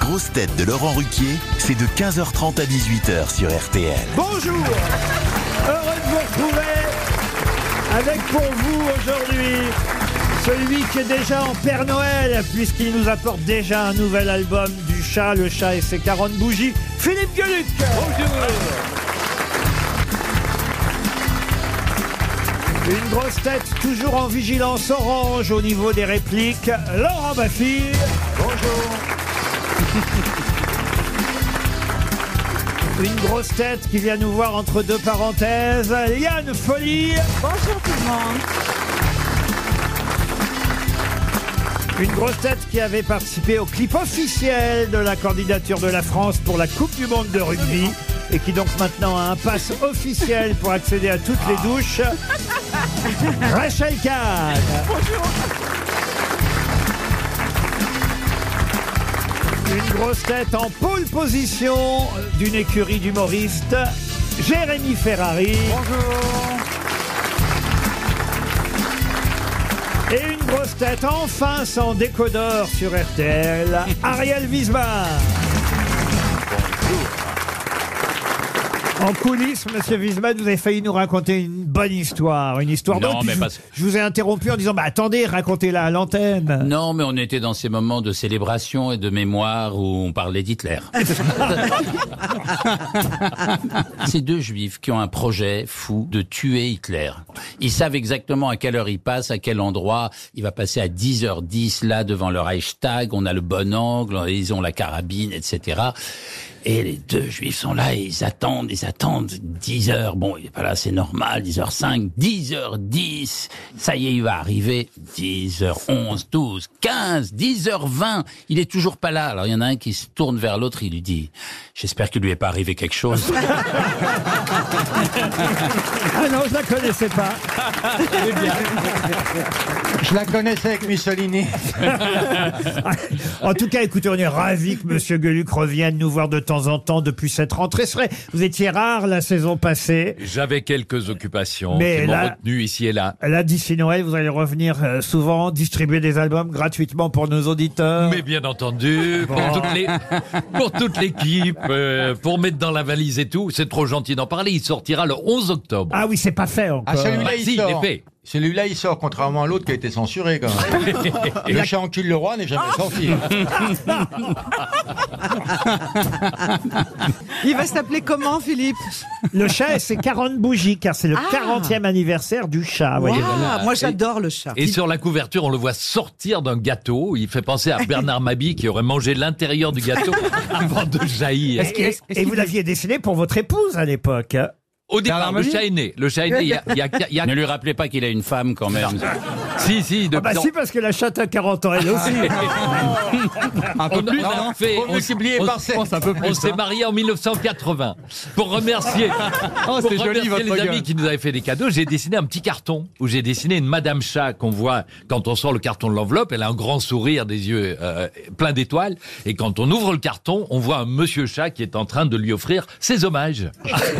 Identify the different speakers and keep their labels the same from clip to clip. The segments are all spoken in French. Speaker 1: grosses têtes de Laurent Ruquier, c'est de 15h30 à 18h sur RTL.
Speaker 2: Bonjour Heureux de vous retrouver avec pour vous aujourd'hui celui qui est déjà en Père Noël puisqu'il nous apporte déjà un nouvel album du chat, le chat et ses 40 bougies, Philippe Gueluc Une grosse tête toujours en vigilance orange au niveau des répliques, Laurent Baffy. Bonjour. Une grosse tête qui vient nous voir entre deux parenthèses, Yann Folie. Bonjour tout le monde. Une grosse tête qui avait participé au clip officiel de la candidature de la France pour la Coupe du Monde de rugby et qui donc maintenant a un pass officiel pour accéder à toutes les douches. Rachel Kahn. Une grosse tête en pôle position d'une écurie d'humoristes, Jérémy Ferrari. Bonjour. Et une grosse tête enfin sans décodeur sur RTL, Ariel Wiesbach. En coulisses, Monsieur Wiesmann, vous avez failli nous raconter une bonne histoire, une histoire.
Speaker 3: Non,
Speaker 2: bonne, puis
Speaker 3: mais
Speaker 2: je,
Speaker 3: parce-
Speaker 2: je vous ai interrompu en disant, bah attendez, racontez-la à l'antenne.
Speaker 3: Non, mais on était dans ces moments de célébration et de mémoire où on parlait d'Hitler. Ces deux juifs qui ont un projet fou de tuer Hitler. Ils savent exactement à quelle heure il passe, à quel endroit. Il va passer à 10h10 là devant le Reichstag. On a le bon angle, ils ont la carabine, etc. Et les deux juifs sont là et ils attendent, ils attendent 10 heures. Bon, il est pas là, c'est normal, 10h05, 10h10. Ça y est, il va arriver 10h11, 12, 15, 10h20. Il est toujours pas là. Alors il y en a un qui se tourne vers l'autre, il lui dit "J'espère qu'il lui est pas arrivé quelque chose."
Speaker 2: Ah non, je la connaissais pas.
Speaker 4: Je la connaissais avec Mussolini.
Speaker 2: en tout cas, écoutez, on est ravis que Monsieur Gueluc revienne nous voir de temps en temps depuis cette rentrée. C'est vrai, vous étiez rare la saison passée.
Speaker 5: J'avais quelques occupations
Speaker 2: Mais
Speaker 5: qui m'ont
Speaker 2: là-
Speaker 5: retenu ici et là.
Speaker 2: Là, d'ici Noël, vous allez revenir euh, souvent, distribuer des albums gratuitement pour nos auditeurs.
Speaker 5: Mais bien entendu,
Speaker 2: Bon.
Speaker 5: pour, toutes les- pour toute l'équipe, euh, pour mettre dans la valise et tout, c'est trop gentil d'en parler. Il sortira le 11 octobre.
Speaker 2: Ah oui, c'est pas fait encore.
Speaker 4: Ah, celui-là,
Speaker 5: Ah,
Speaker 4: il
Speaker 5: si, il est
Speaker 4: sort.
Speaker 5: fait.
Speaker 4: Celui-là, il sort, contrairement à l'autre qui a été censuré, quand même. le chat encule le roi n'est jamais sorti.
Speaker 6: Il va s'appeler comment, Philippe
Speaker 2: Le chat, c'est 40 bougies, car c'est le
Speaker 6: Ah.
Speaker 2: 40e anniversaire du chat.
Speaker 6: Waouh,
Speaker 2: voyez
Speaker 6: Moi, j'adore le
Speaker 4: Ah,
Speaker 6: chat.
Speaker 5: Et sur la couverture, on le voit sortir d'un gâteau. Il fait penser à Bernard Mabi qui aurait mangé l'intérieur du gâteau avant de jaillir.
Speaker 2: Et, et vous l'aviez dessiné pour votre épouse à l'époque. hein.
Speaker 5: Au départ,
Speaker 4: Bernard
Speaker 5: le
Speaker 4: Mabie
Speaker 5: chat est né. Le chat est né. Il y a, il y a- il y a-
Speaker 3: ne lui rappelez pas qu'il a une femme quand même.
Speaker 5: Si, si, de
Speaker 2: Ah bah si, parce que la chatte a 40 ans, elle aussi.
Speaker 4: Un
Speaker 5: On, on a fait-
Speaker 4: Faut
Speaker 5: on-
Speaker 4: multiplier
Speaker 5: on-
Speaker 4: par sept.
Speaker 5: On s'est mariés en 1980. Pour remercier,
Speaker 4: Oh,
Speaker 5: pour
Speaker 4: c'est joli,
Speaker 5: remercier
Speaker 4: votre
Speaker 5: les amis
Speaker 4: gueule.
Speaker 5: qui nous avaient fait des cadeaux, j'ai dessiné un petit carton où j'ai dessiné une Madame Chat qu'on voit quand on sort le carton de l'enveloppe. Elle a un grand sourire, des yeux euh, pleins d'étoiles. Et quand on ouvre le carton, on voit un Monsieur Chat qui est en train de lui offrir ses hommages.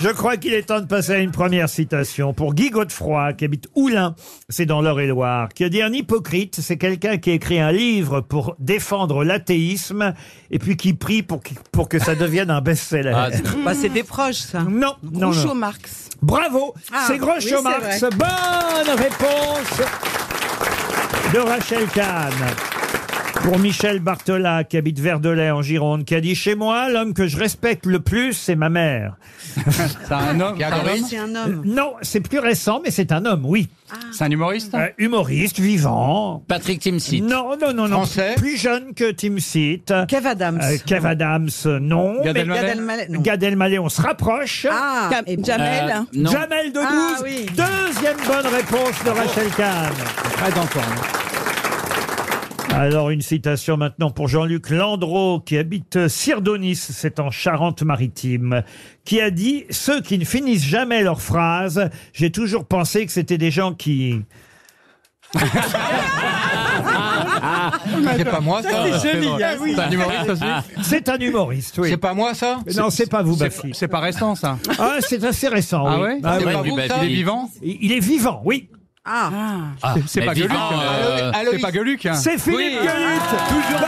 Speaker 2: Je crois qu'il est temps de passer à une première citation pour Guy Godefroy, qui habite Oulin, c'est dans l'Eure-et-Loire, qui a dit un hypocrite, c'est quelqu'un qui écrit un livre pour défendre l'athéisme et puis qui prie pour, qui- pour que ça devienne un best-seller.
Speaker 5: Ah, c'est-
Speaker 6: Bah, c'est des proches, ça.
Speaker 2: non, non,
Speaker 6: Groucho
Speaker 2: non.
Speaker 6: Marx.
Speaker 2: Bravo,
Speaker 6: Ah,
Speaker 2: c'est
Speaker 6: oui,
Speaker 2: Groucho
Speaker 6: c'est
Speaker 2: Marx.
Speaker 6: vrai.
Speaker 2: Bonne réponse de Rachel Kahn. Pour Michel Barthola, qui habite Verdelais en Gironde, qui a dit Chez moi, l'homme que je respecte le plus, c'est ma mère. Euh,
Speaker 7: C'est un homme,
Speaker 4: Qui a adoré.
Speaker 6: C'est un homme. Ah.
Speaker 2: Non, c'est plus récent, mais c'est un homme, oui.
Speaker 7: c'est un humoriste
Speaker 2: Euh, humoriste, vivant.
Speaker 3: Patrick Timsit.
Speaker 2: Non, non, non, non.
Speaker 4: Français.
Speaker 2: Plus jeune que Tim Seat.
Speaker 6: Kev Adams.
Speaker 2: Euh, Kev Adams, non.
Speaker 7: Gad
Speaker 2: Mais
Speaker 7: Elmaleh.
Speaker 6: Gad Elmaleh, non.
Speaker 2: Gad Elmaleh, on se rapproche.
Speaker 6: Ah, et
Speaker 3: Euh,
Speaker 6: Jamel.
Speaker 3: non.
Speaker 2: Jamel Debbouze,
Speaker 6: Ah, oui.
Speaker 2: deuxième bonne réponse de
Speaker 4: Oh.
Speaker 2: Rachel Kahn.
Speaker 7: Très d'encore.
Speaker 2: Alors une citation maintenant pour Jean-Luc Landreau qui habite Sirdonis, c'est en Charente-Maritime, qui a dit « Ceux qui ne finissent jamais leurs phrases, j'ai toujours pensé que c'était des gens qui...
Speaker 4: Ah,
Speaker 6: Ah,
Speaker 4: C'est pas moi, ça. C'est vrai.
Speaker 5: ah
Speaker 4: C'est un humoriste aussi. »
Speaker 2: Ah, C'est un humoriste, oui.
Speaker 4: C'est pas moi, ça
Speaker 2: Non, c'est pas vous, Baffy.
Speaker 7: C'est pas récent, ça.
Speaker 2: Ah, c'est assez récent,
Speaker 7: Ah
Speaker 2: oui.
Speaker 7: ouais
Speaker 2: Ah
Speaker 4: C'est
Speaker 2: oui.
Speaker 4: pas
Speaker 3: oui,
Speaker 4: vous,
Speaker 3: bah,
Speaker 4: ça
Speaker 7: Il est vivant
Speaker 2: Il il est vivant, oui.
Speaker 6: Ah,
Speaker 5: Ah,
Speaker 7: C'est
Speaker 5: mais
Speaker 7: pas Gueluc.
Speaker 5: vivant,
Speaker 7: hein.
Speaker 5: euh,
Speaker 7: C'est pas Gueluc. hein.
Speaker 2: C'est Philippe
Speaker 5: Oui. Ah,
Speaker 2: Gueluc
Speaker 5: Toujours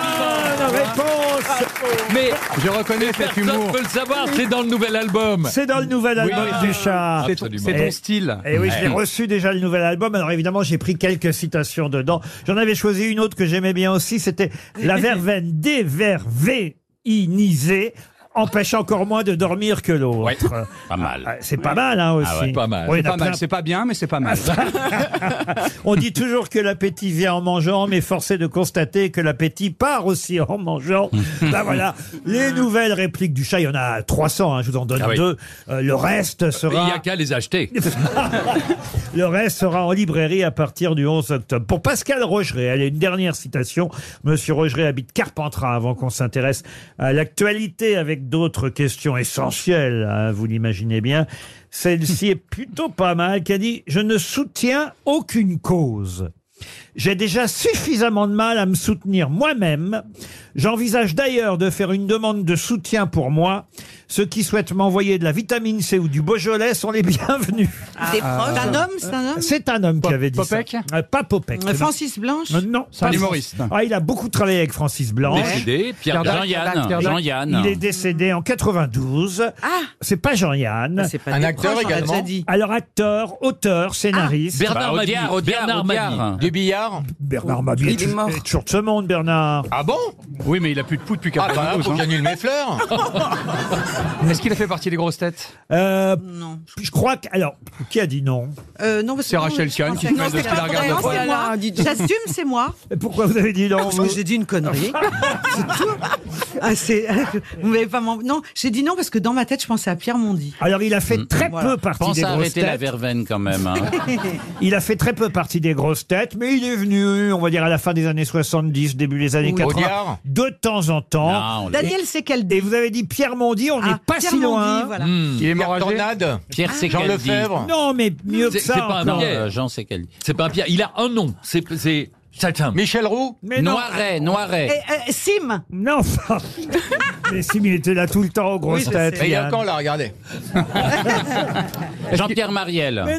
Speaker 2: Bonne réponse
Speaker 5: Mais
Speaker 7: Je reconnais cet
Speaker 5: personne ne
Speaker 7: humour.
Speaker 5: peut le savoir, c'est dans le nouvel album.
Speaker 2: C'est dans le nouvel album du chat.
Speaker 7: C'est ton,
Speaker 5: Ah, Absolument.
Speaker 7: c'est ton
Speaker 2: Et-
Speaker 7: style.
Speaker 2: Et oui, je l'ai
Speaker 5: Ouais.
Speaker 2: reçu déjà le nouvel album. Alors évidemment, j'ai pris quelques citations dedans. J'en avais choisi une autre que j'aimais bien aussi. C'était la verveine dévervéinisée empêche encore moins de dormir que l'autre.
Speaker 3: Ouais. Pas mal.
Speaker 2: Ah, C'est pas mal, hein, aussi.
Speaker 3: Ah ouais,
Speaker 5: pas mal.
Speaker 2: Oui, il y
Speaker 7: C'est
Speaker 2: en a
Speaker 7: pas mal.
Speaker 2: plein. Ah,
Speaker 7: C'est pas bien, mais c'est pas mal.
Speaker 2: On dit toujours que l'appétit vient en mangeant, mais force est de constater que l'appétit part aussi en mangeant. ben voilà, les nouvelles répliques du chat, il y en a 300, hein, je vous en donne
Speaker 5: Ah oui.
Speaker 2: deux. Euh, le reste
Speaker 5: Il
Speaker 2: sera...
Speaker 5: n'y a qu'à les acheter.
Speaker 2: Le reste sera en librairie à partir du 11 octobre. Pour Pascal Rogeret, allez, une dernière citation. Monsieur Rogeret habite Carpentras avant qu'on s'intéresse à l'actualité avec d'autres questions essentielles, hein, vous l'imaginez bien. Celle-ci est plutôt pas mal, qui a dit « Je ne soutiens aucune cause ». J'ai déjà suffisamment de mal à me soutenir moi-même. J'envisage d'ailleurs de faire une demande de soutien pour moi. Ceux qui souhaitent m'envoyer de la vitamine C ou du Beaujolais sont les bienvenus.
Speaker 6: Ah, c'est un homme, c'est un homme.
Speaker 2: C'est un homme qui
Speaker 7: Pop-
Speaker 2: avait dit
Speaker 7: Popek
Speaker 2: ça. Euh, pas Popek.
Speaker 6: Euh, Francis Blanche.
Speaker 2: Euh, non,
Speaker 7: C'est un
Speaker 2: pas-
Speaker 7: humoriste.
Speaker 2: Ah, il a beaucoup travaillé avec Francis Blanche.
Speaker 5: Décidé, Pierre Dac.
Speaker 7: Pierre Dac,
Speaker 3: Jean-Yann,
Speaker 7: Pierre Dac.
Speaker 3: Jean-Yann.
Speaker 2: Il est décédé en 92.
Speaker 6: Ah,
Speaker 2: C'est pas
Speaker 6: bah,
Speaker 2: Jean-Yann.
Speaker 6: c'est pas
Speaker 4: Un
Speaker 6: des
Speaker 4: acteur
Speaker 6: proches, on l'a
Speaker 4: également.
Speaker 6: déjà dit. Ah.
Speaker 2: Alors acteur, auteur, scénariste.
Speaker 5: Bernard
Speaker 3: Bah,
Speaker 5: Mabie.
Speaker 3: Audiard, Audiard,
Speaker 5: Bernard
Speaker 3: Audiard.
Speaker 5: Mabie.
Speaker 4: Du billard
Speaker 2: Bernard Mabie
Speaker 6: Oh, Il
Speaker 2: est
Speaker 6: est
Speaker 2: tou-
Speaker 6: mort.
Speaker 2: est toujours de ce monde, Bernard.
Speaker 4: Ah bon
Speaker 7: Oui, mais il a plus de poudre depuis
Speaker 4: Ah bah là,
Speaker 7: 92.
Speaker 4: faut que
Speaker 7: hein.
Speaker 4: j'annule mes fleurs
Speaker 7: Ah, Est-ce qu'il a fait partie des grosses têtes
Speaker 2: Euh,
Speaker 6: Non.
Speaker 2: je crois que... Alors, qui a dit non
Speaker 6: Euh, non, parce que
Speaker 7: C'est
Speaker 6: non,
Speaker 7: Rachel
Speaker 6: je
Speaker 7: Kahn
Speaker 6: pense
Speaker 7: qui
Speaker 6: que-
Speaker 7: se mêle
Speaker 6: Non,
Speaker 7: de
Speaker 6: c'est
Speaker 7: ce
Speaker 6: pas
Speaker 7: qu'il regarde.
Speaker 6: vrai,
Speaker 7: Oh
Speaker 6: c'est moi. J'assume, c'est moi.
Speaker 2: Pourquoi vous avez dit non
Speaker 6: Ah, Parce que j'ai dit une connerie. c'est tout. Ah, c'est- Vous m'avez pas m'en- Non, j'ai dit non parce que dans ma tête, je pensais à Pierre Mondi.
Speaker 2: Alors, il a fait très
Speaker 6: Voilà.
Speaker 2: peu partie
Speaker 3: Pense
Speaker 2: des
Speaker 3: à
Speaker 2: grosses
Speaker 3: arrêter la
Speaker 2: têtes.
Speaker 3: verveine quand même. hein.
Speaker 2: Il a fait très peu partie des grosses têtes, mais il est venu, on va dire, à la fin des années 70, début des années
Speaker 6: Oui.
Speaker 2: 80,
Speaker 4: Audiard.
Speaker 2: de temps en temps.
Speaker 3: Non, on l'a-
Speaker 6: Daniel
Speaker 2: Et
Speaker 6: Sekeldi.
Speaker 2: vous avez dit Pierre Mondi, on n'est
Speaker 6: Ah,
Speaker 2: pas
Speaker 6: Pierre
Speaker 2: si
Speaker 6: Mondi,
Speaker 2: loin.
Speaker 6: voilà.
Speaker 7: Hmm. Il est mort
Speaker 4: Pierre
Speaker 7: âgé.
Speaker 4: Tornade
Speaker 3: Pierre
Speaker 4: Jean
Speaker 3: Secaldi.
Speaker 4: Lefebvre
Speaker 2: Non, mais mieux que
Speaker 5: C'est- c'est
Speaker 2: ça.
Speaker 5: pas un
Speaker 2: encore.
Speaker 3: Non,
Speaker 5: Pierre.
Speaker 3: euh, Jean Secaldi.
Speaker 5: C'est pas un Pierre. Il a un nom. C'est c'est chacun.
Speaker 4: Michel Roux
Speaker 2: Mais non,
Speaker 3: Noiret, Noiret.
Speaker 6: Et, euh, Sim.
Speaker 2: non, ça. mais si, mais il était là tout le temps aux grosses
Speaker 6: Oui, je
Speaker 2: têtes.
Speaker 6: sais.
Speaker 4: Mais il y a
Speaker 2: Yann.
Speaker 4: encore là, regardez.
Speaker 3: Jean-Pierre Mariel.
Speaker 2: Mais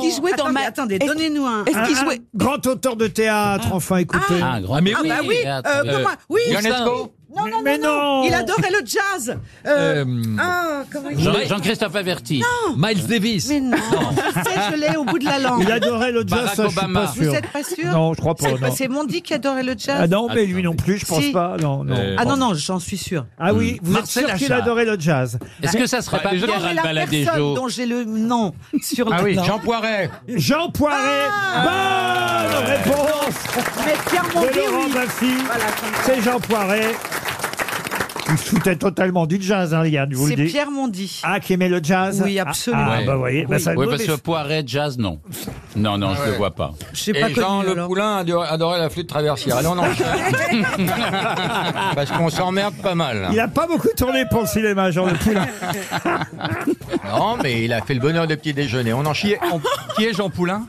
Speaker 8: Est-ce qu'il jouait dans
Speaker 6: Attendez,
Speaker 8: ma...
Speaker 6: attendez,
Speaker 8: est-ce-
Speaker 6: donnez-nous un.
Speaker 8: Est-ce qu'il
Speaker 2: Un- un
Speaker 8: jouait...
Speaker 2: Grand auteur de théâtre, enfin, écoutez.
Speaker 3: Ah, un grand.
Speaker 5: Ah, mais
Speaker 6: Ah bah oui, euh,
Speaker 3: attends, euh,
Speaker 6: comment- oui.
Speaker 4: Ionesco
Speaker 6: Non, non,
Speaker 2: Mais
Speaker 6: non, non.
Speaker 2: non.
Speaker 6: Il adorait le jazz. Euh,
Speaker 5: Euh,
Speaker 6: Ah, comment il
Speaker 3: Jean-
Speaker 6: s'appelle
Speaker 3: Jean-Christophe Averti.
Speaker 5: Miles Davis.
Speaker 6: Mais non, je sais, je l'ai au bout de la
Speaker 2: Il
Speaker 6: langue.
Speaker 2: adorait le
Speaker 3: Barack
Speaker 2: jazz, ça, je suis
Speaker 3: Obama.
Speaker 2: pas
Speaker 6: Vous
Speaker 2: sûr.
Speaker 6: n'êtes pas sûr
Speaker 2: Non, je crois pas.
Speaker 6: C'est-
Speaker 2: Non.
Speaker 6: C'est Mondi qui adorait le jazz.
Speaker 2: Ah non, mais lui non plus, je pense
Speaker 6: Si.
Speaker 2: pas. Non, non.
Speaker 5: Euh,
Speaker 6: Ah non, non, j'en suis sûr.
Speaker 2: Ah oui, vous êtes
Speaker 5: Marcel
Speaker 2: sûr qu'il
Speaker 5: Achard.
Speaker 2: adorait le jazz.
Speaker 3: Mm. Est-ce que ça
Speaker 2: Bah,
Speaker 3: serait pas
Speaker 5: les gens-
Speaker 3: Pierre
Speaker 6: C'est la personne
Speaker 3: Albaladejo
Speaker 6: dont j'ai le nom sur le
Speaker 7: Ah oui,
Speaker 6: nom.
Speaker 4: Jean Poiret
Speaker 2: Jean Poiret, bonne réponse
Speaker 6: Ah. Mais Pierre Mondi,
Speaker 2: de Laurent
Speaker 6: oui.
Speaker 2: Baffy.
Speaker 6: Voilà, comme ça.
Speaker 2: C'est Jean Poiret. Il se foutait totalement du jazz, hein, Liane, je vous le
Speaker 6: C'est
Speaker 2: dis.
Speaker 6: Pierre Mondi.
Speaker 2: Ah, qui aimait le jazz
Speaker 6: Oui,
Speaker 2: Ah,
Speaker 6: absolument.
Speaker 2: Ah,
Speaker 5: Ouais.
Speaker 2: bah, vous voyez, bah,
Speaker 6: Oui.
Speaker 2: ça-
Speaker 3: Oui,
Speaker 2: non,
Speaker 3: parce
Speaker 2: mais-
Speaker 3: que Poiret, jazz, non. Non, non, je le vois pas.
Speaker 6: Je sais pas
Speaker 4: Et Jean
Speaker 6: connu,
Speaker 4: Le
Speaker 6: alors.
Speaker 4: Poulain ador- adorait la flûte traversière. Allez, on enchaîne. Parce qu'on s'emmerde pas mal.
Speaker 2: Il n'a pas beaucoup tourné pour le cinéma, Jean Le Poulain.
Speaker 4: Non, mais il a fait le bonheur des petits déjeuners. On en
Speaker 7: Qui
Speaker 4: chie.
Speaker 7: est, on- qui est Jean Poulain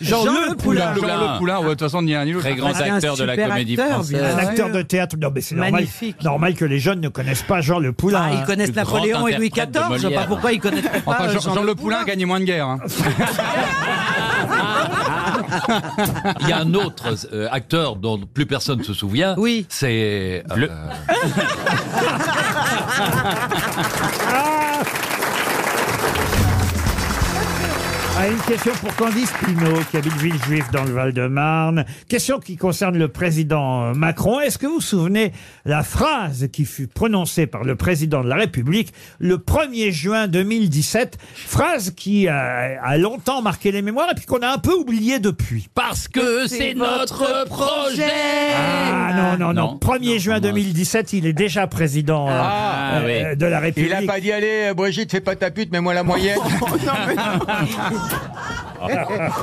Speaker 2: Jean,
Speaker 6: Jean
Speaker 2: Le
Speaker 6: Le
Speaker 2: Poulain.
Speaker 7: Jean Le Poulain. Ouais, de toute façon, ni un ni l'autre.
Speaker 3: Très grand
Speaker 6: Ah, c'est un
Speaker 3: acteur de la
Speaker 6: super
Speaker 3: comédie
Speaker 6: acteur,
Speaker 3: française.
Speaker 7: hein.
Speaker 2: Un
Speaker 6: bien.
Speaker 2: acteur de théâtre. Non, mais c'est normal,
Speaker 6: Magnifique.
Speaker 2: normal que les jeunes ne connaissent pas Jean Le Poulain.
Speaker 6: Ah,
Speaker 2: hein.
Speaker 6: ils connaissent
Speaker 3: Le grand
Speaker 6: Napoléon et Louis
Speaker 3: interprète de
Speaker 6: XIV. Je sais pas
Speaker 3: Molière.
Speaker 6: pourquoi ils connaissent pas
Speaker 7: Enfin,
Speaker 6: euh,
Speaker 7: Jean, Jean Le Poulain gagnait moins de guerre. hein.
Speaker 5: Il y a un autre euh, acteur dont plus personne ne se souvient.
Speaker 6: Oui.
Speaker 5: C'est. euh,
Speaker 2: Ah, une question pour Candice Pinault, qui habite Villejuif dans le Val-de-Marne. Question qui concerne le président euh, Macron. Est-ce que vous vous souvenez la phrase qui fut prononcée par le président de la République le 1er juin 2017 Phrase qui euh, a longtemps marqué les mémoires et puis qu'on a un peu oublié depuis.
Speaker 3: Parce que c'est notre projet
Speaker 2: Ah non, non, non.
Speaker 3: Non.
Speaker 2: 1er juin 2017, il est déjà président euh,
Speaker 4: Ah,
Speaker 2: euh, de la République.
Speaker 4: Il a pas dit, allez, euh, Brigitte, fais pas ta pute, mets-moi la moyenne.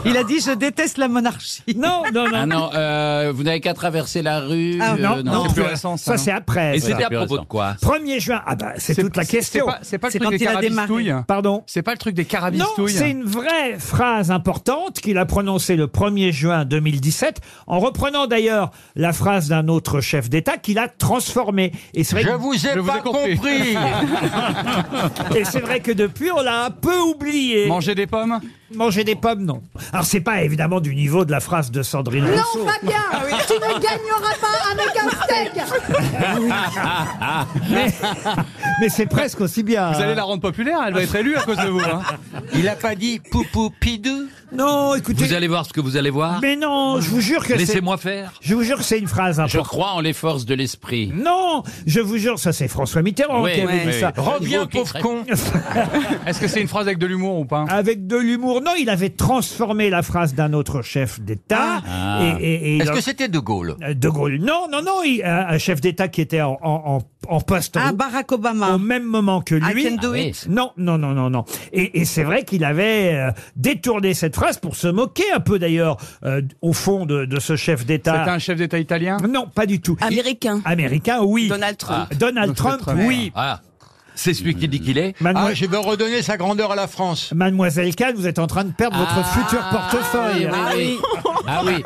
Speaker 6: Il a dit Je déteste la monarchie.
Speaker 2: Non, non, non.
Speaker 3: Ah non, euh, vous n'avez qu'à traverser la rue.
Speaker 6: Ah,
Speaker 3: euh,
Speaker 2: non, non,
Speaker 7: c'est plus
Speaker 2: ça-
Speaker 7: récent, ça,
Speaker 2: Ça,
Speaker 7: non
Speaker 2: c'est après.
Speaker 5: Et
Speaker 2: ça.
Speaker 5: c'était à
Speaker 3: plus
Speaker 5: propos
Speaker 3: récent.
Speaker 5: de quoi
Speaker 2: 1er juin. Ah bah, c'est toute la question.
Speaker 7: C'est pas, c'est pas le
Speaker 6: C'est
Speaker 7: truc
Speaker 6: quand
Speaker 7: des
Speaker 6: il a démarré.
Speaker 7: carabistouilles.
Speaker 2: Pardon
Speaker 7: C'est pas le truc des
Speaker 2: Non,
Speaker 7: carabistouilles.
Speaker 2: c'est une vraie phrase importante qu'il a prononcée le 1er juin 2017, en reprenant d'ailleurs la phrase d'un autre chef d'État qu'il a transformée. Et c'est vrai,
Speaker 4: Je
Speaker 2: que-
Speaker 4: vous ai
Speaker 7: Je vous
Speaker 4: pas
Speaker 7: ai compris.
Speaker 4: compris.
Speaker 2: et c'est vrai que depuis, on l'a un peu oublié.
Speaker 7: Manger des pommes
Speaker 2: Manger des pommes, non. Alors, c'est pas évidemment du niveau de la phrase de Sandrine Rousseau.
Speaker 8: Non, Fabien, Ah tu ne gagneras pas avec un steak.
Speaker 2: mais mais c'est presque aussi bien.
Speaker 7: Vous
Speaker 2: hein.
Speaker 7: allez la rendre populaire, elle va être élue à cause de vous. hein.
Speaker 4: Il a pas dit poupou pidou
Speaker 2: Non, écoutez.
Speaker 5: Vous allez voir ce que vous allez voir.
Speaker 2: Mais non, je vous jure que c'est.
Speaker 5: Laissez-moi faire.
Speaker 2: Je vous jure que c'est une phrase
Speaker 3: Je
Speaker 2: importante.
Speaker 3: crois en les forces de l'esprit.
Speaker 2: Non, je vous jure, ça c'est François Mitterrand
Speaker 3: Oui,
Speaker 2: qui avait
Speaker 3: oui,
Speaker 2: dit
Speaker 3: oui.
Speaker 2: ça.
Speaker 7: Reviens,
Speaker 3: Nouveau qui
Speaker 7: pauvre
Speaker 3: traite.
Speaker 7: con. Est-ce que c'est une phrase avec de l'humour ou pas
Speaker 2: Avec de l'humour. Non, il avait transformé la phrase d'un autre chef d'État.
Speaker 9: Ah.
Speaker 2: Et, et- et il
Speaker 4: Ah. Est-ce
Speaker 2: en-
Speaker 4: que c'était De Gaulle
Speaker 2: Euh, De Gaulle. Non, non, non, il- un un chef d'État qui était en, en- en- en poste
Speaker 6: Ah,
Speaker 2: au-
Speaker 6: Barack
Speaker 2: au
Speaker 6: Obama.
Speaker 2: même moment que
Speaker 6: I
Speaker 2: lui.
Speaker 6: can do
Speaker 3: Ah oui.
Speaker 6: it.
Speaker 2: Non, non, non, non, non. Et, et c'est vrai qu'il avait euh, détourné cette phrase pour se moquer un peu d'ailleurs, euh, au fond, de, de ce chef d'État.
Speaker 7: C'était un chef d'État italien
Speaker 2: Non, pas du tout.
Speaker 10: Américain.
Speaker 2: Américain, oui.
Speaker 10: Donald Trump.
Speaker 2: Ah. Donald Trump, oui.
Speaker 5: Ah, c'est celui qui dit qu'il est.
Speaker 2: Mademoiselle-
Speaker 4: Ah, je veux redonner sa grandeur à la France.
Speaker 2: Mademoiselle Kahn, vous êtes en train de perdre votre futur portefeuille.
Speaker 3: Ah oui. Ah oui.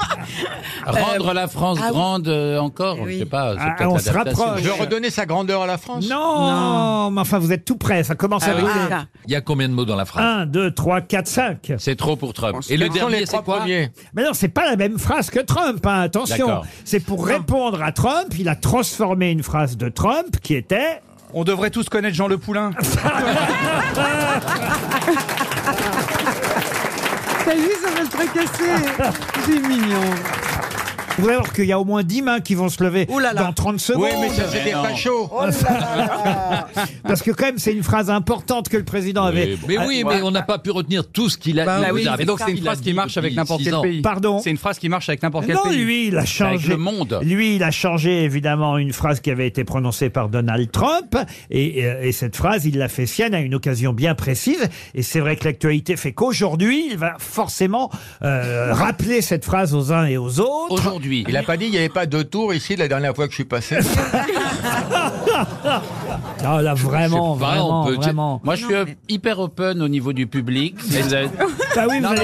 Speaker 2: Euh,
Speaker 3: Rendre la France
Speaker 10: ah oui.
Speaker 3: grande euh, encore, je sais pas. c'est
Speaker 2: Ah,
Speaker 3: peut-être
Speaker 2: on se
Speaker 3: l'adaptation.
Speaker 2: rapproche.
Speaker 4: Je veux redonner sa grandeur à la France.
Speaker 2: Non, mais enfin, vous êtes tout près, ça commence à
Speaker 10: Ah oui.
Speaker 2: brûler.
Speaker 10: Ah.
Speaker 5: Il y a combien de mots dans la phrase
Speaker 2: 1, 2, 3, 4, 5.
Speaker 3: C'est trop pour Trump.
Speaker 5: Et le
Speaker 4: Quels sont les
Speaker 5: dernier,
Speaker 4: trois
Speaker 5: c'est quoi
Speaker 4: premiers
Speaker 2: Mais non, c'est pas la même phrase que Trump, hein, attention.
Speaker 3: D'accord.
Speaker 2: C'est pour répondre à Trump, il a transformé une phrase de Trump qui était
Speaker 7: On devrait tous connaître Jean Le Poulain.
Speaker 6: T'as vu, ça va le tracasser. C'est mignon.
Speaker 2: Vous allez voir qu'il y a au moins 10 mains qui vont se lever
Speaker 6: Ouh là là.
Speaker 2: dans 30 secondes.
Speaker 4: Oui, mais ça, c'était
Speaker 3: non.
Speaker 4: pas chaud.
Speaker 8: Oh
Speaker 2: Parce que quand même, c'est une phrase importante que le président avait.
Speaker 5: Mais oui, mais on n'a pas pu retenir tout ce qu'il a
Speaker 6: Bah
Speaker 5: il
Speaker 6: oui,
Speaker 5: vous a-
Speaker 6: mais
Speaker 7: Et donc
Speaker 6: ça,
Speaker 7: c'est une
Speaker 5: il a
Speaker 7: phrase
Speaker 5: dit
Speaker 7: qui marche avec
Speaker 5: depuis
Speaker 7: n'importe
Speaker 5: six
Speaker 7: quel
Speaker 5: ans.
Speaker 7: pays.
Speaker 2: Pardon
Speaker 7: C'est une phrase qui marche avec n'importe quel
Speaker 2: Non,
Speaker 7: pays.
Speaker 2: lui, il a changé.
Speaker 3: le monde.
Speaker 2: Lui, il a changé évidemment une phrase qui avait été prononcée par Donald Trump. Et, euh, et- et cette phrase, il l'a fait sienne à une occasion bien précise. Et c'est vrai que l'actualité fait qu'aujourd'hui, il va forcément euh, rappeler cette phrase aux uns et aux autres.
Speaker 3: Aujourd'hui.
Speaker 4: Il a pas dit il n'y avait pas deux tours ici la dernière fois que je suis passé.
Speaker 2: Ah là, vraiment,
Speaker 5: Je sais pas, on
Speaker 2: vraiment,
Speaker 5: peut-
Speaker 2: vraiment.
Speaker 3: Moi, je suis euh, hyper open au niveau du public. Vous avez-
Speaker 2: Bah oui, vous, allez,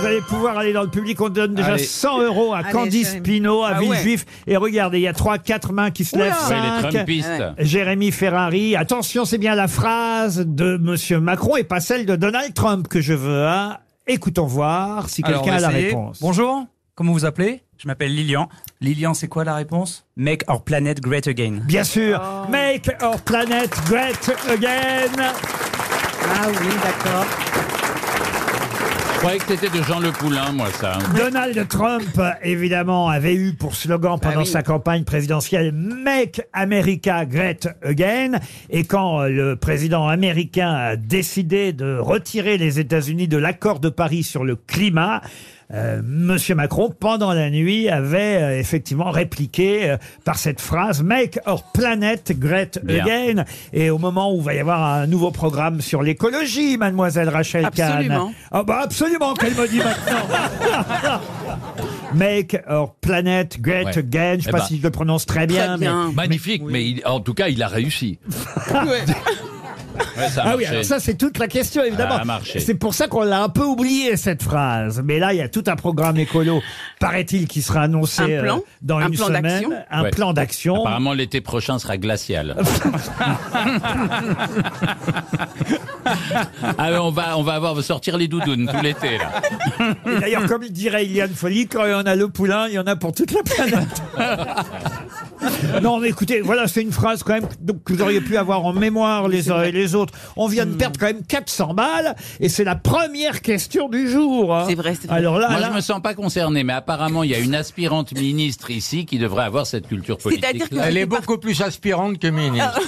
Speaker 2: vous allez pouvoir aller dans le public. On donne déjà
Speaker 7: Allez.
Speaker 2: 100 euros à
Speaker 6: Allez,
Speaker 2: Candice
Speaker 6: Jérémy.
Speaker 2: Pinault, à
Speaker 6: Ah ouais.
Speaker 2: Villejuif. Et regardez, il y a trois, quatre mains qui se lèvent.
Speaker 3: Oui, les
Speaker 2: cinq.
Speaker 3: Trumpistes.
Speaker 6: Ah
Speaker 2: Jérémy Ferrari, attention, c'est bien la phrase de Monsieur Macron et pas celle de Donald Trump que je veux. hein. Écoutons voir si
Speaker 7: Alors, on
Speaker 2: quelqu'un a
Speaker 7: va
Speaker 2: la
Speaker 7: essayer.
Speaker 2: réponse.
Speaker 11: Bonjour, comment vous appelez Je m'appelle Lilian. Lilian, c'est quoi la réponse Make our planet great again.
Speaker 2: Bien sûr,
Speaker 12: Ah.
Speaker 6: Oh.
Speaker 2: Make Our Planet Great Again.
Speaker 6: Ah oui, d'accord.
Speaker 3: Je croyais que c'était de Jean Le Poulain, moi, ça.
Speaker 2: Donald Trump, évidemment, avait eu pour slogan pendant
Speaker 10: oui.
Speaker 2: sa campagne présidentielle Make America Great Again. Et quand euh, le président américain a décidé de retirer les États-Unis de l'accord de Paris sur le climat, euh, Monsieur Macron, pendant la nuit, avait euh, effectivement répliqué euh, par cette phrase Make our planet great
Speaker 3: Bien.
Speaker 2: again. Et au moment où va y avoir un nouveau programme sur l'écologie, Mademoiselle Rachel Kahn.
Speaker 10: Absolument.
Speaker 2: Ah bah absolument qu'elle me dit maintenant. Make our planet great
Speaker 5: Ouais.
Speaker 2: again. Je sais
Speaker 5: Eh
Speaker 2: pas
Speaker 5: ben.
Speaker 2: si je le prononce très bien.
Speaker 10: Très
Speaker 2: mais-
Speaker 10: bien.
Speaker 5: Magnifique, mais, il- en tout cas, il a réussi.
Speaker 3: Ouais, ça a
Speaker 2: Ah oui,
Speaker 3: marché.
Speaker 2: alors ça c'est toute la question évidemment.
Speaker 3: Ah, marché.
Speaker 2: c'est pour ça qu'on l'a un peu oublié cette phrase. Mais là, il y a tout un programme écolo, paraît-il, qui sera annoncé
Speaker 10: Un plan
Speaker 2: euh, dans
Speaker 10: Un
Speaker 2: une
Speaker 10: plan
Speaker 2: semaine.
Speaker 10: d'action
Speaker 2: Un
Speaker 3: Ouais.
Speaker 2: plan d'action.
Speaker 3: Apparemment, l'été prochain sera glacial. ah, mais on va, on va avoir sortir les doudounes tout l'été, là.
Speaker 2: Et D'ailleurs, comme il dirait Iliane Folie, quand il y en a le poulain, il y en a pour toute la planète. Non, mais écoutez, voilà, c'est une phrase quand même donc, que vous auriez pu avoir en mémoire les uns et les autres. On vient de perdre quand même 400 balles et c'est la première question du jour. hein.
Speaker 10: C'est vrai, c'est vrai.
Speaker 2: Alors là,
Speaker 3: Moi,
Speaker 2: là-
Speaker 3: je me sens pas concerné, mais apparemment, il y a une aspirante ministre ici qui devrait avoir cette culture politique.
Speaker 10: C'est-à-dire que-
Speaker 3: là.
Speaker 4: Elle est beaucoup plus aspirante que
Speaker 3: Euh.
Speaker 4: ministre.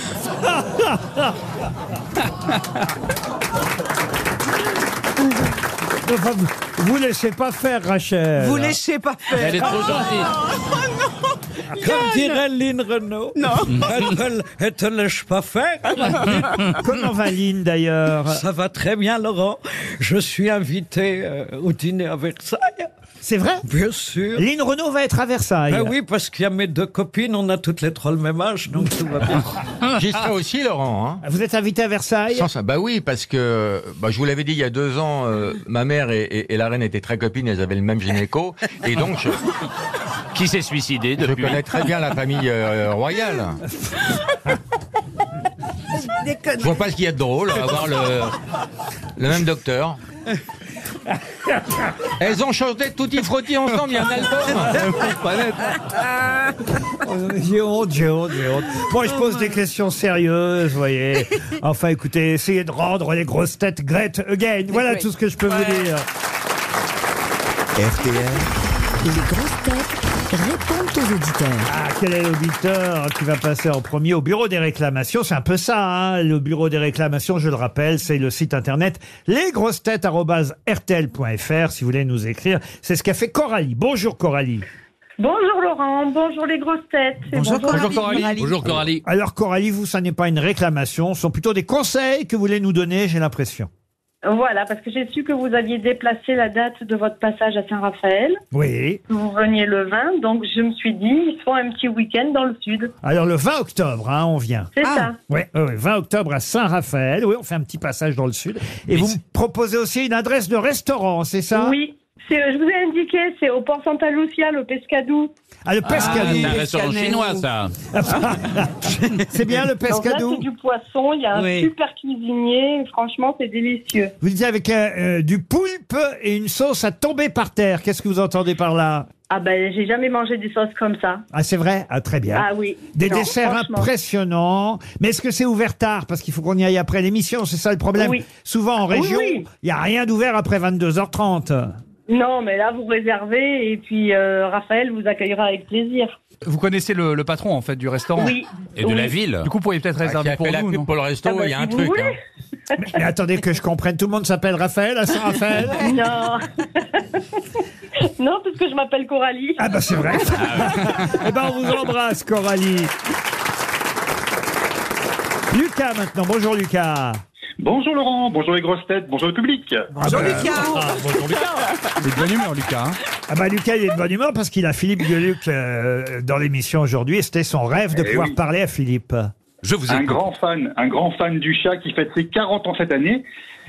Speaker 2: enfin, vous, vous laissez pas faire, Rachel.
Speaker 6: Vous léchez pas faire.
Speaker 3: Elle est trop gentille.
Speaker 2: Ah,
Speaker 11: Comme dirait Lynn Renault. Non. Elle te lèche pas faire.
Speaker 6: bah.
Speaker 2: Comment va Lynn d'ailleurs
Speaker 11: Ça va très bien, Laurent. Je suis invité euh, au dîner à Versailles.
Speaker 2: C'est vrai
Speaker 11: Bien sûr.
Speaker 2: Lynn Renault va être à Versailles.
Speaker 11: Ben oui, parce qu'il y a mes deux copines, on a toutes les trois le même âge, donc tout va bien.
Speaker 4: J'y serai aussi, Laurent. hein.
Speaker 2: Ah, Vous êtes invité à Versailles
Speaker 4: Sans ça, bah oui, parce que bah, je vous l'avais dit il y a deux ans, euh, ma mère et, et- et la reine étaient très copines, elles avaient le même gynéco, et donc je,
Speaker 3: Qui s'est suicidée
Speaker 4: je
Speaker 3: depuis
Speaker 4: connais très bien la famille euh, royale. Je vois pas ce qu'il y a de drôle à avoir le, le même docteur. Elles ont chanté tout y frottis ensemble, il y a un album.
Speaker 2: J'ai honte, j'ai honte, j'ai honte. Moi, je pose des questions sérieuses, vous voyez. Enfin, écoutez, essayez de rendre les grosses têtes great again. Voilà tout ce que je peux vous dire.
Speaker 1: RTL,
Speaker 10: Les grosses têtes répondent aux auditeurs.
Speaker 2: Ah, quel est l'auditeur qui va passer en premier au bureau des réclamations C'est un peu ça, hein, le bureau des réclamations, je le rappelle, c'est le site internet lesgrossetêtes.rtl.fr si vous voulez nous écrire. C'est ce qu'a fait Coralie. Bonjour Coralie.
Speaker 12: Bonjour Laurent, bonjour les grosses têtes. et
Speaker 5: Bonjour Coralie.
Speaker 2: Alors Coralie, vous, ça n'est pas une réclamation, ce sont plutôt des conseils que vous voulez nous donner, j'ai l'impression.
Speaker 12: Voilà, parce que j'ai su que vous aviez déplacé la date de votre passage à Saint-Raphaël.
Speaker 2: Oui.
Speaker 12: Vous veniez le 20, donc je me suis dit, soit un petit week-end dans le sud.
Speaker 2: Alors le 20 octobre, hein, on vient.
Speaker 12: C'est ça.
Speaker 2: Oui, 20 octobre à Saint-Raphaël. Oui, on fait un petit passage dans le sud. Et vous me proposez aussi une adresse de restaurant, c'est ça
Speaker 12: Oui. C'est- euh, Je vous ai indiqué, c'est au Port Santa Lucia, le Pescadou.
Speaker 2: Ah, le Pescadou.
Speaker 3: C'est un restaurant chinois, ça.
Speaker 2: c'est bien le
Speaker 12: Donc là,
Speaker 2: Pescadou.
Speaker 12: c'est du poisson, il y a un
Speaker 2: Oui.
Speaker 12: super cuisinier, franchement, c'est délicieux.
Speaker 2: Vous dites avec euh, euh, du poulpe et une sauce à tomber par terre. Qu'est-ce que vous entendez par là
Speaker 12: Ah ben, j'ai jamais mangé des sauces comme ça.
Speaker 2: Ah, c'est vrai Ah, très bien.
Speaker 12: Ah oui.
Speaker 2: Des
Speaker 12: Non,
Speaker 2: desserts
Speaker 12: franchement.
Speaker 2: impressionnants. Mais est-ce que c'est ouvert tard Parce qu'il faut qu'on y aille après l'émission, c'est ça le problème.
Speaker 12: Oui.
Speaker 2: Souvent en
Speaker 12: Ah, oui,
Speaker 2: région, il
Speaker 12: oui.
Speaker 2: n'y a rien d'ouvert après 22h30.
Speaker 12: Non, mais là, vous réservez et puis euh, Raphaël vous accueillera avec plaisir.
Speaker 7: Vous connaissez le, le patron en fait du restaurant
Speaker 12: Oui.
Speaker 3: Et de la ville.
Speaker 7: Du coup, vous pourriez peut-être réserver
Speaker 4: Ah, qui a
Speaker 7: pour
Speaker 4: fait la
Speaker 7: nous.
Speaker 4: pub
Speaker 7: non
Speaker 4: pour le resto,
Speaker 12: Ah bah,
Speaker 4: il y a
Speaker 12: si
Speaker 4: un
Speaker 12: vous
Speaker 4: truc.
Speaker 12: voulez.
Speaker 4: hein.
Speaker 2: Mais attendez que je comprenne, tout le monde s'appelle Raphaël à Saint-Raphaël
Speaker 12: Non. non, parce que je m'appelle Coralie.
Speaker 2: Ah bah c'est vrai. Eh ben on vous embrasse Coralie. Lucas maintenant. Bonjour Lucas.
Speaker 13: Bonjour Laurent, bonjour les grosses têtes, bonjour le public.
Speaker 7: Ah ben,
Speaker 6: Bonjour Lucas.
Speaker 2: bonjour Lucas.
Speaker 7: Il est de bonne humeur, Lucas. hein.
Speaker 2: Ah bah Lucas il est de bonne humeur parce qu'il a Philippe Gueluc euh, dans l'émission aujourd'hui et c'était son rêve de
Speaker 13: Eh
Speaker 2: pouvoir
Speaker 13: oui.
Speaker 2: parler à Philippe.
Speaker 5: Je vous
Speaker 13: Un
Speaker 5: écoute.
Speaker 13: grand fan, un grand fan du chat qui fête ses 40 ans cette année.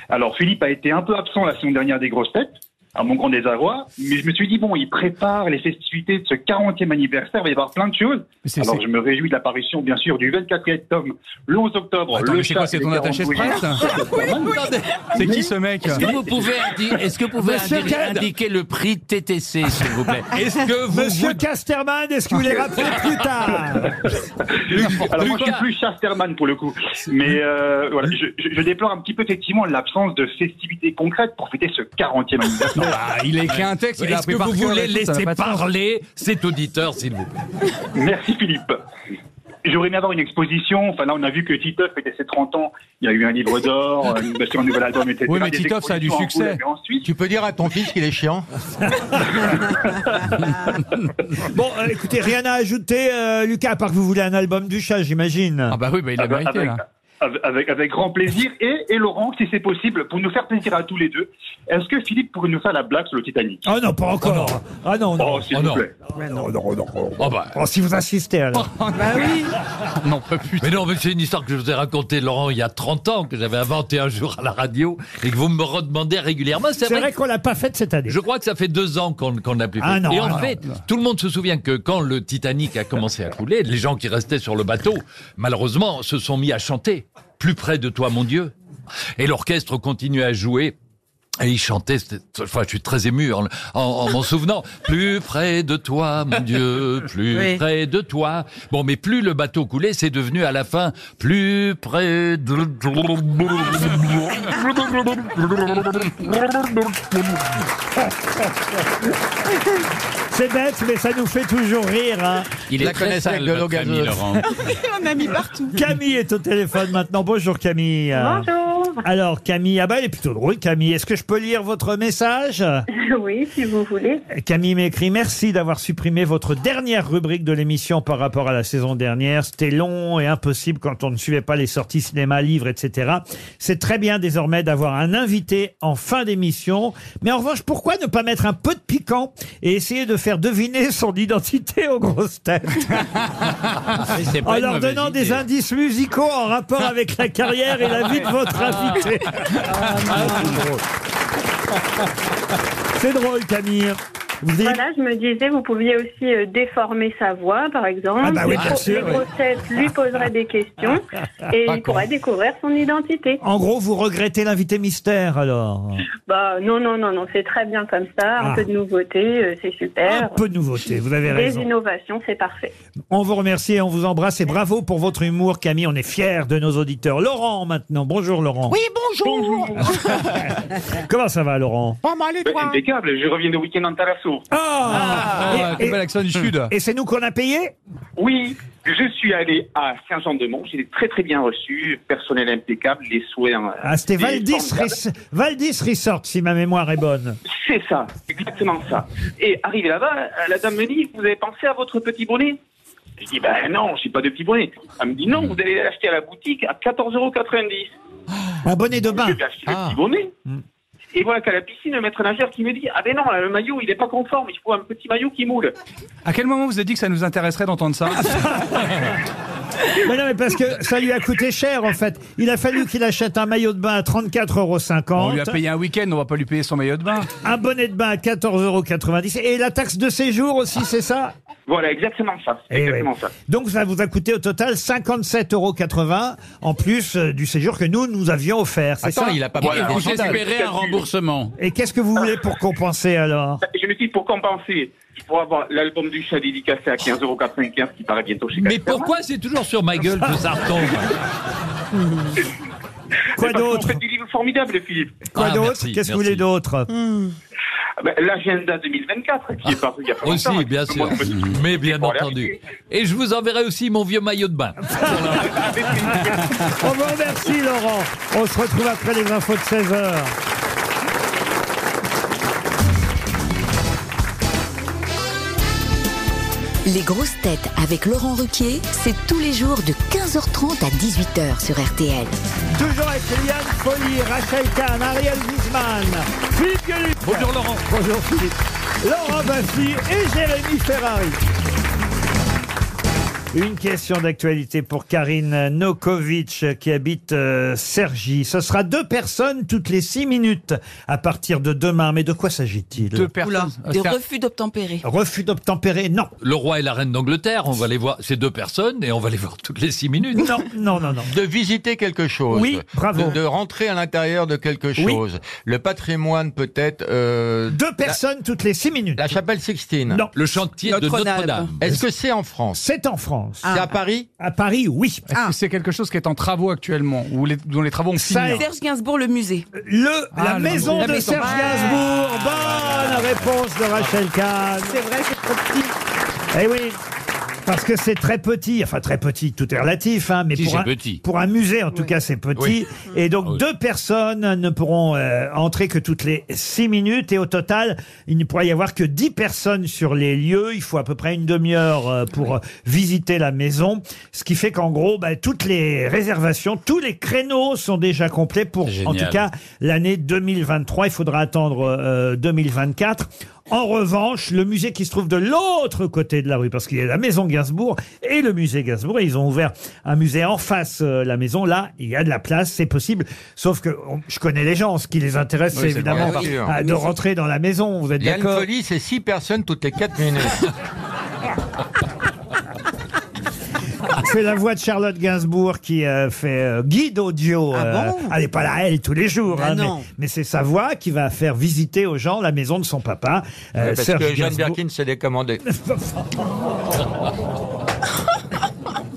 Speaker 13: Alors Philippe a été un peu absent la semaine dernière des grosses têtes, à mon grand désarroi, mais je me suis dit bon, il prépare les festivités de ce 40e anniversaire, il va y avoir plein de choses.
Speaker 7: Mais c'est-
Speaker 13: Alors
Speaker 7: c'est-
Speaker 13: je me réjouis de l'apparition bien sûr du 24e tome le 11 octobre.
Speaker 7: Attends,
Speaker 13: le
Speaker 7: mais c'est
Speaker 13: chat
Speaker 7: quoi, c'est
Speaker 13: et les
Speaker 7: ton
Speaker 6: Ah,
Speaker 7: attaché de
Speaker 13: 40
Speaker 7: presse C'est qui ce mec
Speaker 3: Est-ce que vous pouvez, indi- est-ce que vous pouvez
Speaker 2: Monsieur
Speaker 3: indi-
Speaker 2: Kahn.
Speaker 3: indiquer le prix de TTC, s'il vous plaît
Speaker 5: Est-ce que vous
Speaker 2: Monsieur Casterman, est-ce que vous les rappelez plus tard
Speaker 13: Alors moi, je suis
Speaker 5: Lucas.
Speaker 13: plus Chasterman pour le coup. Mais euh, voilà, je, je- je déplore un petit peu effectivement l'absence de festivités concrètes pour fêter ce 40e anniversaire.
Speaker 7: Ah, Il a écrit un texte, il a
Speaker 5: Est-ce
Speaker 7: appris
Speaker 5: que
Speaker 7: par
Speaker 5: vous
Speaker 7: cœur
Speaker 5: voulez
Speaker 7: la suite, ça n'a
Speaker 5: laisser
Speaker 7: pas de sens.
Speaker 5: parler cet auditeur, s'il vous plaît
Speaker 13: Merci Philippe. J'aurais aimé avoir une exposition. Enfin là, on a vu que Titeuf était ses 30 ans. Il y a eu un livre d'or, une version un nouvel album, etc.
Speaker 7: Oui, mais
Speaker 13: Des
Speaker 7: Titeuf, ça a du
Speaker 13: expositions en
Speaker 7: succès.
Speaker 13: couleur et en Suisse.
Speaker 4: Tu peux dire à ton fils qu'il est chiant
Speaker 2: Bon, euh, écoutez, rien à ajouter, euh, Lucas, à part que vous voulez un album du chat, j'imagine.
Speaker 7: Ah bah oui, bah, il a
Speaker 13: Avec-
Speaker 7: mérité
Speaker 13: avec-
Speaker 7: là.
Speaker 13: Avec, avec- avec grand plaisir. Et, et Laurent, si c'est possible, pour nous faire plaisir à tous les deux, est-ce que Philippe pourrait nous faire la blague sur le Titanic
Speaker 2: Oh non, pas encore. Ah non, non.
Speaker 13: Oh, s'il
Speaker 5: Oh
Speaker 13: vous
Speaker 5: non.
Speaker 13: plaît.
Speaker 5: Oh bah. Ah
Speaker 2: Oh, si vous insistez alors.
Speaker 7: Non, pas plus.
Speaker 5: Mais non, mais c'est une histoire que je vous ai racontée, Laurent, il y a 30 ans, que j'avais inventée un jour à la radio et que vous me redemandez régulièrement. Ah bah, C'est
Speaker 2: C'est
Speaker 5: vrai
Speaker 2: vrai qu'on l'a pas faite cette année.
Speaker 5: Je crois que ça fait deux ans qu'on qu'on n'a plus fait.
Speaker 2: Ah non,
Speaker 5: et
Speaker 2: ah
Speaker 5: en
Speaker 2: non,
Speaker 5: fait, tout le monde se souvient que quand le Titanic a commencé à couler, les gens qui restaient sur le bateau, malheureusement, se sont mis à chanter Plus près de toi, mon Dieu. Et l'orchestre continuait à jouer. Et il chantait, c'était- cette fois je suis très ému en, en- en m'en souvenant, plus près de toi, mon Dieu, plus
Speaker 6: Oui.
Speaker 5: près de toi. Bon, mais plus le bateau coulait, c'est devenu à la fin, plus près de...
Speaker 2: C'est bête, mais ça nous fait toujours rire. hein.
Speaker 3: Il
Speaker 4: La
Speaker 3: est très
Speaker 4: connaissance
Speaker 3: sale,
Speaker 4: avec de l'eau
Speaker 3: votre ami,
Speaker 4: gazeuse.
Speaker 3: Laurent.
Speaker 6: On a mis partout.
Speaker 2: Camille est au téléphone maintenant. Bonjour Camille.
Speaker 12: Bonjour.
Speaker 2: Alors Camille, ah bah elle est plutôt drôle Camille. Est-ce que je peux lire votre message
Speaker 12: Oui, si vous voulez.
Speaker 2: Camille m'écrit merci d'avoir supprimé votre dernière rubrique de l'émission par rapport à la saison dernière. C'était long et impossible quand on ne suivait pas les sorties cinéma, livres, etc. C'est très bien désormais d'avoir un invité en fin d'émission. Mais en revanche, pourquoi ne pas mettre un peu de piquant et essayer de faire deviner son identité aux grosses têtes
Speaker 3: C'est pas
Speaker 2: en
Speaker 3: une
Speaker 2: leur
Speaker 3: mauvaise
Speaker 2: donnant
Speaker 3: idée.
Speaker 2: des indices musicaux en rapport avec la carrière et la vie de votre
Speaker 9: Ah.
Speaker 2: invité. Ah, C'est drôle, Camille.
Speaker 12: Voilà, je me disais, vous pouviez aussi euh, déformer sa voix, par exemple.
Speaker 2: Ah bah oui, bien
Speaker 12: Les
Speaker 2: sûr, oui.
Speaker 12: grosses têtes lui poseraient des questions et il
Speaker 2: Pas con.
Speaker 12: pourrait découvrir son identité.
Speaker 2: En gros, vous regrettez l'invité mystère, alors
Speaker 12: Bah non, non, non, non, c'est très bien comme ça. Un
Speaker 2: Ah.
Speaker 12: peu de nouveauté, euh, c'est super.
Speaker 2: Un peu de nouveauté, vous avez
Speaker 12: Des
Speaker 2: raison.
Speaker 12: innovations, c'est parfait.
Speaker 2: On vous remercie et on vous embrasse et bravo pour votre humour, Camille. On est fiers de nos auditeurs. Laurent, maintenant. Bonjour, Laurent.
Speaker 9: bonjour.
Speaker 2: Comment ça va, Laurent
Speaker 9: Pas mal et toi
Speaker 13: Impeccable, je reviens de week-end en Talasso.
Speaker 2: Oh, Ah,
Speaker 13: quel bel accent du Sud.
Speaker 2: Et c'est nous qu'on a payé
Speaker 13: Oui, je suis allé à Saint-Jean-de-Mont, j'ai été très très bien reçu, personnel impeccable, les soins.
Speaker 2: Ah, c'était
Speaker 13: des
Speaker 2: Valdis,
Speaker 13: formidables.
Speaker 2: Res- Valdis Resort, si ma mémoire est bonne.
Speaker 13: C'est ça, exactement ça. Et arrivé là-bas, euh, la dame me dit, vous avez pensé à votre petit bonnet Je dis, ben non, j'ai pas de petit bonnet. Elle me dit, non, vous allez l'acheter à la boutique à 14,90€.
Speaker 2: Un bonnet de bain. Ah. Mm.
Speaker 13: Je vais acheter le petit bonnet. Et voilà qu'à la piscine, le maître nageur qui me dit, ah ben non, le maillot, il est pas conforme, il faut un petit maillot qui moule.
Speaker 7: À quel moment vous avez dit que ça nous intéresserait d'entendre ça
Speaker 12: Ah,
Speaker 2: Mais non, mais parce que ça lui a coûté cher, en fait. Il a fallu qu'il achète un maillot de bain à 34,50 euros.
Speaker 7: On lui a payé un week-end, on va pas lui payer son maillot de bain.
Speaker 2: Un bonnet de bain à 14,90 euros. Et la taxe de séjour aussi, c'est ça
Speaker 13: Voilà, exactement ça.
Speaker 2: Eh
Speaker 13: Exactement
Speaker 2: ouais.
Speaker 13: ça.
Speaker 2: Donc ça vous a coûté au total 57,80 euros en plus euh, du séjour que nous, nous avions offert. c'est
Speaker 4: Attends,
Speaker 2: ça
Speaker 4: il a pas
Speaker 3: Et
Speaker 4: Voilà,
Speaker 3: vous
Speaker 4: Chantal.
Speaker 3: espérez un remboursement.
Speaker 2: Et qu'est-ce que vous voulez pour compenser alors
Speaker 13: Je me suis dit, pour compenser, je pourrais avoir l'album du chat dédicacé à 15,95€ qui paraît bientôt chez
Speaker 5: Mais
Speaker 13: Casper.
Speaker 5: pourquoi c'est toujours sur ma gueule que ça retombe
Speaker 2: Quoi
Speaker 13: d'autre Vous faites du livre formidable, Philippe.
Speaker 4: Ah,
Speaker 2: Quoi d'autre Qu'est-ce que vous voulez d'autre
Speaker 13: Ah ben, L'agenda 2024 qui est paru il y a pas
Speaker 5: Aussi,
Speaker 13: longtemps. hein. bah,
Speaker 5: bien
Speaker 13: Tout le
Speaker 5: sûr.
Speaker 13: monde peut-
Speaker 5: Mais bien entendu. Et je vous enverrai aussi mon vieux maillot de bain.
Speaker 2: On vous remercie Laurent. On se retrouve après les infos de 16h.
Speaker 10: Les grosses têtes avec Laurent Ruquier, c'est tous les jours de 15h30 à 18h sur RTL.
Speaker 2: Toujours avec Liane Folly, Rachel Kahn, Ariel Guzman, Philippe Gueluc. Bonjour Laurent. Bonjour Philippe. Laurent Bassi oh, et Jérémy Ferrari. Une question d'actualité pour Karine Nokovic qui habite euh, Cergy. Ce sera deux personnes toutes les six minutes à partir de demain. Mais de quoi s'agit-il
Speaker 14: Deux personnes. Euh, Oula, des refus d'obtempérer.
Speaker 2: Refus d'obtempérer, non.
Speaker 5: Le roi et la reine d'Angleterre, on va les voir, ces deux personnes, et on va les voir toutes les six minutes.
Speaker 2: Non, non, non, non.
Speaker 4: De visiter quelque chose.
Speaker 5: Oui, bravo.
Speaker 4: De, de rentrer à l'intérieur de quelque
Speaker 5: Oui.
Speaker 4: chose. Le patrimoine peut-être. euh,
Speaker 2: Deux personnes toutes les six minutes.
Speaker 4: La chapelle Sixtine.
Speaker 2: Non.
Speaker 5: Le chantier
Speaker 2: de Notre-Dame. Notre-Dame.
Speaker 4: Est-ce que c'est en France
Speaker 2: C'est en France.
Speaker 4: C'est à Paris
Speaker 2: À Paris, oui.
Speaker 7: Est-ce que c'est quelque chose qui est en travaux actuellement, ou les- dont les travaux ont fini
Speaker 14: Serge Gainsbourg, le musée.
Speaker 2: Le,
Speaker 7: Ah,
Speaker 2: la
Speaker 7: le
Speaker 2: maison
Speaker 7: musée.
Speaker 2: de
Speaker 7: La maison.
Speaker 2: Serge
Speaker 7: Ah.
Speaker 2: Gainsbourg. Bonne réponse de Rachel Kahn.
Speaker 14: C'est vrai, c'est trop petit.
Speaker 2: Eh oui. Parce que c'est très petit, enfin très petit, tout est relatif, hein, mais
Speaker 3: Si,
Speaker 2: pour,
Speaker 3: c'est
Speaker 2: un,
Speaker 3: petit.
Speaker 2: pour un musée, en tout cas, c'est petit.
Speaker 3: Oui.
Speaker 2: Et donc, deux personnes ne pourront euh, entrer que toutes les six minutes. Et au total, il ne pourra y avoir que dix personnes sur les lieux. Il faut à peu près une demi-heure euh, pour euh, visiter la maison. Ce qui fait qu'en gros, bah, toutes les réservations, tous les créneaux sont déjà complets pour, en
Speaker 3: Génial.
Speaker 2: tout cas, l'année 2023. Il faudra attendre euh, 2024. En revanche, le musée qui se trouve de l'autre côté de la rue, parce qu'il y a la maison Gainsbourg et le musée Gainsbourg, et ils ont ouvert un musée en face euh, la maison. Là, il y a de la place, c'est possible. Sauf que on- je connais les gens, ce qui les intéresse,
Speaker 4: Oui,
Speaker 2: c'est
Speaker 4: c'est
Speaker 2: évidemment
Speaker 4: vrai, oui.
Speaker 2: ah, de rentrer dans la maison. Vous êtes
Speaker 4: Il y a une
Speaker 2: d'accord
Speaker 4: folie, c'est six personnes toutes les quatre minutes. Euh,
Speaker 2: C'est la voix de Charlotte Gainsbourg qui euh, fait euh, guide audio. euh,
Speaker 14: Ah bon
Speaker 2: elle n'est pas là, elle, tous les jours.
Speaker 14: Bah
Speaker 2: hein, mais
Speaker 14: non.
Speaker 2: mais c'est sa voix qui va faire visiter aux gens la maison de son papa. euh,
Speaker 4: parce
Speaker 2: Serge
Speaker 4: que Jeanne
Speaker 2: Gainsbourg.
Speaker 4: Birkin s'est décommandée.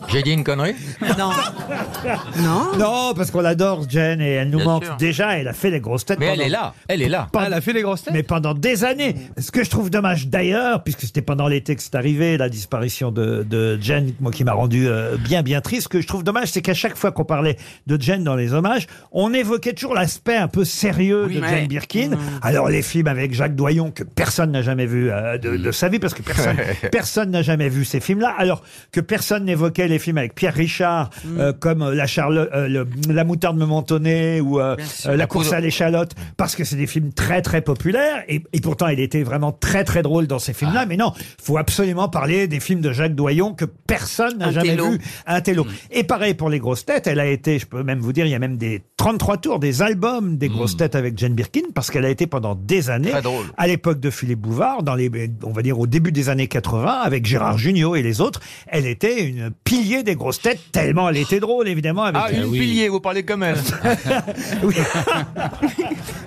Speaker 4: J'ai dit une connerie
Speaker 14: Non.
Speaker 2: Non. parce qu'on l'adore, Jen, et elle nous
Speaker 4: Bien
Speaker 2: manque
Speaker 4: sûr.
Speaker 2: déjà. Elle a fait les grosses têtes.
Speaker 4: Mais elle
Speaker 2: pendant-
Speaker 4: est là, elle est là.
Speaker 2: Pendant-
Speaker 4: Elle a fait les grosses têtes
Speaker 2: Mais pendant des années. Ce que je trouve dommage d'ailleurs, puisque c'était pendant l'été que c'est arrivé, la disparition de, de Jen, moi qui m'a rendu euh, bien, bien triste. Ce que je trouve dommage, c'est qu'à chaque fois qu'on parlait de Jen dans les hommages, on évoquait toujours l'aspect un peu sérieux de
Speaker 14: Oui.
Speaker 2: Jen
Speaker 14: Ouais.
Speaker 2: Birkin. Alors les films avec Jacques Doyon, que personne n'a jamais vu euh, de, de sa vie, parce que personne, personne n'a jamais vu ces films-là, alors que personne n'évoquait les films avec Pierre Richard,
Speaker 9: Mm.
Speaker 2: euh, comme euh, la, Charlo- euh, le- La Moutarde me mentonnait ou euh,
Speaker 9: sûr.
Speaker 2: euh, La
Speaker 9: La
Speaker 2: course
Speaker 9: poudre.
Speaker 2: à l'échalote, parce que c'est des films très très populaires et, et pourtant il était vraiment très très drôle dans ces films-là. Mais non, faut absolument parler des films de Jacques Doyon que personne n'a
Speaker 9: Un
Speaker 2: jamais
Speaker 9: télo. Mm.
Speaker 2: vu. Un télo. Et pareil pour les grosses têtes, elle a été, je peux même vous dire, il y a même des 33 tours, des albums des grosses têtes avec Jane Birkin, parce qu'elle a été pendant des années, à l'époque de Philippe Bouvard, dans les, on va dire au début des années 80, avec Gérard Jugnot et les autres, elle était une pilier des grosses têtes, tellement elle était drôle, évidemment. Avec
Speaker 4: Ah, une pilier, vous parlez comme elle.
Speaker 2: Oui.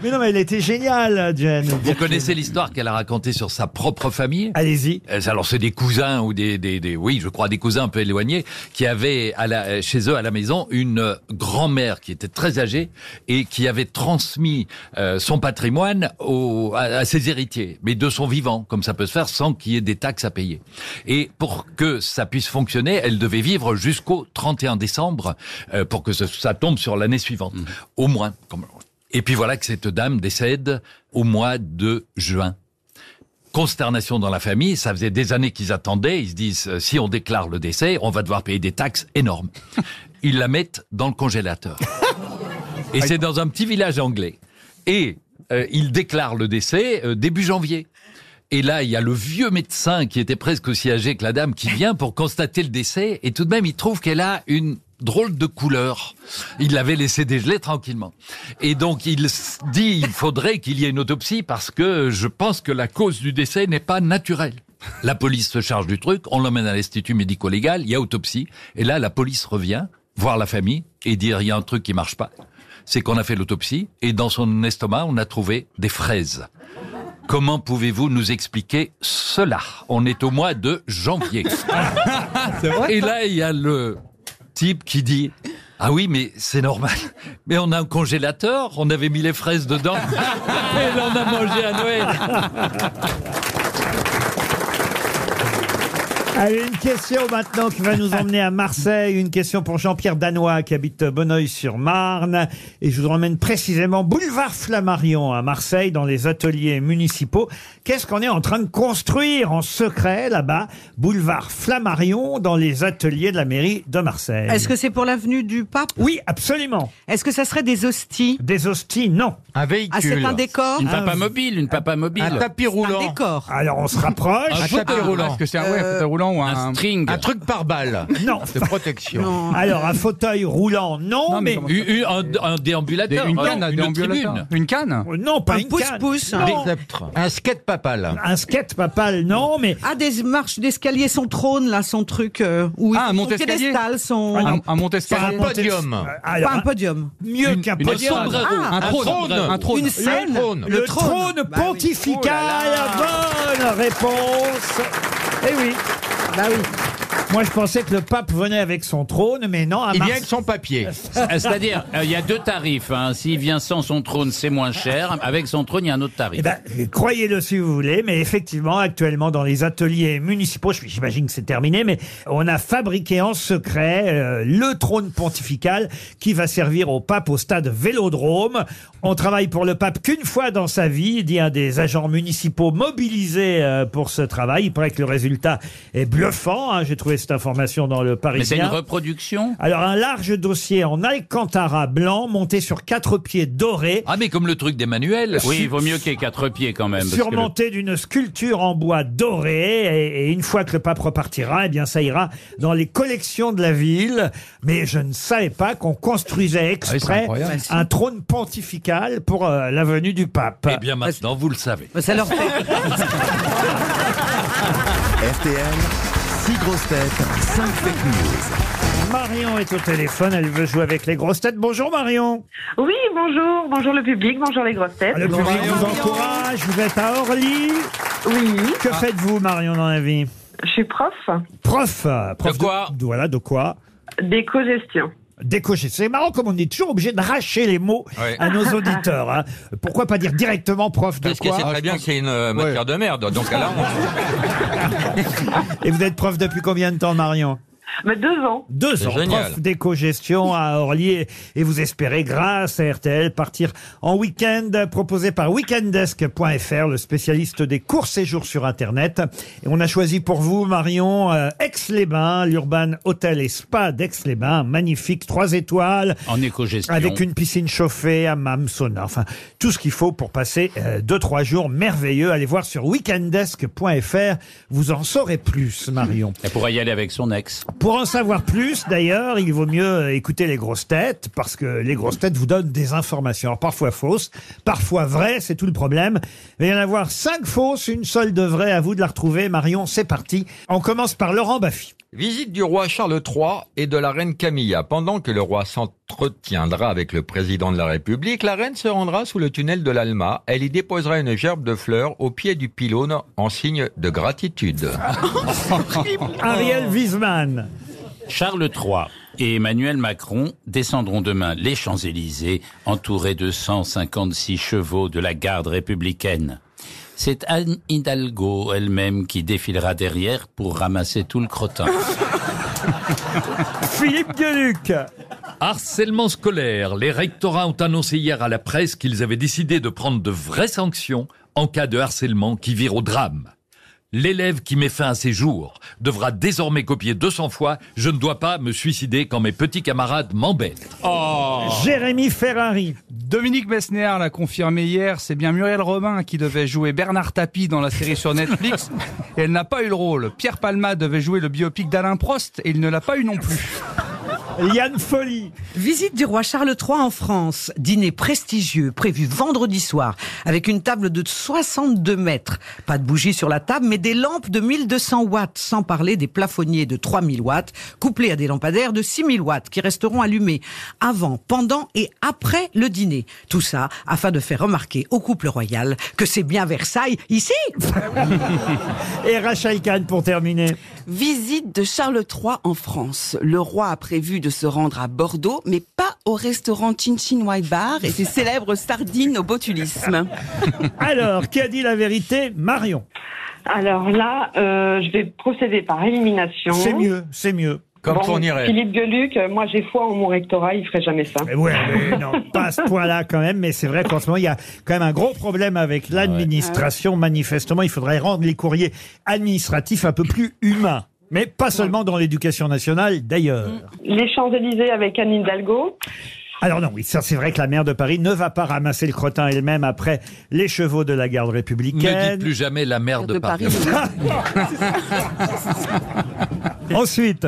Speaker 2: mais non, mais elle était géniale, Jane.
Speaker 5: Vous connaissez l'histoire qu'elle a racontée sur sa propre famille Euh,
Speaker 2: Allez-y.
Speaker 5: Alors, c'est des cousins ou des, des, des- oui, je crois, des cousins un peu éloignés qui avaient à la, euh, chez eux, à la maison, une euh, grand-mère qui était très âgée et qui avait transmis euh, son patrimoine au- à, à ses héritiers, mais de son vivant, comme ça peut se faire sans qu'il y ait des taxes à payer. Et pour que ça puisse fonctionner, elle devait vivre jusqu'au 31 décembre euh, pour que ce- ça tombe sur l'année suivante, au moins. Comme- Et puis voilà que cette dame décède au mois de juin consternation dans la famille. Ça faisait des années qu'ils attendaient. Ils se disent, euh, si on déclare le décès, on va devoir payer des taxes énormes. Ils la mettent dans le congélateur. Et c'est dans un petit village anglais. Et euh, ils déclarent le décès euh, début janvier. Et là, il y a le vieux médecin qui était presque aussi âgé que la dame qui vient pour constater le décès. Et tout de même, il trouve qu'elle a une drôle de couleur. Il l'avait laissé dégeler tranquillement. Et donc, il s- dit, il faudrait qu'il y ait une autopsie parce que je pense que la cause du décès n'est pas naturelle. La police se charge du truc, on l'emmène à l'institut médico-légal, il y a autopsie. Et là, la police revient voir la famille et dire, il y a un truc qui marche pas. C'est qu'on a fait l'autopsie et dans son estomac, on a trouvé des fraises. Comment pouvez-vous nous expliquer cela On est au mois de janvier. Et là, il y a le type qui dit Ah oui, mais c'est normal. Mais on a un congélateur, on avait mis les fraises dedans. Elle en a mangé à Noël.
Speaker 2: Allez, une question maintenant qui va nous emmener à Marseille. Une question pour Jean-Pierre Danois qui habite Bonneuil-sur-Marne. Et je vous emmène précisément boulevard Flammarion à Marseille dans les ateliers municipaux. Qu'est-ce qu'on est en train de construire en secret là-bas Boulevard Flammarion dans les ateliers de la mairie de Marseille.
Speaker 6: Est-ce que c'est pour l'avenue du Pape
Speaker 2: Oui, absolument.
Speaker 6: Est-ce que ça serait des hosties
Speaker 2: Des hosties, non.
Speaker 4: Un
Speaker 6: Ah, c'est un décor
Speaker 3: Une papa mobile, une papa mobile.
Speaker 6: Ah. un tapis C'est un roulant. décor. Euh,
Speaker 2: Alors on se rapproche.
Speaker 3: Un tapis roulant.
Speaker 7: Est-ce que c'est un, ouais, un fauteuil roulant ou un,
Speaker 3: string
Speaker 4: Un truc par balle.
Speaker 2: Non.
Speaker 4: De protection.
Speaker 2: Alors un fauteuil roulant, non, mais...
Speaker 5: U- u- un, un déambulateur,
Speaker 2: Des- Oh. une
Speaker 5: un-
Speaker 2: canne, un déambulateur.
Speaker 5: tribune.
Speaker 7: Une canne
Speaker 2: Non, pas
Speaker 6: Un
Speaker 2: une canne.
Speaker 6: pouce-pouce.
Speaker 2: Non.
Speaker 6: Des
Speaker 4: Un skate papal.
Speaker 2: Un skate papal, non, mais...
Speaker 6: Ah, des marches d'escalier, son trône, là, son truc. euh, où
Speaker 7: Ah, un
Speaker 6: son
Speaker 7: monte-escalier
Speaker 6: piédestal, son...
Speaker 7: Ah, non, un monte-escalier.
Speaker 6: Pas
Speaker 7: Un podium.
Speaker 6: monte-
Speaker 7: Euh, alors,
Speaker 6: pas un
Speaker 7: un-
Speaker 6: podium.
Speaker 2: Mieux
Speaker 7: qu'un Une- une podium. sombrero. Ah, Un un trône. trône. Un trône.
Speaker 6: Une scène.
Speaker 7: Le trône.
Speaker 2: Le trône pontifical, bonne réponse. Eh oui. Bah oui. Moi, je pensais que le pape venait avec son trône, mais non. À
Speaker 4: Il
Speaker 2: Marseille.
Speaker 4: vient avec son papier.
Speaker 3: C'est-à-dire, euh, il y a deux tarifs. hein. S'il vient sans son trône, c'est moins cher. Avec son trône, il y a un autre tarif.
Speaker 2: Eh ben, croyez-le si vous voulez, mais effectivement, actuellement, dans les ateliers municipaux, je- j'imagine que c'est terminé, mais on a fabriqué en secret euh, le trône pontifical qui va servir au pape au stade Vélodrome. On travaille pour le pape qu'une fois dans sa vie, dit un des agents municipaux mobilisés euh, pour ce travail. Il paraît que le résultat est bluffant. hein. J'ai trouvé cette information dans le Parisien.
Speaker 3: Mais c'est une reproduction
Speaker 2: Alors, un large dossier en alcantara blanc, monté sur quatre pieds dorés,
Speaker 5: Ah, mais comme le truc d'Emmanuel.
Speaker 3: Oui, il vaut mieux qu'il y ait quatre pieds quand même. parce que le-
Speaker 2: surmonté d'une sculpture en bois doré. Et, et une fois que le pape repartira, eh bien, ça ira dans les collections de la ville. Mais je ne savais pas qu'on construisait
Speaker 5: Ah oui, c'est
Speaker 2: exprès
Speaker 5: incroyable. Merci.
Speaker 2: un trône pontifical pour euh, la venue du pape.
Speaker 5: Eh bien maintenant, vous le savez.
Speaker 6: Ça leur fait...
Speaker 1: RTL, 6 grosses têtes, 5 fake news.
Speaker 2: Marion est au téléphone, elle veut jouer avec les grosses têtes. Bonjour Marion. Ah,
Speaker 12: Oui, bonjour, bonjour le public, bonjour les grosses têtes.
Speaker 2: Le public vous encourage, vous êtes à Orly.
Speaker 12: Oui.
Speaker 4: Ah.
Speaker 2: Que faites-vous Marion dans la vie
Speaker 12: Je suis prof
Speaker 2: Prof. euh, prof de quoi Voilà, de quoi
Speaker 12: d'éco-gestion.
Speaker 2: Décocher. C'est marrant comme on est toujours obligé de racher les mots
Speaker 4: Ouais.
Speaker 2: à nos auditeurs. hein. Pourquoi pas dire directement prof de
Speaker 4: Parce que
Speaker 2: quoi Ah,
Speaker 4: c'est très bien que c'est une euh, matière de merde. Donc là, on...
Speaker 2: Et vous êtes prof depuis combien de temps, Marion
Speaker 12: Mais deux ans.
Speaker 2: Deux ans,
Speaker 12: Génial.
Speaker 2: prof d'éco-gestion à Orly. Et vous espérez, grâce à RTL, partir en week-end, proposé par weekendesk.fr, le spécialiste des courts séjours sur Internet. Et on a choisi pour vous, Marion, euh, Aix-les-Bains, l'Urban Hôtel et Spa d'Aix-les-Bains. Magnifique, trois étoiles.
Speaker 3: En éco-gestion.
Speaker 2: Avec une piscine chauffée, hammam, sauna, enfin tout ce qu'il faut pour passer euh, deux trois jours merveilleux. Allez voir sur weekendesk.fr, vous en saurez plus, Marion.
Speaker 3: Elle pourra y aller avec son ex.
Speaker 2: Pour en savoir plus, d'ailleurs, il vaut mieux euh, écouter les grosses têtes parce que les grosses têtes vous donnent des informations, Alors, parfois fausses, parfois vraies, c'est tout le problème. Il va y en avoir cinq fausses, une seule de vraie. À vous de la retrouver, Marion. C'est parti. On commence par Laurent Baffy.
Speaker 4: Visite du roi Charles III et de la reine Camilla. Pendant que le roi s'entretiendra avec le président de la République, la reine se rendra sous le tunnel de l'Alma. Elle y déposera une gerbe de fleurs au pied du pylône en signe de gratitude.
Speaker 2: Ariel Wiesman.
Speaker 3: Charles III et Emmanuel Macron descendront demain les Champs-Élysées, entourés de 156 chevaux de la garde républicaine. C'est Anne Hidalgo elle-même qui défilera derrière pour ramasser tout le crottin.
Speaker 2: Philippe Gueluc.
Speaker 5: Harcèlement scolaire. Les rectorats ont annoncé hier à la presse qu'ils avaient décidé de prendre de vraies sanctions en cas de harcèlement qui vire au drame. L'élève qui met fin à ses jours devra désormais copier 200 fois « Je ne dois pas me suicider quand mes petits camarades m'embêtent
Speaker 7: Oh
Speaker 2: Jérémy Ferrari.
Speaker 7: Dominique Besnéard l'a confirmé hier, c'est bien Muriel Robin qui devait jouer Bernard Tapie dans la série sur Netflix et elle n'a pas eu le rôle. Pierre Palma devait jouer le biopic d'Alain Prost et il ne l'a pas eu non plus.
Speaker 2: Yann Folie.
Speaker 6: Visite du roi Charles III en France. Dîner prestigieux prévu vendredi soir avec une table de 62 mètres. Pas de bougies sur la table, mais des lampes de 1200 watts, sans parler des plafonniers de 3000 watts, couplés à des lampadaires de 6000 watts qui resteront allumés avant, pendant et après le dîner. Tout ça afin de faire remarquer au couple royal que c'est bien Versailles ici.
Speaker 2: Et Rachel Kahn pour terminer.
Speaker 14: Visite de Charles III en France. Le roi a prévu de se rendre à Bordeaux, mais pas au restaurant Chin Chin White Bar et ses célèbres sardines au botulisme.
Speaker 2: Alors, qui a dit la vérité Marion.
Speaker 12: Alors là, euh, je vais procéder par élimination.
Speaker 2: C'est mieux, c'est mieux.
Speaker 12: Bon, Philippe Gueluc, euh, moi j'ai foi en mon rectorat, il ferait jamais ça.
Speaker 2: Eh Ouais, mais non, pas à ce point-là quand même, mais c'est vrai qu'en ce moment, il y a quand même un gros problème
Speaker 4: Ah
Speaker 2: avec l'administration. Manifestement, il faudrait rendre les courriers administratifs un peu plus humains. Mais pas seulement dans l'éducation nationale, d'ailleurs.
Speaker 12: Les Champs-Élysées avec Anne Hidalgo.
Speaker 2: Alors non, oui, ça c'est vrai que la maire de Paris ne va pas ramasser le crottin elle-même après les chevaux de la garde
Speaker 5: Ne
Speaker 2: républicaine.
Speaker 5: dites plus jamais la mère de, Paris.
Speaker 2: Ensuite,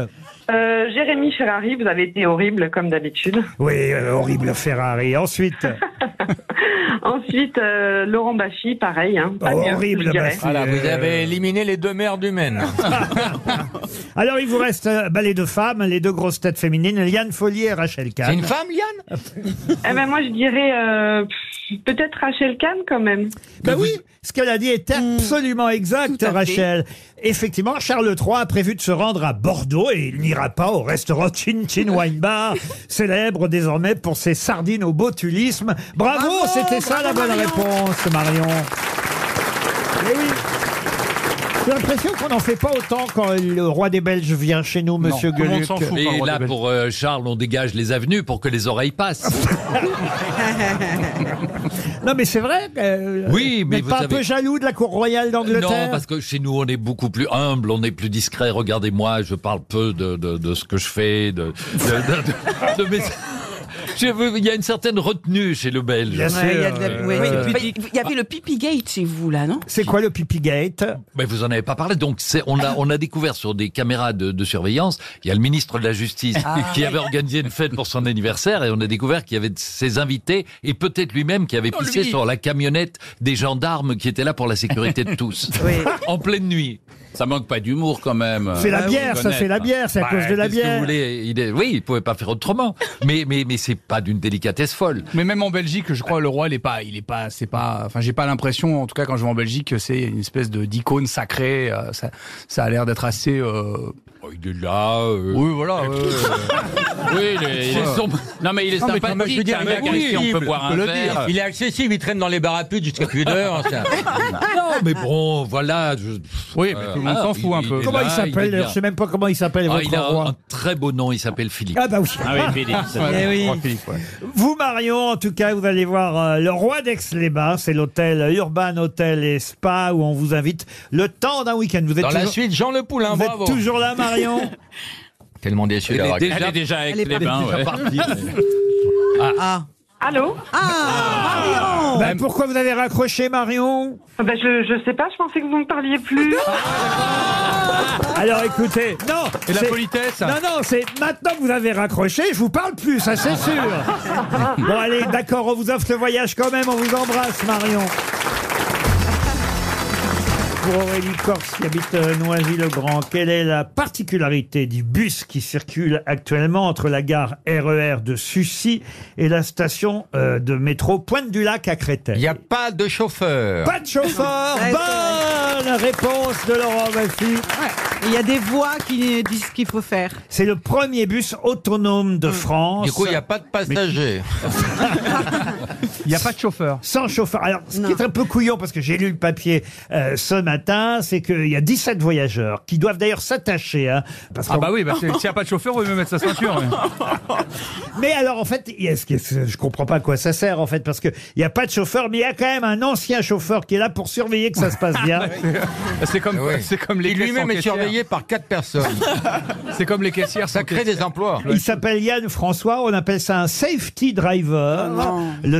Speaker 12: Euh, Jérémy Ferrari, vous avez été horrible comme d'habitude.
Speaker 2: oui, euh, horrible Ferrari. Ensuite,
Speaker 12: Ensuite, euh, Laurent Baffy, pareil. Hein, pas
Speaker 2: Oh,
Speaker 3: Ah,
Speaker 12: mieux,
Speaker 2: horrible,
Speaker 12: je dirais.
Speaker 2: Baffy.
Speaker 4: Voilà, Ah vous
Speaker 2: Euh.
Speaker 4: avez éliminé les deux mères du Maine.
Speaker 3: Ah,
Speaker 2: alors il vous reste euh, bah, les deux femmes, les deux grosses têtes féminines, Liane Follier et Rachel Kahn.
Speaker 4: C'est une femme, Liane
Speaker 12: Eh ben moi je dirais euh, pff, peut-être Rachel Kahn quand même.
Speaker 2: Ben oui, ce qu'elle a dit était absolument exact,
Speaker 12: Tout à fait.
Speaker 2: Rachel. Effectivement, Charles III a prévu de se rendre à Bordeaux et il n'ira pas au restaurant Chin Chin Wine Bar, célèbre désormais pour ses sardines au botulisme. Bravo,
Speaker 9: Bravo,
Speaker 2: c'était ça la
Speaker 9: bravo,
Speaker 2: bonne
Speaker 9: Marion.
Speaker 2: réponse, Marion. Eh oui. J'ai l'impression qu'on n'en fait pas autant quand le roi des Belges vient chez nous, monsieur Gueluc.
Speaker 5: Et là, pour euh, Charles, on dégage les avenues pour que les oreilles passent.
Speaker 2: Non, mais c'est vrai. euh,
Speaker 5: Oui, mais
Speaker 2: n'êtes
Speaker 5: vous
Speaker 2: pas un
Speaker 5: savez-
Speaker 2: peu jaloux de la cour royale d'Angleterre
Speaker 5: Non, parce que chez nous, on est beaucoup plus humble, on est plus discret. Regardez-moi, je parle peu de, de, de ce que je fais, de, de, de- de- de mes- Chez vous, Il y a une certaine retenue chez le Belge.
Speaker 2: Bien sûr. Ouais, il y a de la-
Speaker 14: Oui,
Speaker 5: Euh,
Speaker 14: mais Il y avait le pipi gate chez vous là, non
Speaker 2: C'est quoi le pipi gate
Speaker 5: Mais vous en avez pas parlé. Donc, c'est- on a, on a découvert sur des caméras de, de surveillance, il y a le ministre de la Justice
Speaker 14: Ah.
Speaker 5: qui avait organisé une fête pour son anniversaire et on a découvert qu'il y avait de- ses invités et peut-être lui-même qui avait
Speaker 14: Non,
Speaker 5: pissé
Speaker 14: lui.
Speaker 5: sur la camionnette des gendarmes qui étaient là pour la sécurité de tous. En pleine nuit.
Speaker 3: Ça manque pas d'humour quand même.
Speaker 2: C'est la
Speaker 5: Ah oui,
Speaker 2: bière, ça,
Speaker 5: connaître.
Speaker 2: c'est la bière, c'est à cause de la
Speaker 5: Bah, qu'est-ce que
Speaker 2: bière.
Speaker 5: vous voulez, il est- Oui, il pouvait pas faire autrement. Mais mais mais c'est pas d'une délicatesse folle.
Speaker 7: Mais même en Belgique, je crois le roi, il est pas, il est pas, c'est pas, enfin, j'ai pas l'impression, en tout cas quand je vais en Belgique, que c'est une espèce de d'icône sacrée. euh, ça, ça a l'air d'être assez. euh,
Speaker 3: Oh,
Speaker 5: il est là.
Speaker 7: Oui, voilà.
Speaker 3: Oui, euh. il est, il est
Speaker 7: Ouais.
Speaker 3: sombre. Non, mais il est
Speaker 4: Non, mais
Speaker 3: sympathique.
Speaker 4: quand même, je veux
Speaker 3: c'est
Speaker 4: dire,
Speaker 3: un
Speaker 4: il est
Speaker 3: mec avec qui on peut
Speaker 4: accessible,
Speaker 3: boire
Speaker 4: on
Speaker 3: un
Speaker 4: peut le
Speaker 3: verre.
Speaker 4: dire. Il est accessible, il traîne dans les barapudes jusqu'à plus d'heures. ça.
Speaker 3: Oh,
Speaker 5: Non, mais bon, voilà. je-
Speaker 7: Ah, Oui, mais tout le monde
Speaker 5: Euh,
Speaker 7: s'en fout un peu.
Speaker 2: Comment il s'appelle d'ailleurs Je sais même pas comment il s'appelle
Speaker 5: Ah,
Speaker 2: votre
Speaker 5: il a un,
Speaker 2: roi.
Speaker 5: un très beau nom, il s'appelle Philippe.
Speaker 2: Ah bah oui.
Speaker 5: Ah oui, Philippe.
Speaker 2: Eh oui. Vous, Marion, en tout cas, vous allez voir euh, le roi d'Aix-les-Bains. C'est l'hôtel Urban Hôtel et Spa où on vous invite le temps d'un week-end. Vous êtes
Speaker 4: Dans la
Speaker 2: toujours-
Speaker 4: suite, Jean Le Poulain,
Speaker 2: Vous
Speaker 4: bravo.
Speaker 2: êtes toujours là, Marion
Speaker 4: Tellement déçu
Speaker 5: Elle est
Speaker 4: d'avoir
Speaker 5: déjà- Elle est déjà avec Elle est les pas- bains, ouais.
Speaker 2: Ah.
Speaker 12: Allô Ah,
Speaker 2: Marion Bah, Pourquoi vous avez raccroché, Marion
Speaker 12: bah, je, je sais pas, je pensais que vous ne parliez plus.
Speaker 2: Ah, Alors écoutez, non
Speaker 7: Et la
Speaker 2: c'est-
Speaker 7: politesse
Speaker 2: Non, non, c'est maintenant que vous avez raccroché, je vous parle plus, ça c'est sûr Bon allez, d'accord, on vous offre le voyage quand même, on vous embrasse Marion pour Aurélie Corse qui habite euh, Noisy-le-Grand, quelle est la particularité du bus qui circule actuellement entre la gare RER de Sucy et la station euh, de métro Pointe du Lac à Créteil Il n'y
Speaker 4: a pas de chauffeur.
Speaker 2: Pas de chauffeur. bah
Speaker 6: Ouais,
Speaker 2: Bonne réponse de Laurent Baffy.
Speaker 6: Il y a des voix qui disent ce qu'il faut faire. Mmh.
Speaker 2: C'est le premier bus autonome de France.
Speaker 4: Du coup, il n'y a pas de passager.
Speaker 7: Il n'y a pas de chauffeur.
Speaker 2: Sans chauffeur. Alors, ce qui est un peu couillon, parce que j'ai lu le papier euh, ce matin, c'est qu'il y a 17 voyageurs qui doivent d'ailleurs s'attacher. hein, parce
Speaker 7: Ah
Speaker 2: qu'on-
Speaker 7: bah oui, bah, c'est- s'il n'y a pas de chauffeur, on veut mettre sa ceinture. oui.
Speaker 2: Mais alors, en fait, il y a ce qui est- je comprends pas à quoi ça sert, en fait, parce qu'il n'y a pas de chauffeur, mais il y a quand même un ancien chauffeur qui est là pour surveiller que ça se passe bien.
Speaker 7: C'est comme, c'est comme les
Speaker 4: Il
Speaker 7: caisses
Speaker 4: lui-même
Speaker 7: sans
Speaker 4: est
Speaker 7: caissière.
Speaker 4: surveillé par quatre personnes.
Speaker 7: C'est comme les caissières.
Speaker 4: Ça crée des emplois.
Speaker 2: Il s'appelle Yann François, on appelle ça un safety driver. le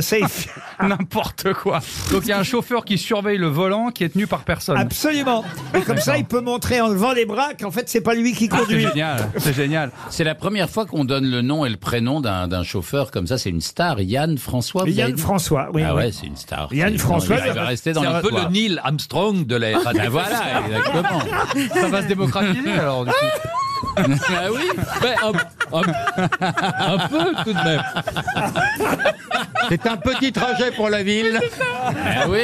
Speaker 2: safe.
Speaker 7: N'importe quoi. Donc il y a un chauffeur qui surveille le volant qui est tenu par personne.
Speaker 2: Absolument. Et comme ça, il peut montrer en levant les bras qu'en fait, c'est pas lui qui conduit.
Speaker 7: Ah, c'est génial.
Speaker 3: C'est la première fois qu'on donne le nom et le prénom d'un d'un chauffeur comme ça. C'est une star, Yann François. vous
Speaker 2: Yann
Speaker 3: avez dit
Speaker 2: François, oui,
Speaker 3: Ah
Speaker 2: oui.
Speaker 3: ouais, c'est une star.
Speaker 2: Yann
Speaker 3: C'est-
Speaker 2: François,
Speaker 3: il va
Speaker 2: ça-
Speaker 3: rester dans
Speaker 5: C'est un peu
Speaker 3: l'histoire.
Speaker 5: le Neil Armstrong de l'air.
Speaker 3: Ah, ben voilà, exactement.
Speaker 7: Ça va se démocratiser alors. du coup.
Speaker 5: Ah oui, ben, un, un- un peu tout de même.
Speaker 4: C'est un petit trajet pour la ville.
Speaker 3: Ah oui.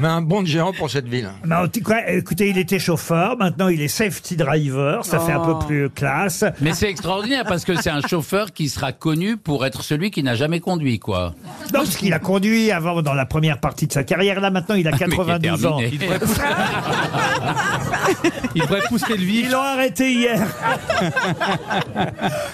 Speaker 4: Mais un bond de géant pour cette ville.
Speaker 2: Non, tu- quoi, écoutez, il était chauffeur, maintenant il est safety driver, ça fait un peu plus classe.
Speaker 3: Mais c'est extraordinaire parce que c'est un chauffeur qui sera connu pour être celui qui n'a jamais conduit, quoi.
Speaker 2: Non, parce qu'il a conduit avant dans la première partie de sa carrière, là maintenant il a
Speaker 3: Ah, Mais qui est
Speaker 2: 92 ans.
Speaker 3: terminé.
Speaker 7: Il devrait pousser le
Speaker 2: Ils l'ont arrêté hier.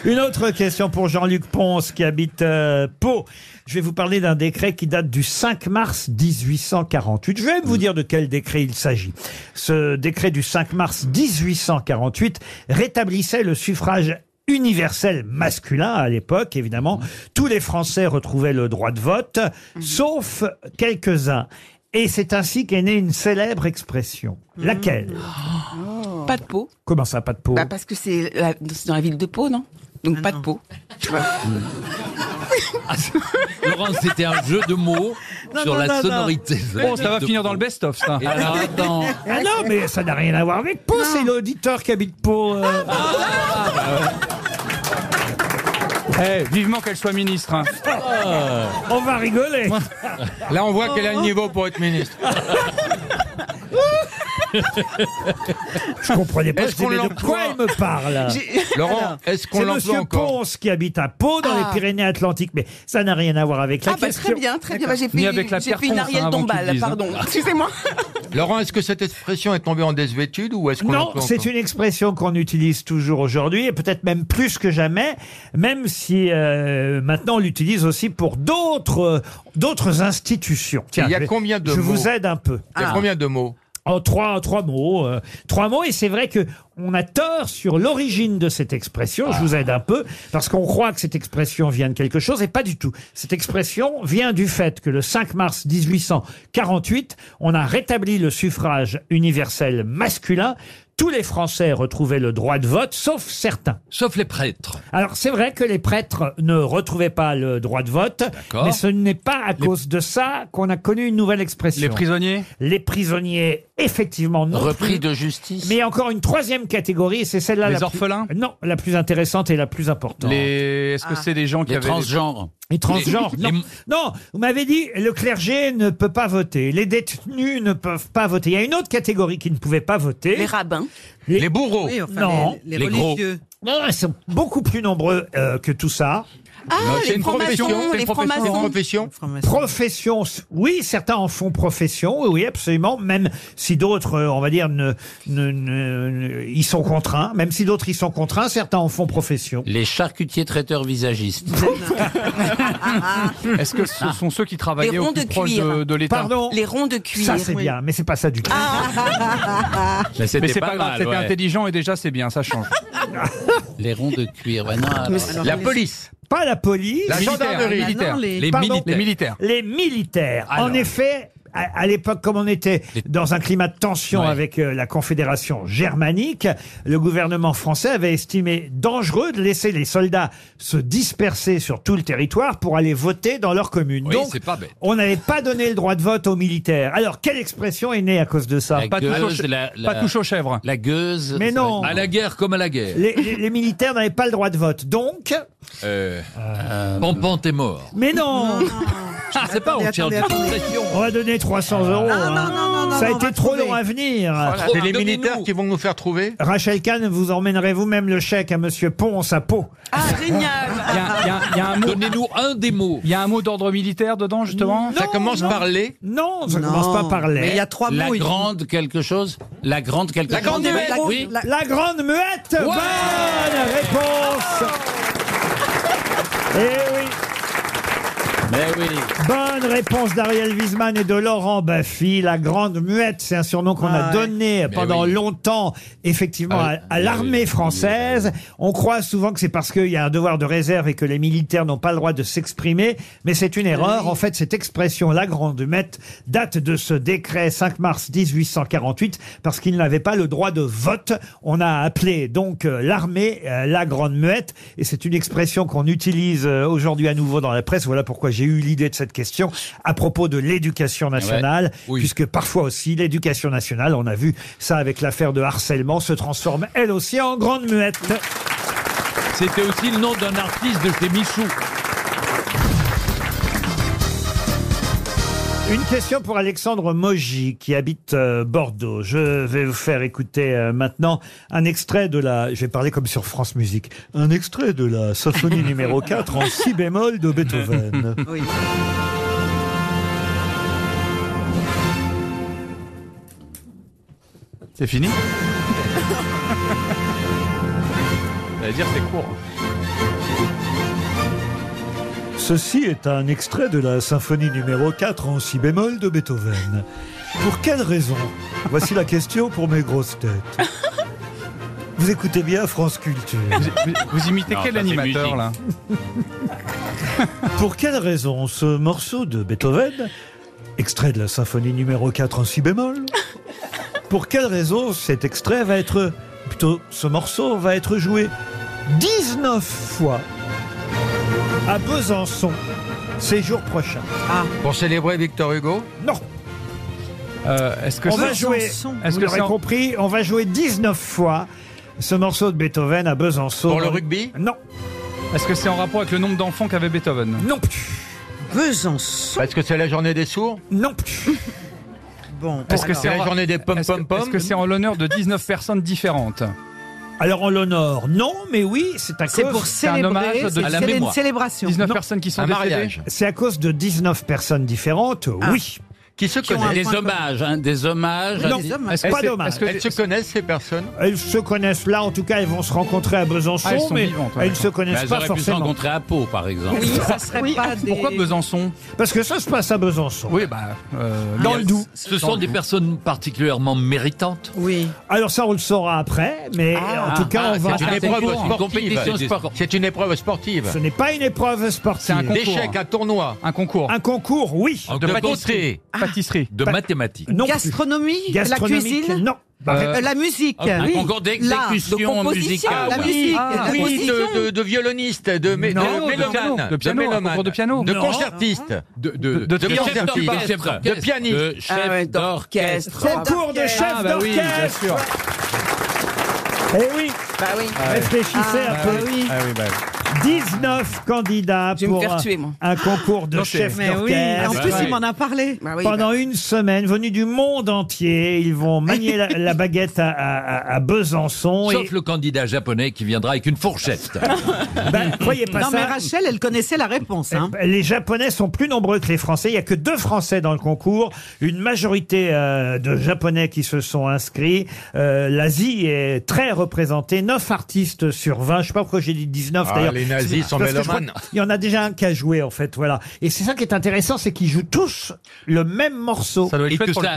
Speaker 2: Une autre question pour Jean-Luc Ponce qui habite euh, Pau. Je vais vous parler d'un décret qui date du 5 mars 1848. Je vais vous dire de quel décret il s'agit. Ce décret du 5 mars 1848 rétablissait le suffrage universel masculin à l'époque, évidemment. Tous les Français retrouvaient le droit de vote, sauf quelques-uns. Et c'est ainsi qu'est née une célèbre expression. Laquelle
Speaker 14: Oh. Pas de peau.
Speaker 2: Comment ça, pas de peau
Speaker 14: Bah, parce que c'est la- c'est dans la ville de Pau, non
Speaker 2: Ah
Speaker 14: Donc pas de peau.
Speaker 5: Laurent, c'était un jeu de mots
Speaker 14: Non,
Speaker 5: sur
Speaker 14: non,
Speaker 5: la
Speaker 14: non, non.
Speaker 5: sonorité.
Speaker 7: Bon, ça va finir dans le best-of ça.
Speaker 5: Et alors, attends.
Speaker 2: Ah non, mais ça n'a rien à voir avec Pau, c'est l'auditeur qui habite Pau. euh.
Speaker 7: Eh, vivement qu'elle soit ministre. hein.
Speaker 2: On va rigoler.
Speaker 4: Là, on voit qu'elle a le niveau pour être ministre.
Speaker 2: Je comprenais pas.
Speaker 4: Est-ce
Speaker 2: je disais,
Speaker 4: qu'on
Speaker 2: mais de
Speaker 4: l'emploie
Speaker 2: quoi il me parle
Speaker 4: Laurent, est-ce qu'on
Speaker 2: C'est
Speaker 4: l'emploie
Speaker 2: Monsieur
Speaker 4: encore
Speaker 2: Ponce qui habite à Pau, dans
Speaker 14: Ah.
Speaker 2: les Pyrénées-Atlantiques, mais ça n'a rien à voir avec la
Speaker 14: Ah bah
Speaker 2: question.
Speaker 14: très bien, très bien. Bah, J'ai
Speaker 7: Ni
Speaker 14: fait,
Speaker 7: avec la
Speaker 14: j'ai
Speaker 7: pierre
Speaker 14: fait une
Speaker 7: ponce, hein,
Speaker 14: Ariel
Speaker 7: avant que tu le
Speaker 14: Dombal,
Speaker 7: dises, hein.
Speaker 14: pardon. Excusez-moi.
Speaker 4: Laurent, est-ce que cette expression est tombée en désuétude ou est-ce qu'on
Speaker 2: Non,
Speaker 4: l'emploie
Speaker 2: c'est
Speaker 4: encore
Speaker 2: une expression qu'on utilise toujours aujourd'hui, et peut-être même plus que jamais, même si euh, maintenant on l'utilise aussi pour d'autres euh, d'autres institutions. Tiens,
Speaker 4: Il y a
Speaker 2: je vais-
Speaker 4: combien de
Speaker 2: Je vous
Speaker 4: mots
Speaker 2: aide un peu.
Speaker 4: Il y a combien de mots
Speaker 2: En Oh, trois, en trois mots. euh, trois mots, et c'est vrai que on a tort sur l'origine de cette expression.
Speaker 5: Ah.
Speaker 2: Je vous aide un peu, parce qu'on croit que cette expression vient de quelque chose, et pas du tout. Cette expression vient du fait que le 5 mars 1848, on a rétabli le suffrage universel masculin. Tous les Français retrouvaient le droit de vote, sauf certains.
Speaker 5: Sauf les prêtres.
Speaker 2: Alors, c'est vrai que les prêtres ne retrouvaient pas le droit de vote, mais ce n'est pas à cause de ça qu'on a connu une nouvelle expression
Speaker 7: Les prisonniers
Speaker 2: les prisonniers, effectivement, non
Speaker 3: Repris
Speaker 2: plus.
Speaker 3: de justice.
Speaker 2: Mais encore une troisième catégorie, et c'est celle-là.
Speaker 7: Les
Speaker 2: la plus-
Speaker 7: orphelins
Speaker 2: Non, la plus intéressante et la plus importante.
Speaker 7: les...
Speaker 2: Ah.
Speaker 6: Ah.
Speaker 7: Est-ce que c'est des gens qui
Speaker 3: Les
Speaker 7: avaient...
Speaker 3: transgenres.
Speaker 2: Les transgenres.
Speaker 5: les-
Speaker 2: Non. non, vous m'avez dit le clergé ne peut pas voter, les détenus ne peuvent pas voter. Il y a une autre catégorie qui ne pouvait pas voter.
Speaker 14: Les rabbins.
Speaker 4: Les bourreaux
Speaker 6: Oui, enfin,
Speaker 2: Non.
Speaker 6: les,
Speaker 5: Les gros.
Speaker 6: religieux.
Speaker 2: Non, ils sont beaucoup plus nombreux euh, que tout ça.
Speaker 14: Ah,
Speaker 2: Non,
Speaker 14: les francs-maçons, les francs-maçons.
Speaker 2: Profession, oui, certains en font profession, oui, oui, absolument, même si d'autres, euh, on va dire, ne, ne- ne- ne- y sont contraints, même si d'autres y sont contraints, certains en font profession.
Speaker 3: Les charcutiers traiteurs visagistes. Ah.
Speaker 7: Est-ce que ce sont ceux qui
Speaker 2: bah,
Speaker 7: travaillaient
Speaker 14: Les
Speaker 7: au
Speaker 14: ronds
Speaker 7: plus
Speaker 14: de
Speaker 7: proche
Speaker 14: cuir.
Speaker 7: de, de l'État
Speaker 2: Pardon
Speaker 14: Les ronds de cuir.
Speaker 7: Ça, c'est
Speaker 14: oui.
Speaker 7: bien.
Speaker 2: Ah, mais c'est pas ça du tout.
Speaker 3: Mais c'était
Speaker 7: c'est
Speaker 3: pas
Speaker 7: pas, grave,
Speaker 3: mal,
Speaker 7: c'était
Speaker 3: ouais.
Speaker 7: intelligent et déjà c'est bien, ça change.
Speaker 3: Les ronds de cuir. ouais, non, alors-
Speaker 2: Pas la police.
Speaker 7: La Militaires, gendarmerie. les militaires.
Speaker 2: Pardon
Speaker 7: Les militaires.
Speaker 2: Les
Speaker 7: Les
Speaker 2: militaires.
Speaker 7: militaires.
Speaker 2: En effet. À à l'époque, comme on était dans un climat de tension avec euh, la Confédération germanique, le gouvernement français avait estimé dangereux de laisser les soldats se disperser sur tout le territoire pour aller voter dans leur commune.
Speaker 5: Oui,
Speaker 2: Donc,
Speaker 5: c'est pas bête.
Speaker 2: on n'avait pas donné le droit de vote aux militaires. Alors, quelle expression est née à cause de ça
Speaker 7: Pas touche, aux, pas touche aux chèvres.
Speaker 3: La gueuse.
Speaker 2: Mais non.
Speaker 5: À la guerre comme à la guerre.
Speaker 2: Les, les- les militaires n'avaient pas le droit de vote. Donc,
Speaker 5: Euh, Pompon, t'es mort.
Speaker 2: mais non,
Speaker 5: Je sais pas, on tient du
Speaker 2: On va donner 300 euros. hein. Ça a été trop long à venir.
Speaker 9: C'est les militaires qui vont nous faire trouver
Speaker 2: Rachel Kahn, vous emmènerez vous-même le chèque à Monsieur Ponce à Pau.
Speaker 14: Ah, génial
Speaker 5: Donnez-nous un des mots.
Speaker 7: Il y a un mot d'ordre militaire dedans, justement
Speaker 9: Ça commence par les
Speaker 2: Non, ça commence pas par les.
Speaker 3: La grande quelque chose La grande quelque
Speaker 2: La
Speaker 3: chose
Speaker 2: grande muette. La,
Speaker 3: Oui.
Speaker 2: la grande muette. Bonne réponse. Eh oui.
Speaker 3: Mais oui.
Speaker 2: Bonne réponse d'Ariel Wiesman et de Laurent Baffy. La Grande Muette, c'est un surnom qu'on a
Speaker 7: Ah ouais.
Speaker 2: donné
Speaker 7: Mais
Speaker 2: pendant
Speaker 7: oui.
Speaker 2: longtemps, effectivement,
Speaker 7: Ah
Speaker 2: à-
Speaker 7: oui.
Speaker 2: à, l'armée française. On croit souvent que c'est parce qu'il y a un devoir de réserve et que les militaires n'ont pas le droit de s'exprimer, mais c'est une erreur. En fait, cette expression, la Grande Muette, date de ce décret 5 mars 1848, parce qu'ils n'avaient pas le droit de vote. On a appelé donc euh, l'armée euh, la Grande Muette, et c'est une expression qu'on utilise euh, aujourd'hui à nouveau dans la presse. Voilà pourquoi j'ai eu l'idée de cette question à propos de l'éducation nationale,
Speaker 5: Ouais. Oui.
Speaker 2: puisque parfois aussi l'éducation nationale, on a vu ça avec l'affaire de harcèlement, se transforme elle aussi en grande muette.
Speaker 5: C'était aussi le nom d'un artiste de chez Michou.
Speaker 2: Une question pour Alexandre Mogi qui habite euh, Bordeaux. Je vais vous faire écouter euh, maintenant un extrait de la. Je vais parler comme sur France Musique. Un extrait de la symphonie numéro 4 en si bémol de Beethoven.
Speaker 7: C'est fini
Speaker 9: dire c'est court.
Speaker 2: Ceci est un extrait de la symphonie numéro 4 en si bémol de Beethoven. Pour quelle raison Voici la question pour mes grosses têtes. Vous écoutez bien France Culture.
Speaker 7: Vous imitez quel animateur, là
Speaker 2: Pour quelle raison ce morceau de Beethoven, extrait de la symphonie numéro 4 en si bémol, pour quelle raison cet extrait va être, plutôt ce morceau va être joué 19 fois à Besançon ces jours prochains
Speaker 7: Ah,
Speaker 4: Pour célébrer Victor Hugo
Speaker 2: Non.
Speaker 9: Euh,
Speaker 7: Est-ce
Speaker 2: On va jouer,
Speaker 7: Est-ce
Speaker 2: vous
Speaker 7: que
Speaker 2: l'aurez
Speaker 7: c'est en-
Speaker 2: compris, on va jouer 19 fois ce morceau de Beethoven à Besançon.
Speaker 7: Pour le
Speaker 2: rugby Non.
Speaker 7: est-ce que c'est en rapport avec le nombre d'enfants qu'avait Beethoven
Speaker 2: Non.
Speaker 7: Besançon.
Speaker 4: Est-ce que c'est la journée des sourds
Speaker 2: Non.
Speaker 7: Bon.
Speaker 4: Est-ce que c'est la journée des pom pom pom
Speaker 7: Est-ce que c'est en l'honneur de 19 personnes différentes
Speaker 2: Alors en l'honneur, non, mais oui, c'est à
Speaker 6: C'est
Speaker 2: cause-
Speaker 6: pour
Speaker 2: c'est un
Speaker 6: célébrer,
Speaker 2: hommage
Speaker 6: c'est
Speaker 2: de-
Speaker 6: une célé- une célébration.
Speaker 7: 19 personnes qui sont
Speaker 2: Un
Speaker 7: décédées
Speaker 2: mariage. C'est à cause de 19 personnes différentes, oui.
Speaker 4: Qui se
Speaker 2: Qui ont un
Speaker 4: connaissent
Speaker 2: Des point
Speaker 3: hommages, hein, des hommages.
Speaker 2: Non, Des hommages. pas d'hommages.
Speaker 4: Est-ce qu'elles se connaissent ces personnes
Speaker 2: Elles se connaissent là, en tout cas, elles vont se rencontrer à Besançon,
Speaker 3: Ah, elles sont
Speaker 2: mais
Speaker 3: vivantes, ouais,
Speaker 2: elles ne se
Speaker 3: d'accord.
Speaker 2: connaissent
Speaker 3: Mais elles
Speaker 2: pas
Speaker 3: auraient pu se
Speaker 2: forcément.
Speaker 3: rencontrer à Pau, par exemple.
Speaker 7: Pourquoi Besançon
Speaker 2: Parce que ça se passe à Besançon.
Speaker 7: Oui, bah. euh,
Speaker 2: Dans le Doubs.
Speaker 5: Ce sont des personnes particulièrement méritantes.
Speaker 2: Oui. Alors ça, on le saura après, mais en tout cas,
Speaker 4: Ah,
Speaker 2: on va.
Speaker 4: C'est une épreuve sportive.
Speaker 2: C'est-
Speaker 4: C'est une épreuve sportive.
Speaker 2: Ce n'est pas une épreuve sportive. C'est
Speaker 4: un concours. D'échecs, un tournoi.
Speaker 7: Un concours.
Speaker 2: Un concours, oui.
Speaker 9: Oh,
Speaker 5: De pâtisserie.
Speaker 6: Ah,
Speaker 7: Pâtisserie.
Speaker 5: De mathématiques.
Speaker 2: Non.
Speaker 6: Gastronomie,
Speaker 2: Gastronomique,
Speaker 6: la cuisine
Speaker 2: Non.
Speaker 6: Euh, la musique.
Speaker 5: Bah, Un
Speaker 6: oui.
Speaker 5: concours
Speaker 6: L'art, de
Speaker 5: d'exécution
Speaker 6: composition,
Speaker 5: musicale.
Speaker 6: La
Speaker 5: Ah oui.
Speaker 6: musique.
Speaker 4: Ah,
Speaker 6: la
Speaker 4: oui,
Speaker 6: composition.
Speaker 4: de, de, de violoniste, de, mé-
Speaker 7: Non, de
Speaker 4: de
Speaker 7: piano,
Speaker 4: mélomane,
Speaker 7: de piano, un
Speaker 4: mélomane,
Speaker 7: concours de piano.
Speaker 4: de
Speaker 7: Non.
Speaker 4: concertiste,
Speaker 5: de, de,
Speaker 4: de,
Speaker 5: de chef
Speaker 4: concertiste,
Speaker 5: d'orchestre.
Speaker 4: de pianiste,
Speaker 5: De chef Ah ouais, d'orchestre.
Speaker 2: Concours de chef
Speaker 7: Ah, bah oui, bien
Speaker 2: d'orchestre.
Speaker 7: sûr.
Speaker 2: Eh oui.
Speaker 7: Ah,
Speaker 2: Eh Réfléchissez
Speaker 14: Bah
Speaker 7: oui.
Speaker 2: un peu.
Speaker 14: Ah
Speaker 7: Ah, oui, bah oui.
Speaker 2: 19 candidats
Speaker 14: vais me
Speaker 2: pour
Speaker 14: faire
Speaker 2: un,
Speaker 14: tuer, moi.
Speaker 2: un concours de
Speaker 14: Non, c'est-
Speaker 2: chef
Speaker 14: Mais oui,
Speaker 2: d'orchestre. Ah bah
Speaker 14: en plus, il m'en Ah
Speaker 6: On a parlé.
Speaker 2: Pendant une semaine, venus du monde entier, ils vont manier la, la baguette à, à- à Besançon.
Speaker 5: Sauf
Speaker 2: et,
Speaker 5: le candidat japonais qui viendra avec une fourchette.
Speaker 2: ben, croyez pas
Speaker 6: non, mais
Speaker 2: ça.
Speaker 6: Rachel, elle connaissait la réponse. Hein.
Speaker 2: Les Japonais sont plus nombreux que les Français. Il n'y a que deux Français dans le concours. Une majorité euh, de Japonais qui se sont inscrits. Euh, L'Asie est très représentée. 9 artistes sur 20. Je ne sais pas pourquoi j'ai dit 19
Speaker 9: Ah,
Speaker 2: d'ailleurs.
Speaker 9: les nazis sont
Speaker 2: Parce que je crois
Speaker 9: mélomanes.
Speaker 2: qu'il y en a déjà un qui a joué en fait. Voilà. Et c'est ça qui est intéressant, c'est qu'ils jouent tous le même morceau.
Speaker 5: Et que ça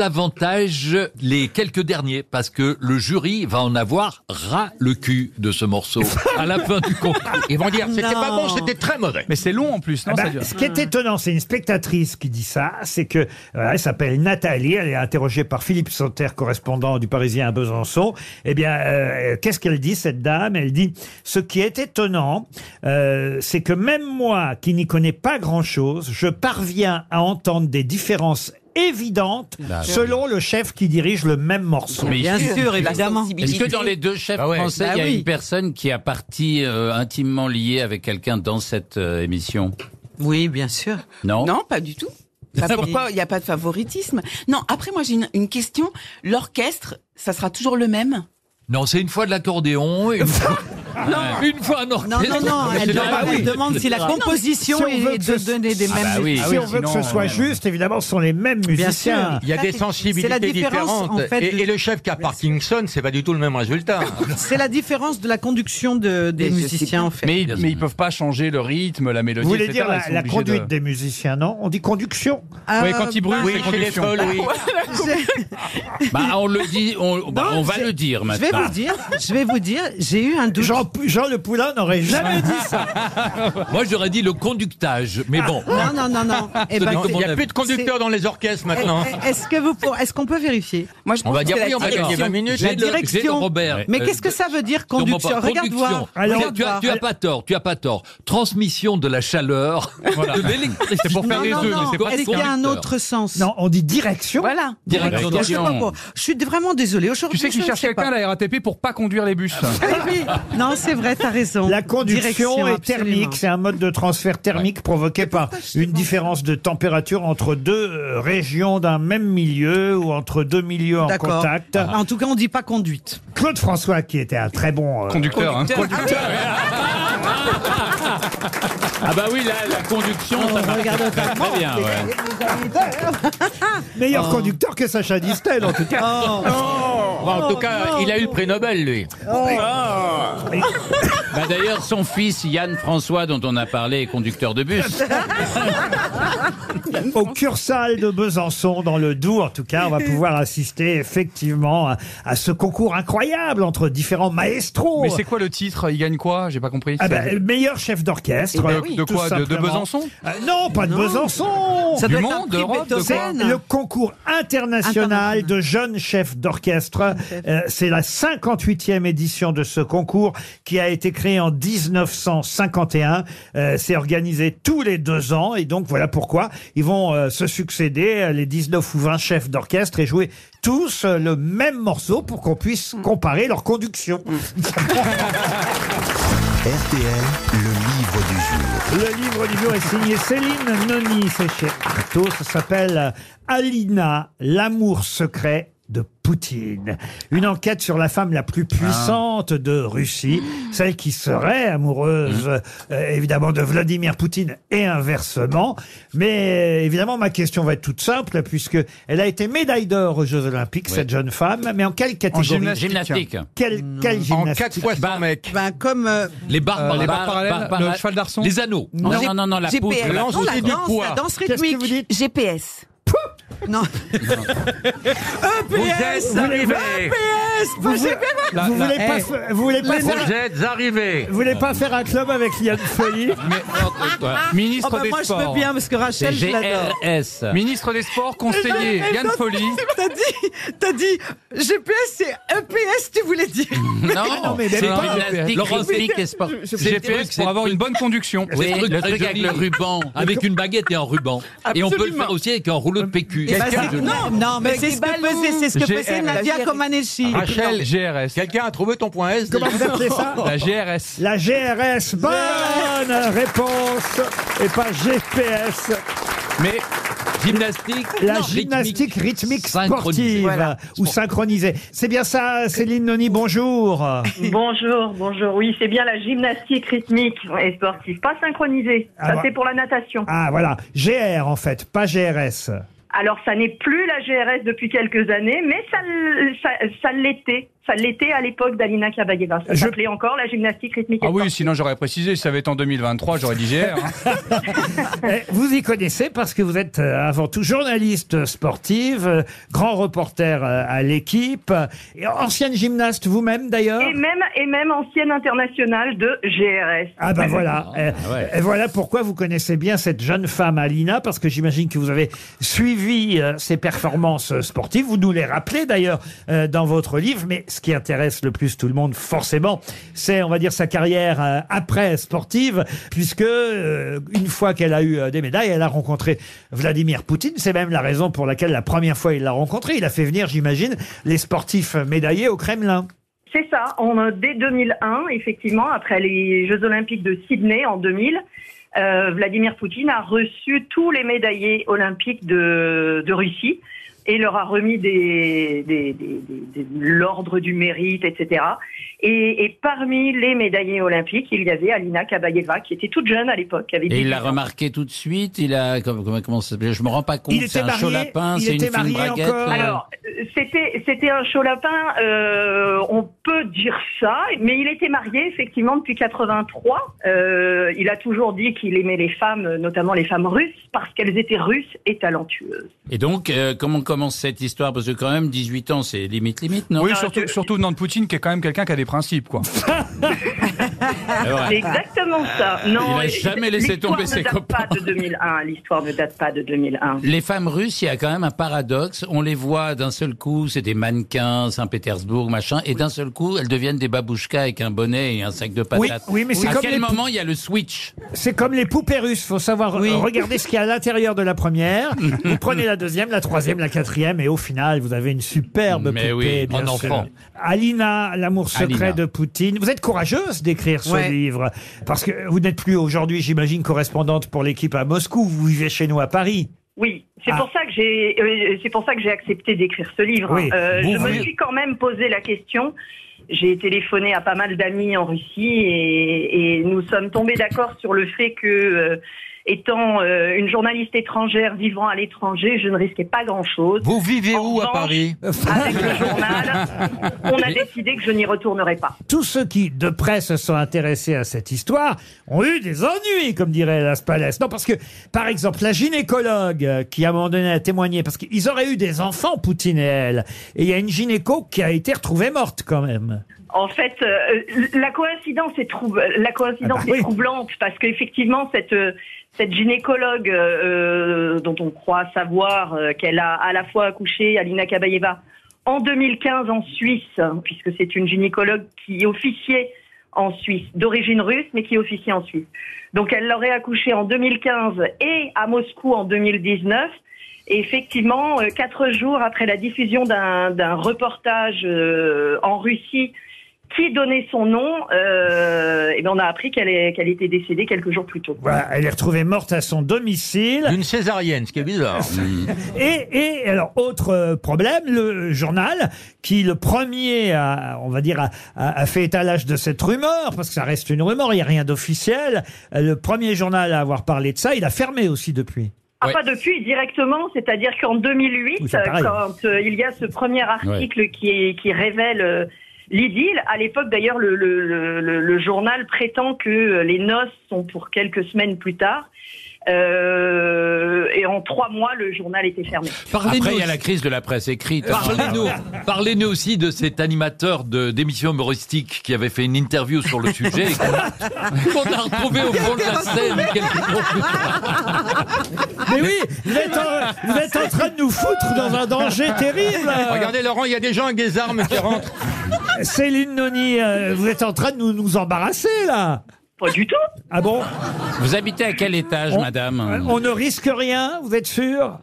Speaker 5: désavantage les quelques derniers parce que le jury va en avoir ras le cul de ce morceau à la fin du concours.
Speaker 9: Ils vont dire,
Speaker 2: c'était pas bon, c'était
Speaker 9: très mauvais.
Speaker 7: Mais c'est long en plus, non
Speaker 2: Ah bah,
Speaker 7: ça dure.
Speaker 2: ce qui est étonnant, c'est une spectatrice qui dit ça, c'est que euh, elle s'appelle Nathalie, elle est interrogée par Philippe Sauter, correspondant du Parisien à Besançon. Eh bien, euh, qu'est-ce qu'elle dit cette dame Elle dit ce qui est étonnant, euh, c'est que même moi, qui n'y connais pas grand-chose, je parviens à entendre des différences évidentes
Speaker 3: Bah, oui.
Speaker 2: selon le chef qui dirige le même morceau.
Speaker 3: Mais Bien sûr, sûr,
Speaker 6: évidemment.
Speaker 3: Est-ce que dans les deux chefs
Speaker 2: Ah ouais.
Speaker 3: français,
Speaker 2: Bah
Speaker 3: il y a
Speaker 2: oui.
Speaker 3: une personne qui a partie euh, intimement liée avec quelqu'un dans cette euh, émission
Speaker 6: Oui, bien sûr.
Speaker 3: Non
Speaker 14: Non, pas du tout. Bah, pourquoi il n'y a pas de favoritisme Non, après moi j'ai une, une question. L'orchestre, ça sera toujours le même
Speaker 5: Non, c'est une fois de l'accordéon, une fois, une fois un orchestre.
Speaker 6: Non, non, non, elle
Speaker 5: C'est
Speaker 6: demande-
Speaker 5: là, oui.
Speaker 6: elle demande si la
Speaker 5: Non,
Speaker 6: composition
Speaker 5: si on
Speaker 6: est
Speaker 5: veut que
Speaker 6: de
Speaker 5: ce-
Speaker 6: donner des
Speaker 5: Ah
Speaker 6: mêmes.
Speaker 5: bah oui.
Speaker 2: Si on veut que ce soit juste, évidemment, ce sont les mêmes musiciens.
Speaker 9: Il y a des sensibilités différentes. et, et le chef qui a Parkinson, c'est pas du tout le même résultat.
Speaker 6: C'est la différence de la conduction de, des musiciens, en fait.
Speaker 7: Mais, ils- mais ils peuvent pas changer le rythme, la mélodie.
Speaker 2: Vous voulez
Speaker 7: etc.,
Speaker 2: dire
Speaker 7: ils
Speaker 2: la,
Speaker 7: sont
Speaker 2: la
Speaker 7: obligés de-
Speaker 2: conduite des musiciens, non On dit conduction
Speaker 6: Euh,
Speaker 7: Oui, quand ils brûlent,
Speaker 2: bah,
Speaker 7: c'est
Speaker 2: oui, chez les
Speaker 7: conduction.
Speaker 2: folles, oui.
Speaker 6: Ah
Speaker 3: Bah, on le dit, on, bah, on va le dire
Speaker 6: Je
Speaker 3: maintenant.
Speaker 6: vais vous dire, je vais vous dire, j'ai eu un doute.
Speaker 2: Jean, Jean Le Poulain n'aurait jamais dit ça.
Speaker 5: Moi, j'aurais dit le conductage, mais bon.
Speaker 6: Non, non, non, non. Eh
Speaker 5: Ce
Speaker 6: ben,
Speaker 5: n'est que
Speaker 6: c'est-
Speaker 5: mon
Speaker 6: c'est-
Speaker 5: avis.
Speaker 9: dans les orchestres maintenant.
Speaker 6: Eh, eh, Est-ce que vous pour- est-ce qu'on peut vérifier Moi,
Speaker 9: je On pense va que dire c'est la oui, on va direction. gagner 20 minutes.
Speaker 6: La
Speaker 9: J'ai le-
Speaker 6: direction.
Speaker 9: j'ai le Robert.
Speaker 6: Mais
Speaker 5: Euh,
Speaker 6: qu'est-ce que ça veut dire
Speaker 5: Sur mon
Speaker 6: conduction
Speaker 5: pas-
Speaker 6: Regarde
Speaker 5: conduction.
Speaker 6: voir.
Speaker 5: Tu as- tu, as, tu as pas tort, tu as pas tort. Transmission de la chaleur, de l'électricité.
Speaker 6: C'est pour faire Non, les non, œufs, mais non. c'est pas Est-ce qu'il y a un conducteur. autre sens
Speaker 2: Non, on dit direction.
Speaker 6: Voilà.
Speaker 7: Direction.
Speaker 6: Je, sais pas pourquoi. Je suis vraiment désolée. Aujourd'hui,
Speaker 7: Tu sais que
Speaker 6: je
Speaker 7: tu
Speaker 6: ne
Speaker 7: cherches
Speaker 6: sais pas.
Speaker 7: quelqu'un à la RATP pour pas conduire les bus.
Speaker 2: Ah,
Speaker 6: Oui, oui. Non, c'est vrai, t'as raison.
Speaker 2: La conduction
Speaker 6: Direction,
Speaker 2: est
Speaker 6: absolument.
Speaker 2: thermique, c'est un mode de transfert thermique provoqué par une différence de température entre deux euh, régions d'un même milieu ou entre deux milieux en
Speaker 6: D'accord.
Speaker 2: contact.
Speaker 6: En tout cas, on dit pas conduite.
Speaker 2: Claude François, qui était un très bon euh,
Speaker 7: Conducteur, hein.
Speaker 3: Ah bah oui, la, la conduction, ça marche très, très bien. ouais.
Speaker 2: meilleur
Speaker 3: Oh.
Speaker 2: conducteur que Sacha Distel, en tout cas.
Speaker 7: Oh.
Speaker 9: Bon, en tout cas,
Speaker 2: Oh.
Speaker 9: il a eu le prix Nobel, lui.
Speaker 3: Bah, D'ailleurs, son fils, Yann François, dont on a parlé, est conducteur de bus.
Speaker 2: Au Cursal de Besançon, dans le Doubs, en tout cas, on va pouvoir assister effectivement à, à ce concours incroyable entre différents maestros.
Speaker 7: Mais c'est quoi le titre Il gagne quoi J'ai pas compris.
Speaker 2: Ah
Speaker 7: C'est-
Speaker 2: ben, meilleur chef d'orchestre.
Speaker 7: Eh ben
Speaker 2: euh,
Speaker 7: oui. De
Speaker 2: tout
Speaker 7: quoi De- de
Speaker 2: simplement.
Speaker 7: Besançon
Speaker 2: Euh, Non, pas de Besançon
Speaker 7: Ça doit Du être un monde, prix d'Europe, de quoi
Speaker 2: C'est
Speaker 7: Beethoven.
Speaker 2: le concours international de jeunes chefs d'orchestre. Euh, C'est la 58e édition de ce concours qui a été créé en 1951. Euh, C'est organisé tous les deux ans et donc voilà pourquoi ils vont euh, se succéder, euh, les 19 ou 20 chefs d'orchestre, et jouer tous euh, le même morceau pour qu'on puisse
Speaker 7: Mm.
Speaker 2: comparer leur conduction.
Speaker 1: RTL, le livre du jour.
Speaker 2: Le livre du jour est signé Céline Noni, c'est chez Artaud, ça s'appelle euh, Alina, l'amour secret de Poutine. Une enquête sur la femme la plus puissante de Russie, celle qui serait amoureuse euh, évidemment de Vladimir Poutine et inversement. Mais euh, évidemment, ma question va être toute simple puisque elle a été médaille d'or aux Jeux Olympiques, cette jeune femme. Mais en quelle catégorie
Speaker 7: gymnastique.
Speaker 3: Gymnastique.
Speaker 2: Quelle, quelle
Speaker 9: En 4
Speaker 2: gymnastique Bah,
Speaker 9: fois 100 mecs.
Speaker 6: Ben, comme. euh,
Speaker 5: Les barres
Speaker 7: Euh, les barres
Speaker 5: barres-
Speaker 7: parallèles,
Speaker 5: barres parallèles.
Speaker 7: le cheval d'arçon.
Speaker 5: Les anneaux.
Speaker 3: Non,
Speaker 6: G-
Speaker 3: non, non, non, la poutre.
Speaker 6: GPS.
Speaker 3: la-
Speaker 6: Non, la
Speaker 9: du
Speaker 6: danse,
Speaker 9: poids.
Speaker 6: la danse
Speaker 2: Qu'est-ce que
Speaker 6: rythmique.
Speaker 2: vous dites
Speaker 14: GPS.
Speaker 6: Non.
Speaker 9: Vous êtes arrivés.
Speaker 2: Vous, vous-
Speaker 7: La-
Speaker 2: vous
Speaker 7: la-
Speaker 2: voulez pas,
Speaker 7: eh.
Speaker 2: fa- vous voulez pas faire...
Speaker 9: Vous êtes arrivés.
Speaker 2: Vous voulez pas faire un club avec Yann Folie
Speaker 7: Ministre
Speaker 6: Oh,
Speaker 9: Ah bah
Speaker 6: ben,
Speaker 7: des
Speaker 6: moi, je
Speaker 7: Sports.
Speaker 6: peux bien parce que
Speaker 3: C'est
Speaker 6: Rachel, je l'adore.
Speaker 3: GRS.
Speaker 7: Ministre des Sports, conseiller Yann Folly.
Speaker 6: T'as dit, t'as dit, GPS, c'est EPS, tu voulais dire.
Speaker 3: Non,
Speaker 2: mais
Speaker 3: c'est
Speaker 2: même pas.
Speaker 3: gymnastique,
Speaker 7: Laurent,
Speaker 3: rythmique et sport. C'est le
Speaker 7: GPS
Speaker 3: truc, c'est
Speaker 7: pour
Speaker 3: le
Speaker 7: avoir
Speaker 3: truc-
Speaker 7: une bonne conduction.
Speaker 3: Oui,
Speaker 5: C'est un truc
Speaker 3: le
Speaker 5: très
Speaker 3: truc avec
Speaker 5: joli.
Speaker 3: le ruban.
Speaker 5: Avec une baguette et un ruban. Et on peut le
Speaker 6: Absolument.
Speaker 5: faire aussi avec un rouleau de PQ.
Speaker 6: Eh ben, c'est- non, non, mais c'est ce que faisait, c'est ce que faisait Nadia Comaneci.
Speaker 9: Rachel, GRS. Quelqu'un a trouvé ton point S
Speaker 2: Comment
Speaker 9: déjà
Speaker 2: vous appelez ça
Speaker 9: La GRS.
Speaker 2: La GRS, bonne réponse et pas GPS.
Speaker 5: Mais gymnastique,
Speaker 2: La
Speaker 5: non,
Speaker 2: gymnastique rythmique,
Speaker 5: Synchronisée.
Speaker 2: sportive
Speaker 5: Voilà.
Speaker 2: ou synchronisée. C'est bien ça, Céline Noni, bonjour.
Speaker 12: Bonjour, bonjour. Oui, c'est bien la gymnastique rythmique et sportive, pas synchronisée.
Speaker 2: Ah,
Speaker 12: ça,
Speaker 2: bah.
Speaker 12: c'est pour la natation.
Speaker 2: Ah voilà, GR en fait, pas GRS.
Speaker 12: Alors, ça n'est plus la GRS depuis quelques années, mais ça, l- ça, ça l'était. Ça l'était à l'époque d'Alina Kabayeva. Ça s'appelait encore la gymnastique rythmique et
Speaker 7: Ah oui,
Speaker 12: sportive.
Speaker 7: sinon j'aurais précisé, si ça avait été en 2023, j'aurais dit GR. hein.
Speaker 2: Eh, Vous y connaissez parce que vous êtes euh, avant tout journaliste sportive, euh, grand reporter euh, à l'équipe, euh, et ancienne gymnaste vous-même d'ailleurs.
Speaker 12: Et même, et même ancienne internationale de GRS.
Speaker 2: Ah ben voilà. Eh, eh, Voilà pourquoi vous connaissez bien cette jeune femme Alina, parce que j'imagine que vous avez suivi euh, ses performances euh, sportives. Vous nous les rappelez d'ailleurs euh, dans votre livre, mais ce qui intéresse le plus tout le monde, forcément, c'est, on va dire, sa carrière euh, après sportive, puisque euh, une fois qu'elle a eu euh, des médailles, elle a rencontré Vladimir Poutine. C'est même la raison pour laquelle la première fois il l'a rencontré, il a fait venir, j'imagine, les sportifs médaillés au Kremlin.
Speaker 12: C'est ça. On, euh, dès 2001, effectivement, après les Jeux Olympiques de Sydney en 2000, euh, Vladimir Poutine a reçu tous les médaillés olympiques de, de Russie et leur a remis des, des- des- des- des- l'ordre du mérite, etc. Et, et parmi les médaillés olympiques, il y avait Alina Kabayeva, qui était toute jeune à l'époque. qui avait
Speaker 3: Et il
Speaker 12: 18
Speaker 3: l'a
Speaker 12: ans.
Speaker 3: remarqué tout de suite. Il a comment, comment- comment ça s'appelle Je me rends pas compte.
Speaker 12: Il était
Speaker 3: C'est un chaud
Speaker 12: marié,
Speaker 3: lapin,
Speaker 12: il
Speaker 3: c'est une
Speaker 12: était
Speaker 3: fine
Speaker 12: marié
Speaker 3: braguette.
Speaker 12: encore.
Speaker 3: euh,
Speaker 12: Alors, euh, c'était c'était un chaud lapin. euh, on peut dire ça, mais il était marié effectivement depuis 83. Euh, il a toujours dit qu'il aimait les femmes, notamment les femmes russes, parce qu'elles étaient russes et talentueuses.
Speaker 3: Et donc, euh, comment commence cette histoire Parce que quand même, 18 ans, c'est limite, limite, non
Speaker 7: Oui, surtout, surtout venant de Poutine, qui est quand même quelqu'un qui a des principes, quoi.
Speaker 3: Ah, C'est vrai.
Speaker 12: C'est exactement ça. Non,
Speaker 3: Il a jamais laissé
Speaker 12: l'histoire
Speaker 3: tomber
Speaker 12: ne
Speaker 3: ses
Speaker 12: date Pas de 2001. L'histoire ne date pas de 2001.
Speaker 3: Les femmes russes, il y a quand même un paradoxe. On les voit d'un seul coup, c'est des mannequins, Saint-Pétersbourg, machin, et d'un seul coup, elles deviennent des babouchkas avec un bonnet et un sac de patates.
Speaker 2: oui, mais c'est
Speaker 3: à
Speaker 2: comme
Speaker 3: quel
Speaker 2: les pou-
Speaker 3: moment il y a le switch
Speaker 2: C'est comme les poupées russes, faut savoir euh, regarder ce qu'il y a à l'intérieur de la première. vous prenez la deuxième, la troisième, la quatrième, et au final, vous avez une superbe
Speaker 3: Mais
Speaker 2: poupée.
Speaker 3: oui,
Speaker 2: bien
Speaker 3: en
Speaker 2: sûr.
Speaker 3: enfant.
Speaker 2: Alina, l'amour secret
Speaker 3: Alina.
Speaker 2: de Poutine. Vous êtes courageuse d'écrire ce
Speaker 3: Ouais.
Speaker 2: livre, parce que vous n'êtes plus aujourd'hui, j'imagine, correspondante pour l'équipe à Moscou. Vous vivez chez nous à Paris.
Speaker 12: Oui, c'est
Speaker 2: Ah.
Speaker 12: pour ça que j'ai euh, c'est pour ça que j'ai accepté d'écrire ce livre.
Speaker 2: Oui.
Speaker 12: Euh,
Speaker 2: Vous
Speaker 12: je me
Speaker 2: voulez-
Speaker 12: suis quand même posé la question. J'ai téléphoné à pas mal d'amis en Russie et, et nous sommes tombés d'accord sur le fait que, euh, étant euh, une journaliste étrangère vivant à l'étranger, je ne risquais pas grand-chose.
Speaker 9: Vous vivez où à Paris
Speaker 12: On a décidé que je n'y retournerai pas.
Speaker 2: Tous ceux qui, de près, se sont intéressés à cette histoire ont eu des ennuis, comme dirait Las Palais. Non, parce que, par exemple, la gynécologue euh, qui, à un moment donné, a témoigné, parce qu'ils auraient eu des enfants, Poutine et elle. Et il y a une gynéco qui a été retrouvée morte, quand même.
Speaker 12: En fait, euh, la coïncidence est, troub- la coïncidence
Speaker 2: Ah bah oui.
Speaker 12: est troublante parce qu'effectivement, cette, euh, cette gynécologue euh, euh, dont on croit savoir euh, qu'elle a à la fois accouché Alina Kabayeva en 2015 en Suisse, hein, puisque c'est une gynécologue qui est officier en Suisse, d'origine russe, mais qui est officier en Suisse. Donc elle l'aurait accouché en 2015 et à Moscou en 2019. Et effectivement, euh, quatre jours après la diffusion d'un d'un reportage euh, en Russie qui donnait son nom, euh, eh ben on a appris qu'elle est- qu'elle était décédée quelques jours plus tôt.
Speaker 2: Voilà, elle est retrouvée morte à son domicile.
Speaker 9: D'une césarienne, ce qui est bizarre.
Speaker 2: Et, et alors, autre euh, problème, le journal, qui le premier, a, on va dire, a, a- a fait étalage de cette rumeur, parce que ça reste une rumeur, il n'y a rien d'officiel. Euh, Le premier journal à avoir parlé de ça, il a fermé aussi depuis.
Speaker 12: Ah, pas depuis, directement, c'est-à-dire qu'en 2008,
Speaker 2: Oui, c'est pareil.
Speaker 12: quand euh, il y a ce premier article qui, est- qui révèle euh, l'idylle, à l'époque d'ailleurs, le, le- le- le- le journal prétend que euh, les noces sont pour quelques semaines plus tard, Euh, et en trois mois, le journal était fermé.
Speaker 3: Après, il y a la crise de la presse écrite.
Speaker 5: Parlez-nous, parlez-nous aussi de cet animateur de d'émission humoristique qui avait fait une interview sur le sujet et qu'on a, qu'on a retrouvé au fond de la scène quelques jours plus
Speaker 2: Mais oui, vous êtes, en, vous êtes en train de nous foutre dans un danger terrible.
Speaker 9: Regardez, Laurent, il y a des gens avec des armes qui rentrent.
Speaker 2: Céline Noni, euh, vous êtes en train de nous, nous embarrasser là.
Speaker 12: Pas du tout.
Speaker 2: Ah bon
Speaker 3: Vous habitez à quel étage, madame
Speaker 2: On ne risque rien, vous êtes sûr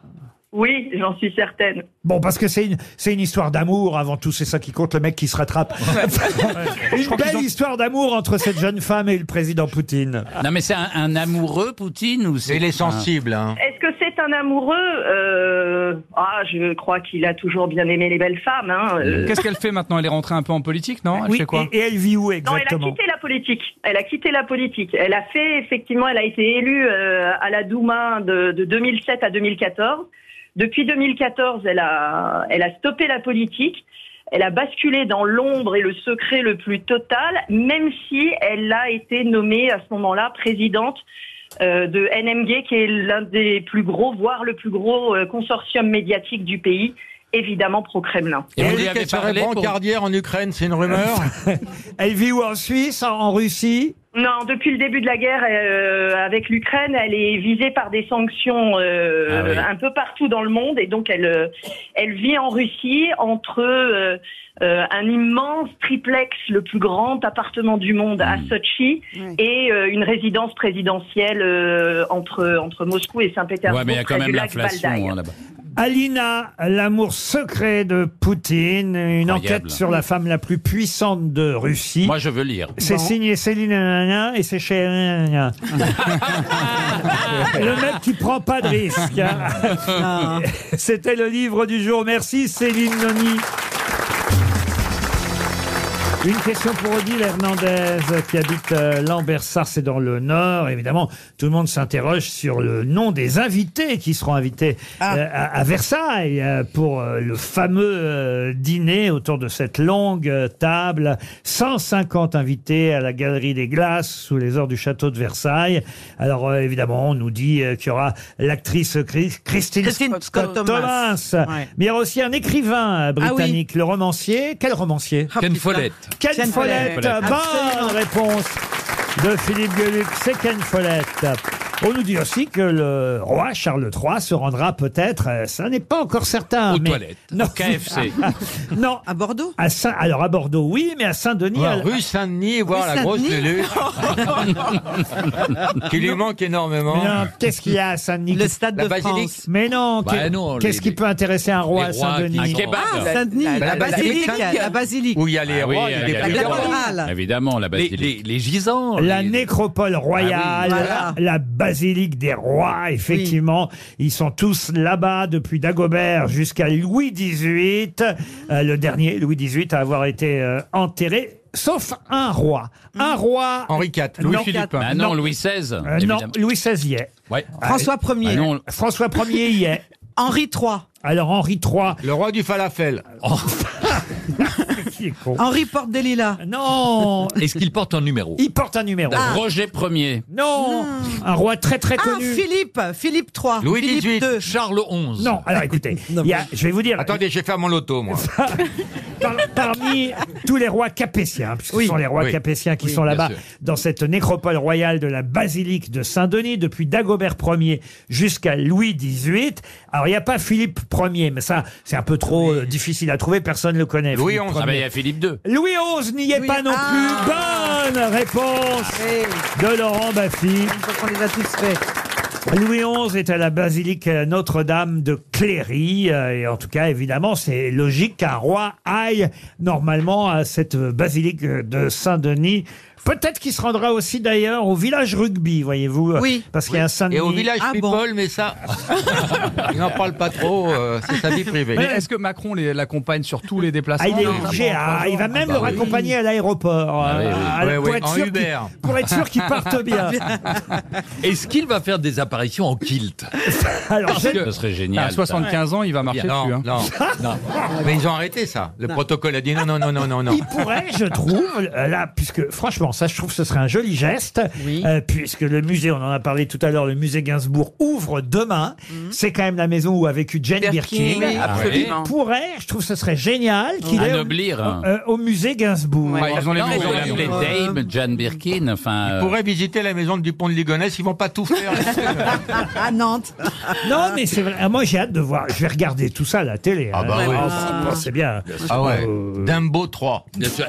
Speaker 12: Oui, j'en suis certaine.
Speaker 2: Bon, parce que c'est une, c'est une histoire d'amour avant tout, c'est ça qui compte, le mec qui se rattrape. une belle histoire d'amour entre cette jeune femme et le président Poutine.
Speaker 3: Non, mais c'est un, un amoureux, Poutine, ou c'est...
Speaker 9: Il est sensible, hein.
Speaker 12: Est-ce que c'est un amoureux Euh, Ah, je crois qu'il a toujours bien aimé les belles femmes. Hein. Euh,
Speaker 7: Qu'est-ce qu'elle fait maintenant Elle est rentrée un peu en politique, non Elle
Speaker 12: Oui,
Speaker 7: fait quoi
Speaker 2: et, elle vit
Speaker 12: Non,
Speaker 2: où
Speaker 12: elle a quitté la politique. Elle a quitté la politique. Elle a fait, effectivement, elle a été élue euh, à la Douma de, de 2007 à 2014. Depuis 2014, elle a, elle a stoppé la politique. Elle a basculé dans l'ombre et le secret le plus total, même si elle a été nommée à ce moment-là présidente euh, de NMG, qui est l'un des plus gros, voire le plus gros euh, consortium médiatique du pays, évidemment pro-Kremlin.
Speaker 9: Et vous dites qu'elle serait bancardière en Ukraine, c'est une rumeur
Speaker 2: Elle vit où en Suisse, en, en Russie
Speaker 12: Non, depuis le début de la guerre euh, avec l'Ukraine, elle est visée par des sanctions euh,
Speaker 15: Ah oui.
Speaker 12: un peu partout dans le monde et donc elle, euh, elle vit en Russie entre euh, euh, un immense triplex, le plus grand appartement du monde à
Speaker 3: Mm.
Speaker 12: Sochi, et euh, une résidence présidentielle euh, entre, entre Moscou et Saint-Pétersbourg.
Speaker 3: Ah. Ouais, mais il y a quand
Speaker 12: près
Speaker 3: même
Speaker 12: du lac Valdai.
Speaker 3: l'inflation, hein, là-bas.
Speaker 2: Alina, l'amour secret de Poutine, une
Speaker 3: Incroyable.
Speaker 2: enquête sur la femme la plus puissante de Russie.
Speaker 3: Moi, je veux lire.
Speaker 2: C'est signé Céline Nanana et c'est chez Nanana. Le mec qui prend pas de risque. hein. C'était le livre du jour. Merci Céline Noni. Une question pour Odile Hernandez qui habite euh, Lambersart, c'est dans le Nord. Évidemment, tout le monde s'interroge sur le nom des invités qui seront invités euh, à, à Versailles euh, pour euh, le fameux euh, dîner autour de cette longue euh, table. 150 invités à la Galerie des Glaces sous les ors du château de Versailles. Alors euh, évidemment, on nous dit euh, qu'il y aura l'actrice Chris- Christine,
Speaker 6: Christine Scott Thomas. Ouais.
Speaker 2: mais il y aura aussi un écrivain euh,
Speaker 6: Ah oui.
Speaker 2: britannique, le romancier. Quel romancier
Speaker 5: Ken putain. Follett.
Speaker 2: Ken,
Speaker 5: Ken
Speaker 2: Follett.
Speaker 5: Follett.
Speaker 2: Bonne
Speaker 5: Absolument.
Speaker 2: réponse de Philippe Gueluc. C'est Ken Follett. On nous dit aussi que le roi Charles III se rendra peut-être, euh, ça n'est pas encore certain.
Speaker 5: Aux
Speaker 2: mais-
Speaker 5: toilettes.
Speaker 2: Non.
Speaker 5: Au KFC.
Speaker 2: non. À Bordeaux à Saint... Alors à Bordeaux, oui, mais à Saint-Denis.
Speaker 9: Ouais,
Speaker 2: à-
Speaker 9: rue Saint-Denis, voir la grosse
Speaker 2: Saint-Denis.
Speaker 9: Lulu. qui lui manque énormément.
Speaker 2: Mais non, qu'est-ce qu'il y a à Saint-Denis
Speaker 9: Le stade
Speaker 2: La
Speaker 9: de
Speaker 2: basilique.
Speaker 9: France.
Speaker 2: Mais non,
Speaker 9: Bah
Speaker 2: qu'est-
Speaker 9: non,
Speaker 2: qu'est-ce
Speaker 9: les-
Speaker 2: qui peut intéresser un roi
Speaker 9: les
Speaker 2: à
Speaker 9: rois qui
Speaker 2: Saint-Denis
Speaker 9: sont- Un kebab.
Speaker 6: Ah, Saint-Denis, la,
Speaker 9: La
Speaker 6: basilique,
Speaker 9: basilique,
Speaker 6: la basilique.
Speaker 9: Où il y a les
Speaker 3: Ah oui,
Speaker 9: rois,
Speaker 3: il y
Speaker 9: les
Speaker 3: a la
Speaker 9: députés.
Speaker 3: cathédrale. Évidemment, la basilique.
Speaker 5: Les, les gisants.
Speaker 2: La
Speaker 5: les-
Speaker 2: nécropole royale,
Speaker 5: Ah oui, voilà.
Speaker 2: la basilique des rois, effectivement. Ils sont tous là-bas, depuis Dagobert jusqu'à Louis XVIII, euh, le dernier Louis XVIII à avoir été euh, enterré. Sauf un roi.
Speaker 6: Hmm.
Speaker 2: Un roi.
Speaker 9: Henri IV.
Speaker 3: Louis-Philippe. Bah non, Louis XVI,
Speaker 2: Euh, non,
Speaker 3: évidemment.
Speaker 2: Louis XVI y est.
Speaker 3: Ouais.
Speaker 6: François
Speaker 2: Ah,
Speaker 6: Ier.
Speaker 2: bah non. François Ier y est.
Speaker 6: Henri III.
Speaker 2: Alors Henri III.
Speaker 9: Le roi du falafel.
Speaker 2: Qui est con.
Speaker 6: Henri Porte des Lilas.
Speaker 2: Non.
Speaker 5: Est-ce qu'il porte un numéro
Speaker 2: Il porte un numéro.
Speaker 3: Roger Ier.
Speaker 2: Non. Un roi très très
Speaker 6: Ah,
Speaker 2: connu.
Speaker 6: Philippe, Philippe III. Philippe II.
Speaker 5: Charles XI.
Speaker 2: Non, alors écoutez, il y a- je vais vous dire,
Speaker 9: Attendez, j'ai fait à mon loto, moi.
Speaker 2: par- parmi tous les rois capétiens, puisque ce sont les rois
Speaker 9: Oui.
Speaker 2: capétiens qui
Speaker 9: Oui,
Speaker 2: sont
Speaker 9: bien
Speaker 2: là-bas,
Speaker 9: sûr.
Speaker 2: dans cette nécropole royale de la basilique de Saint-Denis, depuis Dagobert Ier jusqu'à Louis XVIII. Alors, il n'y a pas Philippe Ier, mais ça, c'est un peu trop euh, difficile à trouver, personne ne le connaît.
Speaker 9: Louis
Speaker 2: Philippe
Speaker 9: XI.
Speaker 2: Ier.
Speaker 3: Ah ben, il y a Philippe II.
Speaker 2: Louis XI n'y est pas non
Speaker 6: Ah.
Speaker 2: plus. Bonne réponse de Laurent Baffy.
Speaker 6: On les a tous faits.
Speaker 2: Louis XI est à la basilique Notre-Dame de Cléry. euh, Et en tout cas, évidemment, c'est logique qu'un roi aille normalement à cette basilique de Saint-Denis. Peut-être qu'il se rendra aussi d'ailleurs au village rugby, voyez-vous.
Speaker 6: Oui. Ah
Speaker 2: Parce qu'il y a un Saint-Denis.
Speaker 9: Et au village
Speaker 2: Ah
Speaker 9: people, mais ça, il n'en parle pas trop, euh, c'est sa vie privée.
Speaker 7: Mais est-ce que Macron les- l'accompagne sur tous les déplacements
Speaker 2: Ah, il est
Speaker 7: Non.
Speaker 2: obligé à- il va même
Speaker 9: bah
Speaker 2: le
Speaker 9: oui. Ah
Speaker 2: raccompagner à l'aéroport.
Speaker 5: oui, oui.
Speaker 2: euh,
Speaker 9: Ouais,
Speaker 2: pour
Speaker 9: ouais,
Speaker 2: être
Speaker 9: en
Speaker 2: sûr qu'il-
Speaker 9: Uber.
Speaker 2: Pour être sûr qu'il parte bien.
Speaker 5: Est-ce qu'il va faire des apparitions en kilt
Speaker 2: Alors, je-
Speaker 5: Ce serait génial.
Speaker 7: À 75 Bah, ans, il va marcher
Speaker 9: Non,
Speaker 7: dessus. hein.
Speaker 9: non, non. Mais ils ont arrêté ça. Le protocole a dit non, non, non, non, non, non.
Speaker 2: Il pourrait, je trouve, euh, là, puisque franchement, ça, je trouve que ce serait un joli geste, euh, puisque le musée, on en a parlé tout à l'heure, le musée Gainsbourg ouvre demain. C'est quand même la maison où a vécu Jane Birkin.
Speaker 14: Mhm. Oui,
Speaker 3: Ah,
Speaker 14: absolument.
Speaker 2: Il pourrait, je trouve que ce serait génial qu'il ait au,
Speaker 3: Anoblir.
Speaker 2: euh, au musée Gainsbourg.
Speaker 3: Ouais,
Speaker 5: ils ont les
Speaker 3: non,
Speaker 5: maisons
Speaker 3: mais
Speaker 5: de la
Speaker 3: les,
Speaker 5: maison.
Speaker 3: dames, Jane Birkin, enfin.
Speaker 9: Ils
Speaker 3: euh,
Speaker 9: pourraient visiter la maison du pont de Ligonnès, ils vont pas tout faire.
Speaker 6: À Nantes.
Speaker 2: Non, mais c'est vrai. Ah, Moi, j'ai hâte de voir. Je vais regarder tout ça à la télé. hein.
Speaker 9: Ah, bah oui.
Speaker 2: franchement, c'est bien.
Speaker 9: Ah ouais, Dumbo 3.
Speaker 5: Bien sûr.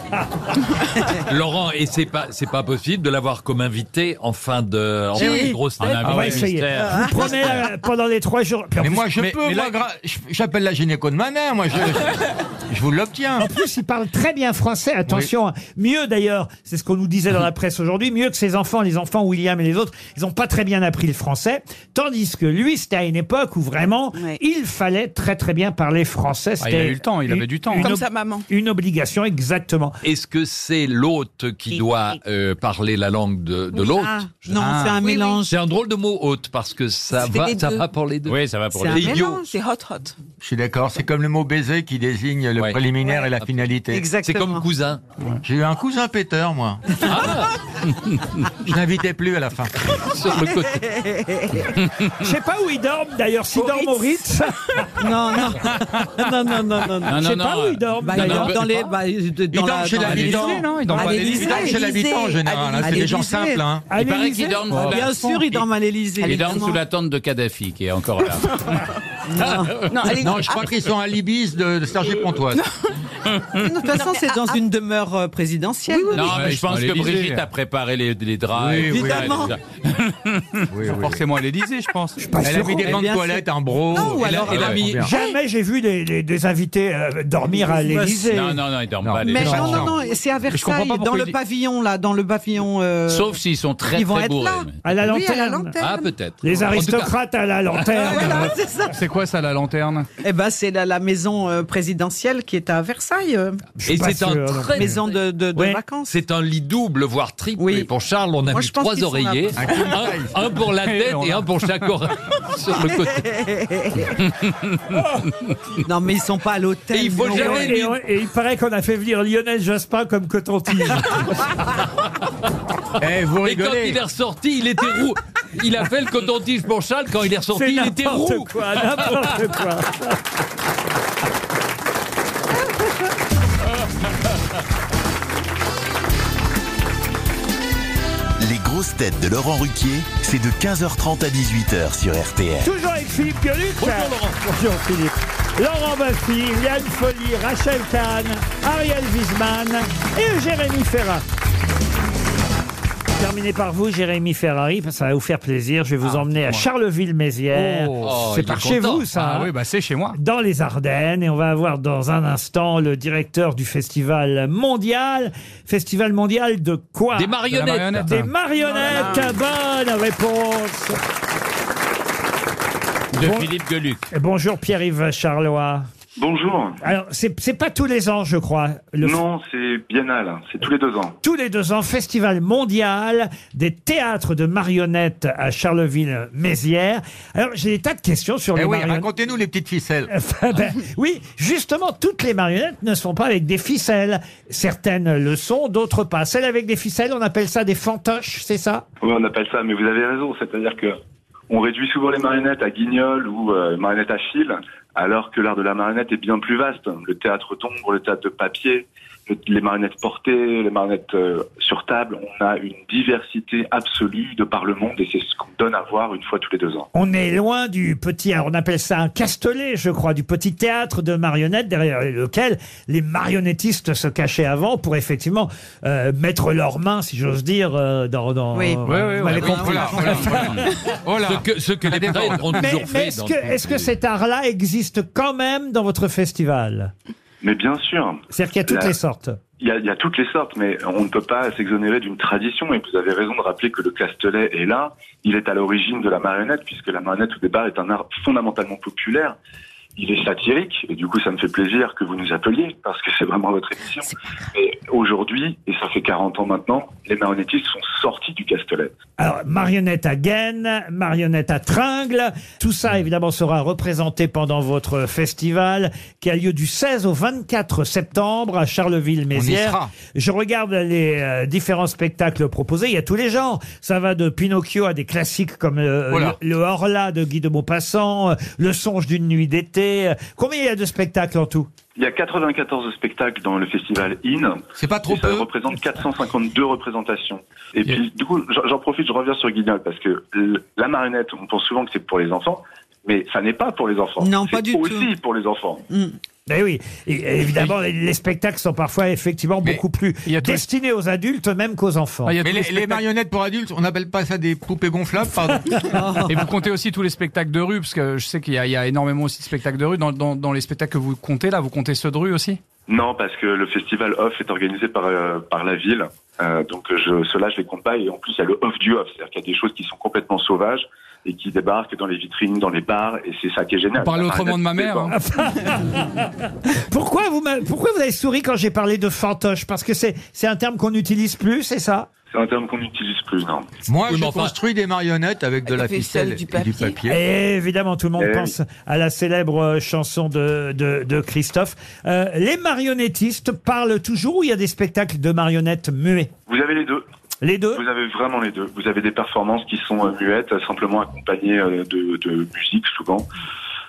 Speaker 5: Laurent, et c'est c'est pas, c'est pas possible de l'avoir comme invité en fin de, en
Speaker 2: Eh
Speaker 5: fin
Speaker 2: oui.
Speaker 5: de grosse tête.
Speaker 2: On va essayer. Je vous promets, euh, pendant les trois jours. Puis en
Speaker 9: Mais
Speaker 2: plus-
Speaker 9: moi, je peux. moi, gra- je- J'appelle la gynéco de ma mère. Moi, je, je vous l'obtiens.
Speaker 2: En plus, il parle très bien français, attention. hein. Mieux d'ailleurs, c'est ce qu'on nous disait dans la presse aujourd'hui, mieux que ses enfants, les enfants William et les autres, ils n'ont pas très bien appris le français. Tandis que lui, c'était à une époque où vraiment, il fallait très très bien parler français.
Speaker 7: Ah, il a
Speaker 2: C'était
Speaker 7: eu le temps, il
Speaker 2: une-
Speaker 7: avait du temps.
Speaker 2: une
Speaker 7: Comme
Speaker 2: ob-
Speaker 7: sa
Speaker 14: maman.
Speaker 2: Une obligation, exactement.
Speaker 5: Est-ce que c'est l'hôte qui doit euh, parler la langue de, de
Speaker 2: Oui.
Speaker 5: l'hôte
Speaker 2: Ah, non, c'est un
Speaker 5: Oui, oui.
Speaker 2: mélange.
Speaker 5: C'est un drôle de mot hôte parce que ça
Speaker 14: C'était
Speaker 5: va,
Speaker 14: les
Speaker 5: ça
Speaker 14: deux.
Speaker 5: va pour les deux.
Speaker 9: Oui, ça va pour
Speaker 14: C'est
Speaker 9: les
Speaker 14: un
Speaker 9: deux. Idiot.
Speaker 14: mélange, c'est hot hot.
Speaker 9: Je suis d'accord. C'est comme le mot baiser qui désigne le préliminaire et la finalité.
Speaker 14: Exactement. C'est comme
Speaker 5: cousin.
Speaker 9: J'ai eu un cousin péteur, moi. je n'invitais plus à la fin.
Speaker 5: Sur le côté.
Speaker 2: Je sais pas où ils dorment d'ailleurs, s'ils dorment au Ritz.
Speaker 6: Non, non. Non, non, non, non.
Speaker 2: Je sais pas où ils dorment.
Speaker 6: Bah, ils dorment dans les. bah, ils- dans
Speaker 9: dorment
Speaker 6: la-
Speaker 9: chez
Speaker 6: dans la-
Speaker 9: l'habitant.
Speaker 6: l'Élysée, non Ils
Speaker 9: À
Speaker 6: dorment à
Speaker 9: l'Élysée.
Speaker 6: l'Élysée.
Speaker 9: Ils dorment Ah, chez l'habitant, en général, hein. C'est des gens simples, hein.
Speaker 6: À
Speaker 9: Il paraît
Speaker 6: l'Élysée.
Speaker 9: qu'ils
Speaker 3: Oh,
Speaker 9: dorment sous la-
Speaker 6: Bien sûr, ils dorment à l'Élysée.
Speaker 3: Ils dorment sous la tente de Kadhafi, qui est encore là.
Speaker 9: Non, je crois qu'ils sont à l'Ibis de, de Sergi Pontoise.
Speaker 6: De toute façon, c'est dans une demeure euh, présidentielle.
Speaker 3: Non, mais je pense que Brigitte a préparé les, les draps.
Speaker 9: Oui,
Speaker 3: et tout
Speaker 9: oui,
Speaker 3: ça,
Speaker 9: évidemment.
Speaker 3: tout ça.
Speaker 7: Forcément à l'Élysée, je pense.
Speaker 9: Elle a mis
Speaker 2: Eh
Speaker 9: des gants de toilette, un bro.
Speaker 7: Non, ou
Speaker 9: Elle a-
Speaker 7: alors-
Speaker 9: elle a
Speaker 7: Ouais,
Speaker 9: mis-
Speaker 2: Jamais j'ai vu des, des- des invités euh, dormir à l'Élysée.
Speaker 3: Non, non, non, ils dorment pas. les
Speaker 6: Mais
Speaker 3: gens.
Speaker 6: non, non, non, c'est
Speaker 3: Je comprends
Speaker 6: à
Speaker 3: pas
Speaker 6: Versailles,
Speaker 3: pourquoi
Speaker 6: dans
Speaker 3: il
Speaker 6: le
Speaker 3: dit-
Speaker 6: pavillon, là, dans le pavillon. euh,
Speaker 3: Sauf s'ils sont très,
Speaker 6: Ils vont
Speaker 3: très
Speaker 6: être
Speaker 3: bourrés.
Speaker 7: Ah,
Speaker 6: là.
Speaker 3: mais-
Speaker 2: À la
Speaker 6: Oui, à la
Speaker 2: lanterne.
Speaker 6: lanterne.
Speaker 3: Ah, peut-être.
Speaker 2: Les
Speaker 6: En tout cas-
Speaker 2: aristocrates à la lanterne.
Speaker 6: Voilà, c'est ça.
Speaker 7: C'est quoi ça, la lanterne
Speaker 6: Eh ben, c'est la, la maison euh, présidentielle qui est à Versailles. euh.
Speaker 5: Et c'est un très
Speaker 6: maison de, de- de vacances.
Speaker 5: C'est un lit double, voire triple. Et pour Charles, on a
Speaker 6: Moi,
Speaker 5: mis
Speaker 6: je pense
Speaker 5: trois
Speaker 6: qu'ils sont
Speaker 5: oreillers,
Speaker 6: là pour ça.
Speaker 5: un, un pour la tête et un pour chaque oreille sur le côté.
Speaker 6: non, mais ils sont pas à l'hôtel.
Speaker 5: Et il faut
Speaker 6: non.
Speaker 5: jamais
Speaker 2: Et, on- et il paraît qu'on a fait venir Lionel Jospin comme coton-tige. Eh,
Speaker 9: vous
Speaker 5: Et quand
Speaker 9: rigolez.
Speaker 5: il est ressorti, il était roux. Il a fait le coton-tige pour Charles. Quand il est
Speaker 2: C'est
Speaker 5: ressorti, il était
Speaker 2: n'importe
Speaker 5: roux.
Speaker 2: quoi, n'importe quoi.
Speaker 1: Les grosses têtes de Laurent Ruquier, c'est de 15h30 à 18h sur RTL.
Speaker 2: Toujours avec Philippe Gueluc. Bonjour Laurent. Bonjour Philippe. Laurent Baffy, Liane Folly, Rachel Kahn, Ariel Wiesman et Jérémy Ferrat. Terminé par vous, Jérémy Ferrari, parce que ça va vous faire plaisir. Je vais vous emmener à Charleville-Mézières.
Speaker 7: Ah, Oh,
Speaker 2: c'est
Speaker 7: il
Speaker 2: par
Speaker 7: est
Speaker 2: chez
Speaker 7: content.
Speaker 2: vous, ça.
Speaker 7: Ah
Speaker 2: hein
Speaker 7: oui, bah c'est chez moi.
Speaker 2: dans les Ardennes et on va avoir dans un instant le directeur du festival mondial. Festival mondial de quoi
Speaker 5: Des marionnettes. De la marionnette.
Speaker 2: Des marionnettes. Bonne réponse.
Speaker 3: De
Speaker 2: Bon-
Speaker 3: Philippe Geluc.
Speaker 2: Et Bonjour Pierre-Yves Charlois.
Speaker 15: Bonjour.
Speaker 2: Alors, c'est c'est pas tous les ans, je crois. le-
Speaker 15: Non, c'est biennal, hein. c'est tous les deux ans.
Speaker 2: Tous les deux ans, festival mondial des théâtres de marionnettes à Charleville-Mézières. Alors, j'ai des tas de questions sur
Speaker 9: Eh
Speaker 2: les
Speaker 9: oui,
Speaker 2: marionnettes.
Speaker 9: racontez-nous les petites ficelles.
Speaker 2: Enfin, ben, oui, justement, toutes les marionnettes ne sont pas avec des ficelles. Certaines le sont, d'autres pas. Celles avec des ficelles, on appelle ça des fantoches, c'est ça
Speaker 15: Oui, on appelle ça, mais vous avez raison, c'est-à-dire que on réduit souvent les marionnettes à guignols ou euh, marionnettes à fil, alors que l'art de la marionnette est bien plus vaste. Le théâtre d'ombre, le théâtre de papier, le- les marionnettes portées, les marionnettes euh, sur table, on a une diversité absolue de par le monde et c'est ce qu'on donne à voir une fois tous les deux ans.
Speaker 2: On est loin du petit, alors on appelle ça un castelet, je crois, du petit théâtre de marionnettes derrière lequel les marionnettistes se cachaient avant pour effectivement euh, mettre leurs mains, si j'ose dire, euh, dans... dans
Speaker 5: Oui.
Speaker 2: vous
Speaker 5: Oui, oui,
Speaker 2: m'avez
Speaker 5: oui,
Speaker 2: compris.
Speaker 5: voilà, voilà, voilà. Oh Ce que, ce que les prêtres ont
Speaker 2: Mais,
Speaker 5: toujours
Speaker 2: mais
Speaker 5: fait.
Speaker 2: est-ce
Speaker 5: dans-
Speaker 2: que, est-ce que cet art-là existe quand même dans votre festival
Speaker 15: Mais bien sûr.
Speaker 2: C'est-à-dire qu'il y a toutes
Speaker 15: La-
Speaker 2: les sortes.
Speaker 15: Il y, a, il y a toutes les sortes, mais on ne peut pas s'exonérer d'une tradition. Et vous avez raison de rappeler que le castelet est là. Il est à l'origine de la marionnette, puisque la marionnette au départ est un art fondamentalement populaire. Il est satirique, et du coup, ça me fait plaisir que vous nous appeliez, parce que c'est vraiment votre émission. Et aujourd'hui, et ça fait 40 ans maintenant, les marionnettistes sont sortis du castelet.
Speaker 2: Alors, marionnette à gaine, marionnette à tringle, tout ça évidemment sera représenté pendant votre festival qui a lieu du 16 au 24 septembre à
Speaker 9: On y
Speaker 2: Charleville-Mézières.
Speaker 9: sera.
Speaker 2: Je regarde les euh, différents spectacles proposés, il y a tous les genres. Ça va de Pinocchio à des classiques comme euh,
Speaker 9: Voilà.
Speaker 2: le, le Horla de Guy de Maupassant, euh, Le songe d'une nuit d'été. Euh, Combien il y a de spectacles en tout
Speaker 15: Il y a 94 spectacles dans le festival IN.
Speaker 9: C'est pas trop
Speaker 15: Ça représente 452 représentations. Et puis, du coup, j'en j'en profite, je reviens sur Guignol, parce que l- la marionnette, on pense souvent que c'est pour les enfants, mais ça n'est pas pour les enfants.
Speaker 6: Non, pas
Speaker 15: C'est
Speaker 6: du tout.
Speaker 15: aussi pour les enfants.
Speaker 6: Mm.
Speaker 2: Ben oui, Et- et évidemment, les, les spectacles sont parfois effectivement beaucoup plus destinés aux adultes même qu'aux enfants.
Speaker 9: Mais les, les marionnettes pour adultes, on n'appelle pas ça des poupées gonflables, pardon.
Speaker 7: Et vous comptez aussi tous les spectacles de rue, parce que je sais qu'il y, a- il y a énormément aussi de spectacles de rue. Dans, dans- dans les spectacles que vous comptez là, vous comptez ceux de rue aussi
Speaker 15: Non, parce que le festival off est organisé par, euh, par la ville. Euh, donc je, ceux-là, je les compte pas. Et en plus, il y a le off du off. C'est-à-dire qu'il y a des choses qui sont complètement sauvages et qui débarquent dans les vitrines, dans les bars. Et c'est ça qui est génial.
Speaker 7: Parlez
Speaker 15: La
Speaker 7: autrement de ma
Speaker 15: marinette,
Speaker 7: mère. hein.
Speaker 2: Ah, Pourquoi vous, m'a- pourquoi vous avez souri quand j'ai parlé de fantoche Parce que c'est c'est un terme qu'on n'utilise plus, c'est ça
Speaker 15: C'est un terme qu'on n'utilise plus, non
Speaker 9: Moi,
Speaker 2: Oui,
Speaker 9: je
Speaker 2: mais enfin-
Speaker 9: construis des marionnettes avec de la ficelle et du papier.
Speaker 2: Et évidemment, tout le monde
Speaker 9: Eh oui.
Speaker 2: pense à la célèbre euh, chanson de, de, de Christophe. Euh, les marionnettistes parlent toujours ou il y a des spectacles de marionnettes muets
Speaker 15: Vous avez les deux.
Speaker 2: Les deux
Speaker 15: Vous avez vraiment les deux. Vous avez des performances qui sont euh, muettes, euh, simplement accompagnées euh, de, de musique souvent.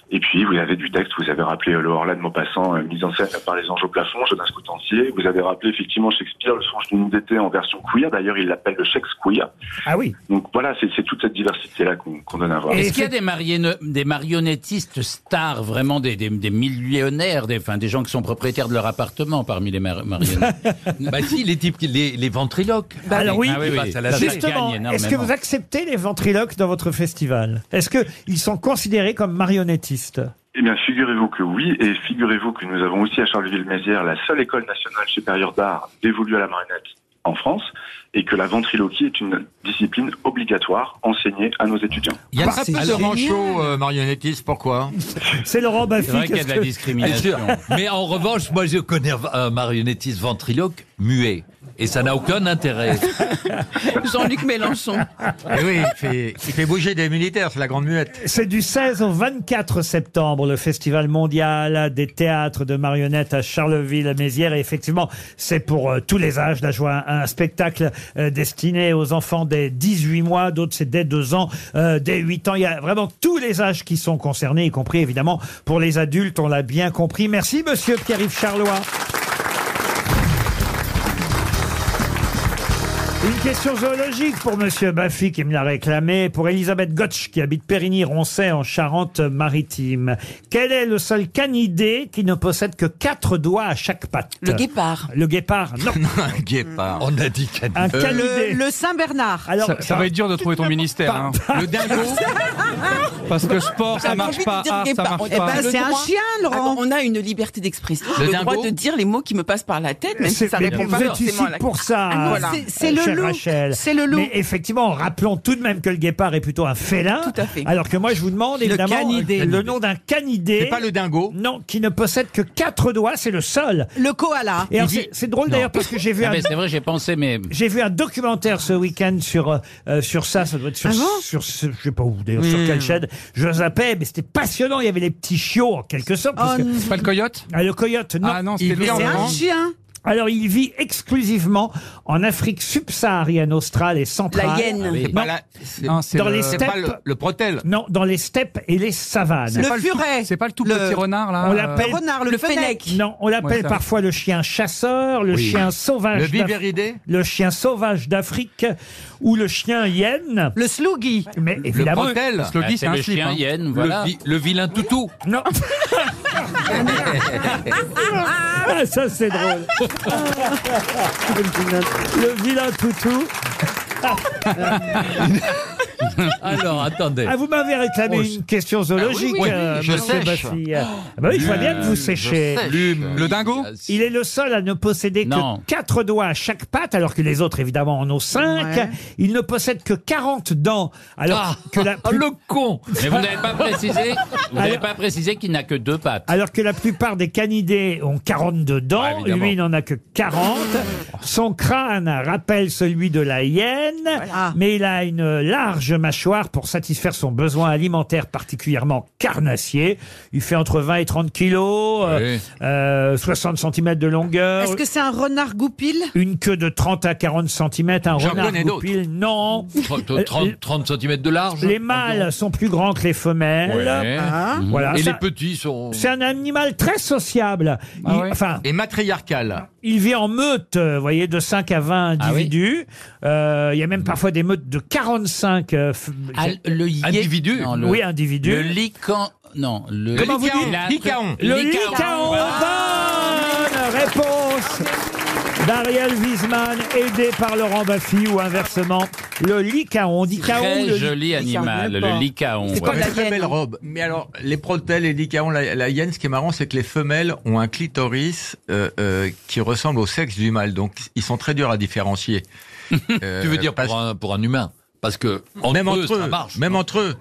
Speaker 15: Et puis vous avez du texte, vous avez rappelé euh, le Horla de Maupassant, euh, mise en scène par les anges au plafond, Jonas Coutancier. Vous avez rappelé effectivement Shakespeare, le songe d'une nuit d'été en version queer. D'ailleurs, il l'appelle le Shakespeare.
Speaker 2: Ah oui.
Speaker 15: Donc voilà, c'est c'est toute cette diversité-là qu'on qu'on donne à voir.
Speaker 3: Est-ce qu'il y a des, marionne- des marionnettistes stars, vraiment des, des, des millionnaires, des, enfin, des gens qui sont propriétaires de leur appartement parmi les mar- marionnettes Bah,
Speaker 5: Bah si, les types, qui- les, les ventriloques.
Speaker 2: Bah Alors oui,
Speaker 5: Ah oui.
Speaker 2: justement, est-ce que vous acceptez les ventriloques dans votre festival Est-ce qu'ils sont considérés comme marionnettistes
Speaker 15: Eh bien, figurez-vous que oui, et figurez-vous que nous avons aussi à Charleville-Mézières la seule école nationale supérieure d'art dévolue à la marionnette en France, et que la ventriloquie est une discipline obligatoire enseignée à nos étudiants.
Speaker 9: Il y a très peu de manchots euh, marionnettistes, pourquoi hein
Speaker 2: C'est Laurent Baffy.
Speaker 5: C'est vrai qu'il y a de la discrimination. Mais en revanche, moi, je connais un marionnettiste ventriloque muet. Et ça n'a aucun intérêt.
Speaker 14: Jean-Luc Mélenchon.
Speaker 9: Eh oui, il fait, il fait bouger des militaires, c'est la grande muette.
Speaker 2: C'est du 16 au 24 septembre, le Festival mondial des théâtres de marionnettes à Charleville-Mézières. Et effectivement, c'est pour euh, tous les âges. Là, je vois un, un spectacle euh, destiné aux enfants dès 18 mois, d'autres c'est dès 2 ans, euh, dès 8 ans. Il y a vraiment tous les âges qui sont concernés, y compris évidemment pour les adultes, on l'a bien compris. Merci monsieur Pierre-Yves Charlois. Une question zoologique pour Monsieur Baffy qui me l'a réclamé, pour Elisabeth Gotch qui habite Périgny-Roncey en Charente-Maritime. Quel est le seul canidé qui ne possède que quatre doigts à chaque patte
Speaker 14: Le guépard.
Speaker 2: Le guépard, non.
Speaker 9: Un guépard.
Speaker 5: On a dit canidé. Euh,
Speaker 2: Un
Speaker 6: Le,
Speaker 2: canidé.
Speaker 6: le Saint-Bernard.
Speaker 2: Alors,
Speaker 7: Euh, ça, ça va être dur de trouver ton ministère. hein.
Speaker 9: Le dingo.
Speaker 7: Parce que sport, ça marche pas. Art, ça marche pas.
Speaker 14: Eh ben, c'est un chien, Laurent. on a une liberté d'expression,
Speaker 7: Le
Speaker 14: le,
Speaker 7: dingo
Speaker 14: droit de dire les mots qui me passent par la tête, même si
Speaker 2: C'est-
Speaker 14: ça
Speaker 2: mais
Speaker 14: répond
Speaker 2: vous
Speaker 14: pas
Speaker 2: êtes ici
Speaker 14: forcément à la
Speaker 2: pour ça,
Speaker 14: Ah non,
Speaker 2: euh,
Speaker 14: voilà.
Speaker 2: chère Rachel.
Speaker 14: C'est le loup.
Speaker 2: Mais effectivement, rappelons tout de même que le guépard est plutôt un félin. Alors que moi, je vous demande évidemment
Speaker 6: canidé.
Speaker 2: le nom d'un canidé. C'est pas le
Speaker 9: dingo.
Speaker 2: Non, qui ne possède que quatre doigts, c'est le seul.
Speaker 6: Le koala.
Speaker 2: Et alors,
Speaker 3: Il
Speaker 2: c'est
Speaker 3: dit-
Speaker 2: c'est drôle
Speaker 3: Non.
Speaker 2: d'ailleurs parce que j'ai vu
Speaker 3: Ah,
Speaker 2: un
Speaker 3: mais C'est vrai, j'ai pensé, mais.
Speaker 2: Mmh. J'ai vu un documentaire ce week-end sur euh, euh, sur ça, ça doit être sur,
Speaker 3: Ah bon
Speaker 2: sur ce- je sais pas où d'ailleurs,
Speaker 7: Mmh.
Speaker 2: sur quelle chaîne. Je zappais, mais c'était passionnant. Il y avait les petits chiots en quelque sorte. parce
Speaker 6: Oh,
Speaker 2: que-
Speaker 7: mmh.
Speaker 6: non. C'est pas le
Speaker 7: coyote
Speaker 2: Ah, le coyote, non.
Speaker 7: Ah non,
Speaker 2: Il
Speaker 7: c'était
Speaker 2: vit
Speaker 7: le
Speaker 2: en
Speaker 7: C'est un
Speaker 2: Iran.
Speaker 6: chien.
Speaker 2: Alors, il vit exclusivement en Afrique subsaharienne, australe et centrale.
Speaker 9: La hyène. Ah oui. C'est
Speaker 2: Non.
Speaker 9: pas la- c'est- Non, c'est
Speaker 2: dans
Speaker 9: le-
Speaker 2: les
Speaker 9: c'est
Speaker 2: steppes.
Speaker 9: pas le- le protel.
Speaker 2: Non, dans les steppes et les savanes.
Speaker 7: C'est Le pas le tout- furet. c'est pas le tout petit renard, là,
Speaker 2: On
Speaker 7: euh,
Speaker 2: l'appelle
Speaker 7: Le renard, le
Speaker 2: fennec.
Speaker 7: fennec.
Speaker 2: Non, on l'appelle
Speaker 7: Ouais, ça.
Speaker 2: parfois le chien chasseur, le
Speaker 7: Oui.
Speaker 2: chien sauvage.
Speaker 9: Le
Speaker 2: d'Af-
Speaker 9: viverridé.
Speaker 2: Le chien sauvage d'Afrique ou le chien hyène.
Speaker 6: Le sloogie.
Speaker 2: Mais évidemment.
Speaker 9: bretelle. Le sloogie,
Speaker 3: Ah, c'est le chien hyène, voilà.
Speaker 5: hein. le, vi- le vilain toutou.
Speaker 2: Non. Ah, ça c'est drôle. le vilain toutou.
Speaker 5: Alors, attendez.
Speaker 2: Ah, vous m'avez réclamé
Speaker 5: Oh,
Speaker 2: une question zoologique,
Speaker 5: Ah oui, oui,
Speaker 2: euh,
Speaker 5: je
Speaker 2: monsieur
Speaker 5: sèche.
Speaker 2: Baffi. Ah bah oui, je vois bien que vous
Speaker 5: Je
Speaker 2: séchez.
Speaker 5: sèche. L'hume. Le dingo
Speaker 2: Il est le seul à ne posséder
Speaker 5: Non.
Speaker 2: que 4 doigts à chaque patte, alors que les autres, évidemment, en ont 5.
Speaker 5: Ouais.
Speaker 2: Il ne possède que 40 dents, alors que la plus-
Speaker 5: Ah. Oh, le con
Speaker 3: Mais vous n'avez pas précisé, vous n'avez
Speaker 2: Alors-
Speaker 3: pas précisé qu'il n'a que deux pattes.
Speaker 2: Alors que la plupart des canidés ont 42 dents,
Speaker 5: Ah,
Speaker 3: évidemment.
Speaker 2: lui il n'en a que 40. Son crâne rappelle celui de la hyène, mais il a une large mâchoire pour satisfaire son besoin alimentaire particulièrement carnassier. Il fait entre 20 et 30 kilos, euh,
Speaker 5: Oui.
Speaker 2: euh, 60 cm de longueur.
Speaker 6: Est-ce que c'est un renard goupil
Speaker 2: Une queue de 30 à 40 cm, un
Speaker 5: J'en
Speaker 2: renard
Speaker 5: connais d'autres.
Speaker 2: goupil, non. Euh,
Speaker 5: 30, 30 cm de large
Speaker 2: Les mâles sont plus grands que les femelles.
Speaker 5: Ouais.
Speaker 2: Hein
Speaker 5: Mhm.
Speaker 6: Ah.
Speaker 2: Voilà,
Speaker 5: Et
Speaker 2: ça-
Speaker 5: les petits
Speaker 9: Ah
Speaker 5: sont...
Speaker 2: c'est un animal très sociable.
Speaker 5: Ah
Speaker 2: Il- enfin,
Speaker 9: Et matriarcal.
Speaker 2: il vit en meute, euh, vous voyez, de 5 à 20
Speaker 3: Ah
Speaker 2: individus. Euh, Il y a même parfois des meutes de 45 euh, f-
Speaker 3: Ah, le hyène-
Speaker 2: individus.
Speaker 3: non, le-
Speaker 2: oui, individus.
Speaker 3: Le lycan, Non, le.
Speaker 2: Comment vous dites
Speaker 3: la-
Speaker 2: Le Lycaon. Bonne réponse d'Ariel Wiesman, aidé par Laurent Baffy ou inversement, le Lycaon. On dit Caon.
Speaker 3: Très
Speaker 2: le li-
Speaker 3: joli animal, le licaon.
Speaker 9: C'est
Speaker 3: ouais.
Speaker 9: une très
Speaker 5: hein.
Speaker 9: belle robe. Mais alors, les protèles, les lycaons, la, la hyène, ce qui est marrant, c'est que les femelles ont un clitoris euh, euh, qui ressemble au sexe du mâle. Donc, ils sont très durs à différencier. Euh,
Speaker 5: Tu veux dire pour un, pour un humain Parce que entre
Speaker 9: même
Speaker 5: eux,
Speaker 9: entre eux,
Speaker 5: ça marche.
Speaker 9: Même entre eux.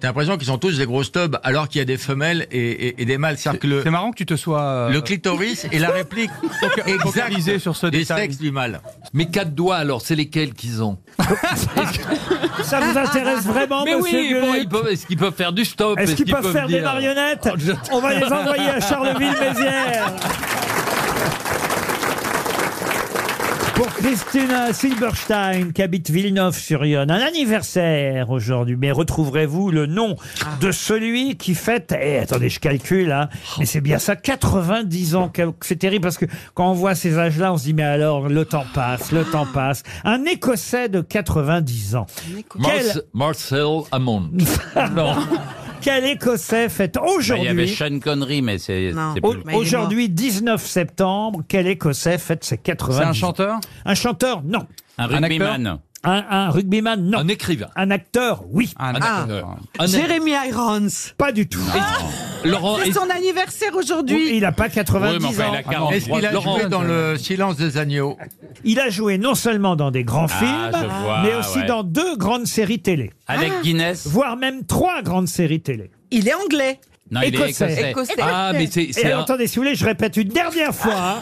Speaker 9: T'as l'impression qu'ils sont tous des grosses tubs, alors qu'il y a des femelles et, et- et des mâles. C'est-à-dire que le-
Speaker 7: C'est marrant que tu te sois. euh,
Speaker 9: le clitoris est la réplique
Speaker 7: focalisé
Speaker 9: exacte
Speaker 7: sur ce
Speaker 9: des
Speaker 7: détail.
Speaker 9: sexes du mâle.
Speaker 5: Mais quatre doigts, alors, c'est lesquels qu'ils ont
Speaker 2: Ça vous intéresse vraiment,
Speaker 5: Mais
Speaker 2: monsieur
Speaker 5: oui,
Speaker 2: bah, Gueluc
Speaker 5: bon, ils peuvent- est-ce qu'ils peuvent faire du stop
Speaker 2: Est-ce qu'ils peuvent, faire des
Speaker 5: dire- Oh,
Speaker 2: marionnettes On va les envoyer à
Speaker 4: Eh, ah,
Speaker 2: Charleville-Mézières. Pour Christina Silberstein, qui habite Villeneuve-sur-Yonne, un anniversaire aujourd'hui. Mais retrouverez-vous le nom de celui qui fête. Eh, attendez, je calcule, hein. Mais c'est bien ça, 90 ans. Quel- C'est terrible parce que quand on voit ces âges-là, on se dit, mais alors, le temps passe, le temps passe. Un Écossais de 90 ans. Quel-
Speaker 5: Marce- Marcel Amond. non.
Speaker 2: quel Écossais fête
Speaker 3: Bah, Il y avait
Speaker 2: aujourd'hui
Speaker 3: Sean Connery, Oh, mais c'est
Speaker 2: Non.
Speaker 3: c'est
Speaker 2: Au-
Speaker 3: plus le cas.
Speaker 2: Aujourd'hui, 19 septembre, quel Écossais fête ses 80
Speaker 3: C'est un
Speaker 2: chanteur Un chanteur, non.
Speaker 3: Un rugbyman.
Speaker 2: acteur un, un rugbyman, non. Un
Speaker 5: écrivain.
Speaker 2: Un acteur, oui.
Speaker 5: Un Ah. acteur. Un-
Speaker 6: Jeremy Irons.
Speaker 2: Pas du tout.
Speaker 5: Laurent,
Speaker 6: C'est
Speaker 5: est-
Speaker 6: son anniversaire
Speaker 2: Oui,
Speaker 6: aujourd'hui.
Speaker 2: il n'a pas 90
Speaker 9: Oui, mais enfin, il a
Speaker 2: ans.
Speaker 9: 43. Est-ce qu'il a
Speaker 2: Laurent,
Speaker 9: joué dans
Speaker 2: euh,
Speaker 9: le silence des agneaux
Speaker 2: Il a joué non seulement dans des grands
Speaker 9: Ah,
Speaker 2: films,
Speaker 9: je vois,
Speaker 2: mais aussi
Speaker 9: ouais.
Speaker 2: dans deux grandes séries télé.
Speaker 3: Alec Ah. Guinness.
Speaker 2: Voire même trois grandes séries télé.
Speaker 6: Il est anglais.
Speaker 3: Non, il est écossais.
Speaker 5: Ah, mais c'est- c'est
Speaker 2: Et
Speaker 5: un-
Speaker 2: attendez, si vous voulez, je répète une dernière fois. hein.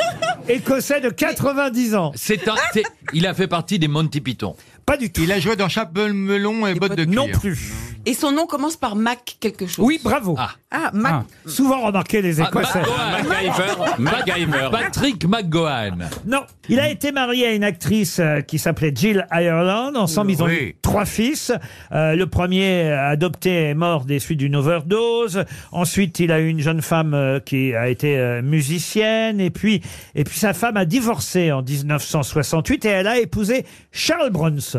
Speaker 2: écossais de 90 ans.
Speaker 5: c'est un- c'est- il a fait partie des Monty Python.
Speaker 2: Pas du tout.
Speaker 9: Il a joué dans Chapel Melon et Bottes de cuir.
Speaker 2: Non plus.
Speaker 14: Et son nom commence par Mac quelque chose.
Speaker 2: Oui, bravo.
Speaker 14: Ah, Mac.
Speaker 2: Souvent remarqué les
Speaker 5: bah,
Speaker 2: Écossais.
Speaker 5: MacGyver.
Speaker 3: MacGyver.
Speaker 5: Patrick McGowan.
Speaker 2: Non, il a été marié à une actrice euh, qui s'appelait Jill Ireland. Ensemble, ils ont eu trois fils. Euh, le premier euh, adopté est mort des suites d'une overdose. Ensuite, il a eu une jeune femme euh, qui a été euh, musicienne. Et puis, et puis sa femme a divorcé en 1968 et elle a épousé Charles Bronson.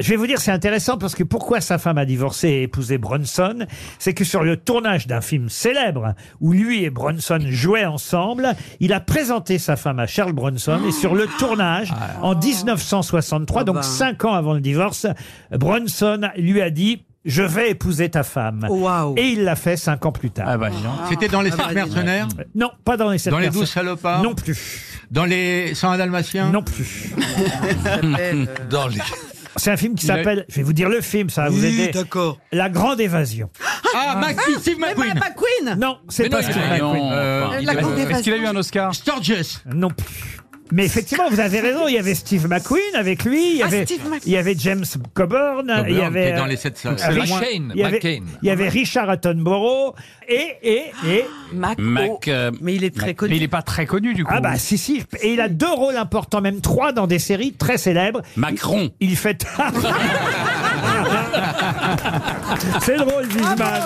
Speaker 2: Je vais vous dire, c'est intéressant parce que pourquoi sa femme a divorcé et épousé Bronson, c'est que sur le tournage d'un film célèbre où lui et Bronson jouaient ensemble, il a présenté sa femme à Charles Bronson et sur le tournage en 1963, donc
Speaker 6: ben.
Speaker 2: cinq ans avant le divorce, Bronson lui a dit je vais épouser ta femme. Et il l'a fait cinq ans plus
Speaker 9: Ah,
Speaker 2: tard.
Speaker 9: bah, C'était dans Les
Speaker 14: Ah, bah,
Speaker 9: Sept Mercenaires
Speaker 2: Ah. Non, pas dans les sept
Speaker 9: Dans Les
Speaker 2: Mercenaires.
Speaker 9: Douze Salopards
Speaker 2: Non plus.
Speaker 9: Dans Les 101 Dalmatiens
Speaker 2: Non plus.
Speaker 5: Dans les...
Speaker 2: C'est un film qui
Speaker 9: Il a-
Speaker 2: s'appelle, je vais vous dire le film, ça va vous
Speaker 9: Oui,
Speaker 2: aider.
Speaker 9: d'accord.
Speaker 2: La Grande Évasion.
Speaker 9: Ah, Mac- Steve McQueen
Speaker 6: McQueen
Speaker 2: Non, c'est
Speaker 9: Mais non,
Speaker 2: pas Steve
Speaker 9: il a-
Speaker 2: McQueen.
Speaker 9: non, Euh, enfin, il La a- Grande Est-ce qu'il a eu un
Speaker 2: Oscar
Speaker 9: Sturges
Speaker 2: Non plus. Mais effectivement, vous avez raison, il y avait Steve McQueen avec lui, il y
Speaker 6: Ah,
Speaker 2: avait,
Speaker 6: Steve McQueen.
Speaker 2: il y avait James Coburn,
Speaker 9: Coburn,
Speaker 2: il y avait...
Speaker 9: qui est dans les sept sœurs. C'est le moins-
Speaker 2: McCain, il y avait,
Speaker 9: McCain.
Speaker 2: il y avait Richard Attenborough et... et, et
Speaker 3: Mac, euh,
Speaker 6: Oh, Mais il est très connu.
Speaker 7: Mais il n'est pas très connu du coup.
Speaker 2: Ah bah si, si, et il a deux rôles importants, même trois dans des séries très célèbres.
Speaker 3: Macron.
Speaker 2: Il, il fait...
Speaker 4: ah,
Speaker 2: C'est drôle, Wiesmann.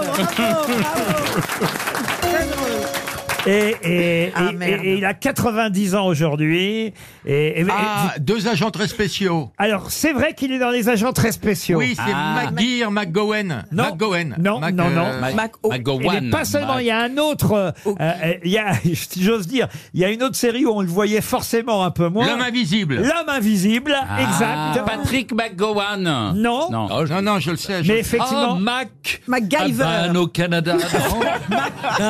Speaker 2: Et, et- et-
Speaker 9: merde.
Speaker 2: et- et il a 90 ans aujourd'hui. Et, et-
Speaker 9: Ah,
Speaker 2: et-
Speaker 9: deux agents très spéciaux.
Speaker 2: alors, c'est vrai qu'il est dans les agents très spéciaux. Ah.
Speaker 9: Oui, c'est McGear, McGowan.
Speaker 2: Non.
Speaker 9: McGowan.
Speaker 2: Non,
Speaker 9: Mac-
Speaker 2: non, non.
Speaker 9: euh,
Speaker 2: Il est pas seulement, il y a un autre, euh, euh, il y a, si j'ose dire, il y a une autre série où on le voyait forcément un peu moins.
Speaker 9: L'homme invisible.
Speaker 2: L'homme invisible,
Speaker 3: Ah,
Speaker 2: exact.
Speaker 3: Patrick McGowan.
Speaker 2: Non.
Speaker 3: Non. Oh,
Speaker 9: Non, non, Oh, je le sais. je-
Speaker 2: Mais effectivement.
Speaker 5: Ah, Mac.
Speaker 6: MacGyver.
Speaker 5: Aban au Canada. non.
Speaker 9: Oh,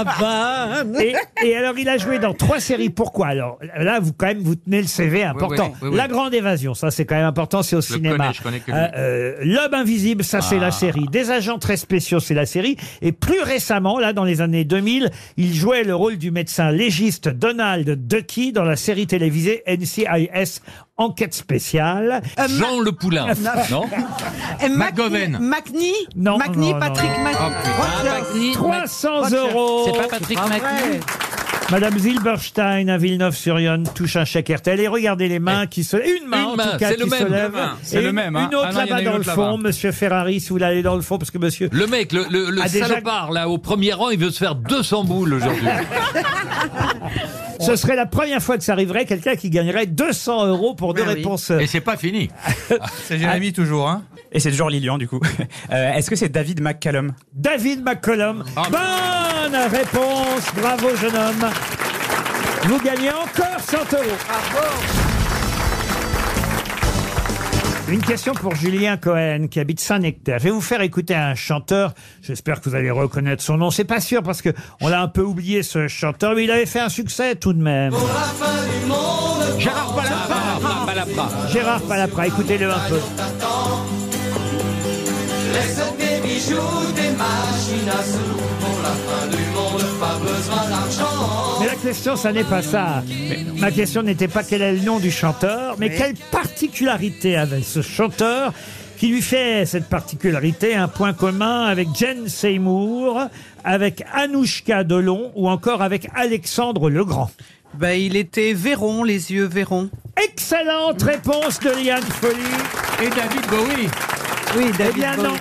Speaker 2: Et, et alors, il a joué dans trois séries. Pourquoi Alors là, vous quand même, vous tenez le CV important.
Speaker 9: oui, oui, oui.
Speaker 2: La Grande Évasion, ça c'est quand même important, c'est au cinéma.
Speaker 9: connais, je connais que lui.
Speaker 2: euh, L'homme invisible, ça c'est
Speaker 9: Ah.
Speaker 2: la série. Des agents très spéciaux, c'est la série. Et plus récemment, là dans les années 2000, il jouait le rôle du médecin légiste Donald Ducky dans la série télévisée NCIS Enquête spéciale. Euh,
Speaker 5: Jean Le Poulain. Non
Speaker 6: Et Mac-
Speaker 9: McGowan.
Speaker 6: McNee
Speaker 2: Oh Non,
Speaker 6: McNee,
Speaker 2: non,
Speaker 6: Patrick
Speaker 2: non.
Speaker 7: Oh, Ah,
Speaker 6: McNee. Rogers.
Speaker 2: 300
Speaker 6: Rogers.
Speaker 2: euros. Ah
Speaker 6: vrai.
Speaker 2: Madame Zilberstein à Villeneuve-sur-Yonne touche un chèque RTL et regardez les mains qui se Une main
Speaker 5: Eh, Une
Speaker 2: en
Speaker 5: main,
Speaker 2: tout cas
Speaker 5: c'est
Speaker 2: qui
Speaker 5: le
Speaker 2: se
Speaker 5: même.
Speaker 2: lève.
Speaker 5: Demain.
Speaker 2: Et
Speaker 5: C'est le
Speaker 2: une-
Speaker 5: même, hein.
Speaker 2: Une autre
Speaker 5: Ah non, il y en a
Speaker 2: là-bas
Speaker 5: une
Speaker 2: dans le
Speaker 5: autre là-bas.
Speaker 2: fond, monsieur Ferrari, si vous l'allez dans le fond, parce que monsieur.
Speaker 5: Le mec, le, le, le
Speaker 2: Ah, déjà-
Speaker 5: salopard, là, au premier rang, il veut se faire 200 boules aujourd'hui.
Speaker 2: Ce serait la première fois que ça arriverait, quelqu'un qui gagnerait 200 euros pour
Speaker 5: Ben
Speaker 2: deux réponses.
Speaker 9: Et c'est pas fini.
Speaker 11: C'est Jérémy toujours, hein Et c'est toujours Lilian, du coup. Euh, Est-ce que c'est David McCallum Ah,
Speaker 2: David McCollum. Bonne réponse. Bravo, jeune homme. Vous gagnez encore 100 euros. Une question pour Julien Cohen qui habite Saint-Nectaire. Je vais vous faire écouter un chanteur. J'espère que vous allez reconnaître son nom. C'est pas sûr parce que on l'a un peu oublié ce chanteur, mais il avait fait un succès tout de même.
Speaker 3: Gérard Palapra. Palapra.
Speaker 2: Gérard Palapra, écoutez-le un peu.
Speaker 16: Laisse tes bijoux, tes machines à sous. Pour la fin du monde, pas besoin d'argent.
Speaker 2: Mais la question, ça n'est pas ça. Ma question n'était pas quel est le nom du chanteur, mais
Speaker 16: Oui.
Speaker 2: quelle particularité avait ce chanteur qui lui fait cette particularité un point commun avec Jane Seymour, avec Anouchka Delon ou encore avec Alexandre Legrand.
Speaker 6: Ben, il était Véron, les yeux Véron.
Speaker 2: Excellente réponse de Liane Folly.
Speaker 9: Et David Bowie.
Speaker 6: Oui, David
Speaker 2: Eh bien,
Speaker 6: Bowie.
Speaker 2: non.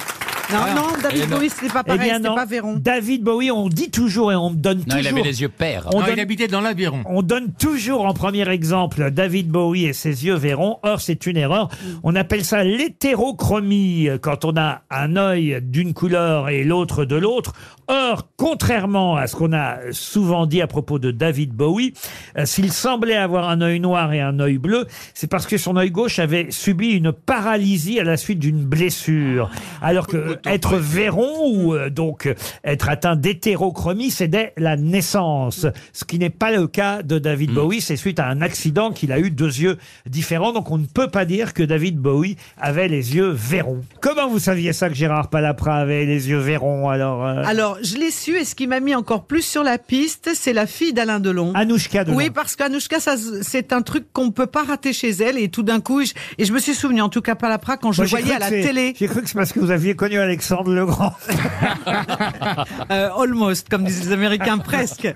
Speaker 6: Non,
Speaker 2: Ah.
Speaker 6: non, David
Speaker 2: Eh non.
Speaker 6: Bowie, c'était pas
Speaker 2: Eh
Speaker 6: pareil,
Speaker 2: bien,
Speaker 6: c'était
Speaker 2: non.
Speaker 6: pas Véron.
Speaker 2: David Bowie, on dit toujours et on me donne
Speaker 3: Non,
Speaker 2: toujours.
Speaker 3: il avait les yeux pères.
Speaker 2: On
Speaker 9: Non,
Speaker 2: donne-
Speaker 9: il habitait dans l'Aviron.
Speaker 2: On donne toujours en premier exemple David Bowie et ses yeux verrons. Or, c'est une erreur. On appelle ça l'hétérochromie quand on a un œil d'une couleur et l'autre de l'autre. Or, contrairement à ce qu'on a souvent dit à propos de David Bowie, euh, s'il semblait avoir un œil noir et un œil bleu, c'est parce que son œil gauche avait subi une paralysie à la suite d'une blessure. Alors que être verron ou euh, donc euh, être atteint d'hétérochromie, c'est dès la naissance. Ce qui n'est pas le cas de David Bowie, c'est suite à un accident qu'il a eu deux yeux différents. Donc on ne peut pas dire que David Bowie avait les yeux verrons. Comment vous saviez ça que Gérard Palapra avait les yeux verrons alors euh
Speaker 6: Alors, je l'ai su et ce qui m'a mis encore plus sur la piste, c'est la fille d'Alain Delon.
Speaker 2: Anouchka Delon.
Speaker 6: Oui, parce qu'Anouchka, ça, c'est un truc qu'on ne peut pas rater chez elle et tout d'un coup, je, et je me suis souvenu, en tout cas pas la pra, quand je
Speaker 2: Moi,
Speaker 6: le
Speaker 2: j'ai
Speaker 6: voyais
Speaker 2: cru
Speaker 6: à la
Speaker 2: que c'est-
Speaker 6: télé.
Speaker 2: J'ai cru que c'est parce que vous aviez connu Alexandre Legrand.
Speaker 6: Euh, almost, comme disent les Américains, presque.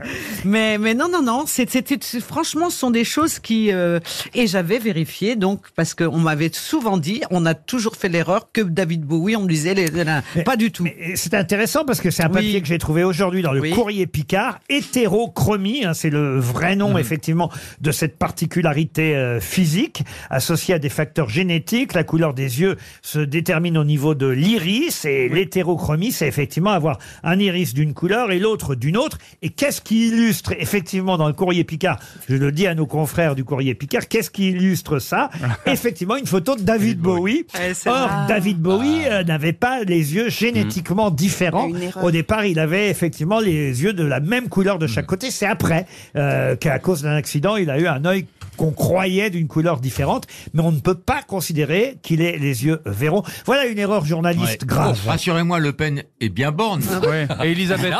Speaker 6: Mais, mais non, non, non. c'est- C'était c'est- franchement, ce sont des choses qui euh, et j'avais vérifié donc parce qu'on m'avait souvent dit, on a toujours fait l'erreur que David Bowie, on me disait les- les- les- pas du tout.
Speaker 2: Et C'est intéressant parce que c'est un
Speaker 6: Oui.
Speaker 2: papier que j'ai trouvé aujourd'hui dans le courrier Picard. Hétérochromie, hein, c'est le vrai nom effectivement de cette particularité euh, physique associée à des facteurs génétiques. La couleur des yeux se détermine au niveau de l'iris et l'hétérochromie, c'est effectivement avoir un iris d'une couleur et l'autre d'une autre. Et qu'est-ce qui illustre effectivement dans le courrier Picard Je le dis à nos confrères du courrier Picard, qu'est-ce qui illustre ça Effectivement, une photo de David Bowie. Or,
Speaker 6: Eh, vrai.
Speaker 2: David Bowie euh, n'avait pas les yeux génétiquement différents.
Speaker 6: Il y a une erreur.
Speaker 2: Au départ, il avait effectivement les yeux de la même couleur de chaque côté. C'est après euh, qu'à cause d'un accident, il a eu un œil qu'on croyait d'une couleur différente, mais on ne peut pas considérer qu'il ait les yeux verrons. Voilà une erreur journaliste grave. Ah
Speaker 9: Oh, Rassurez-moi, Le Pen est bien borne. Ah,
Speaker 7: Ouais. Et Elisabeth.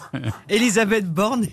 Speaker 6: Elisabeth Borne.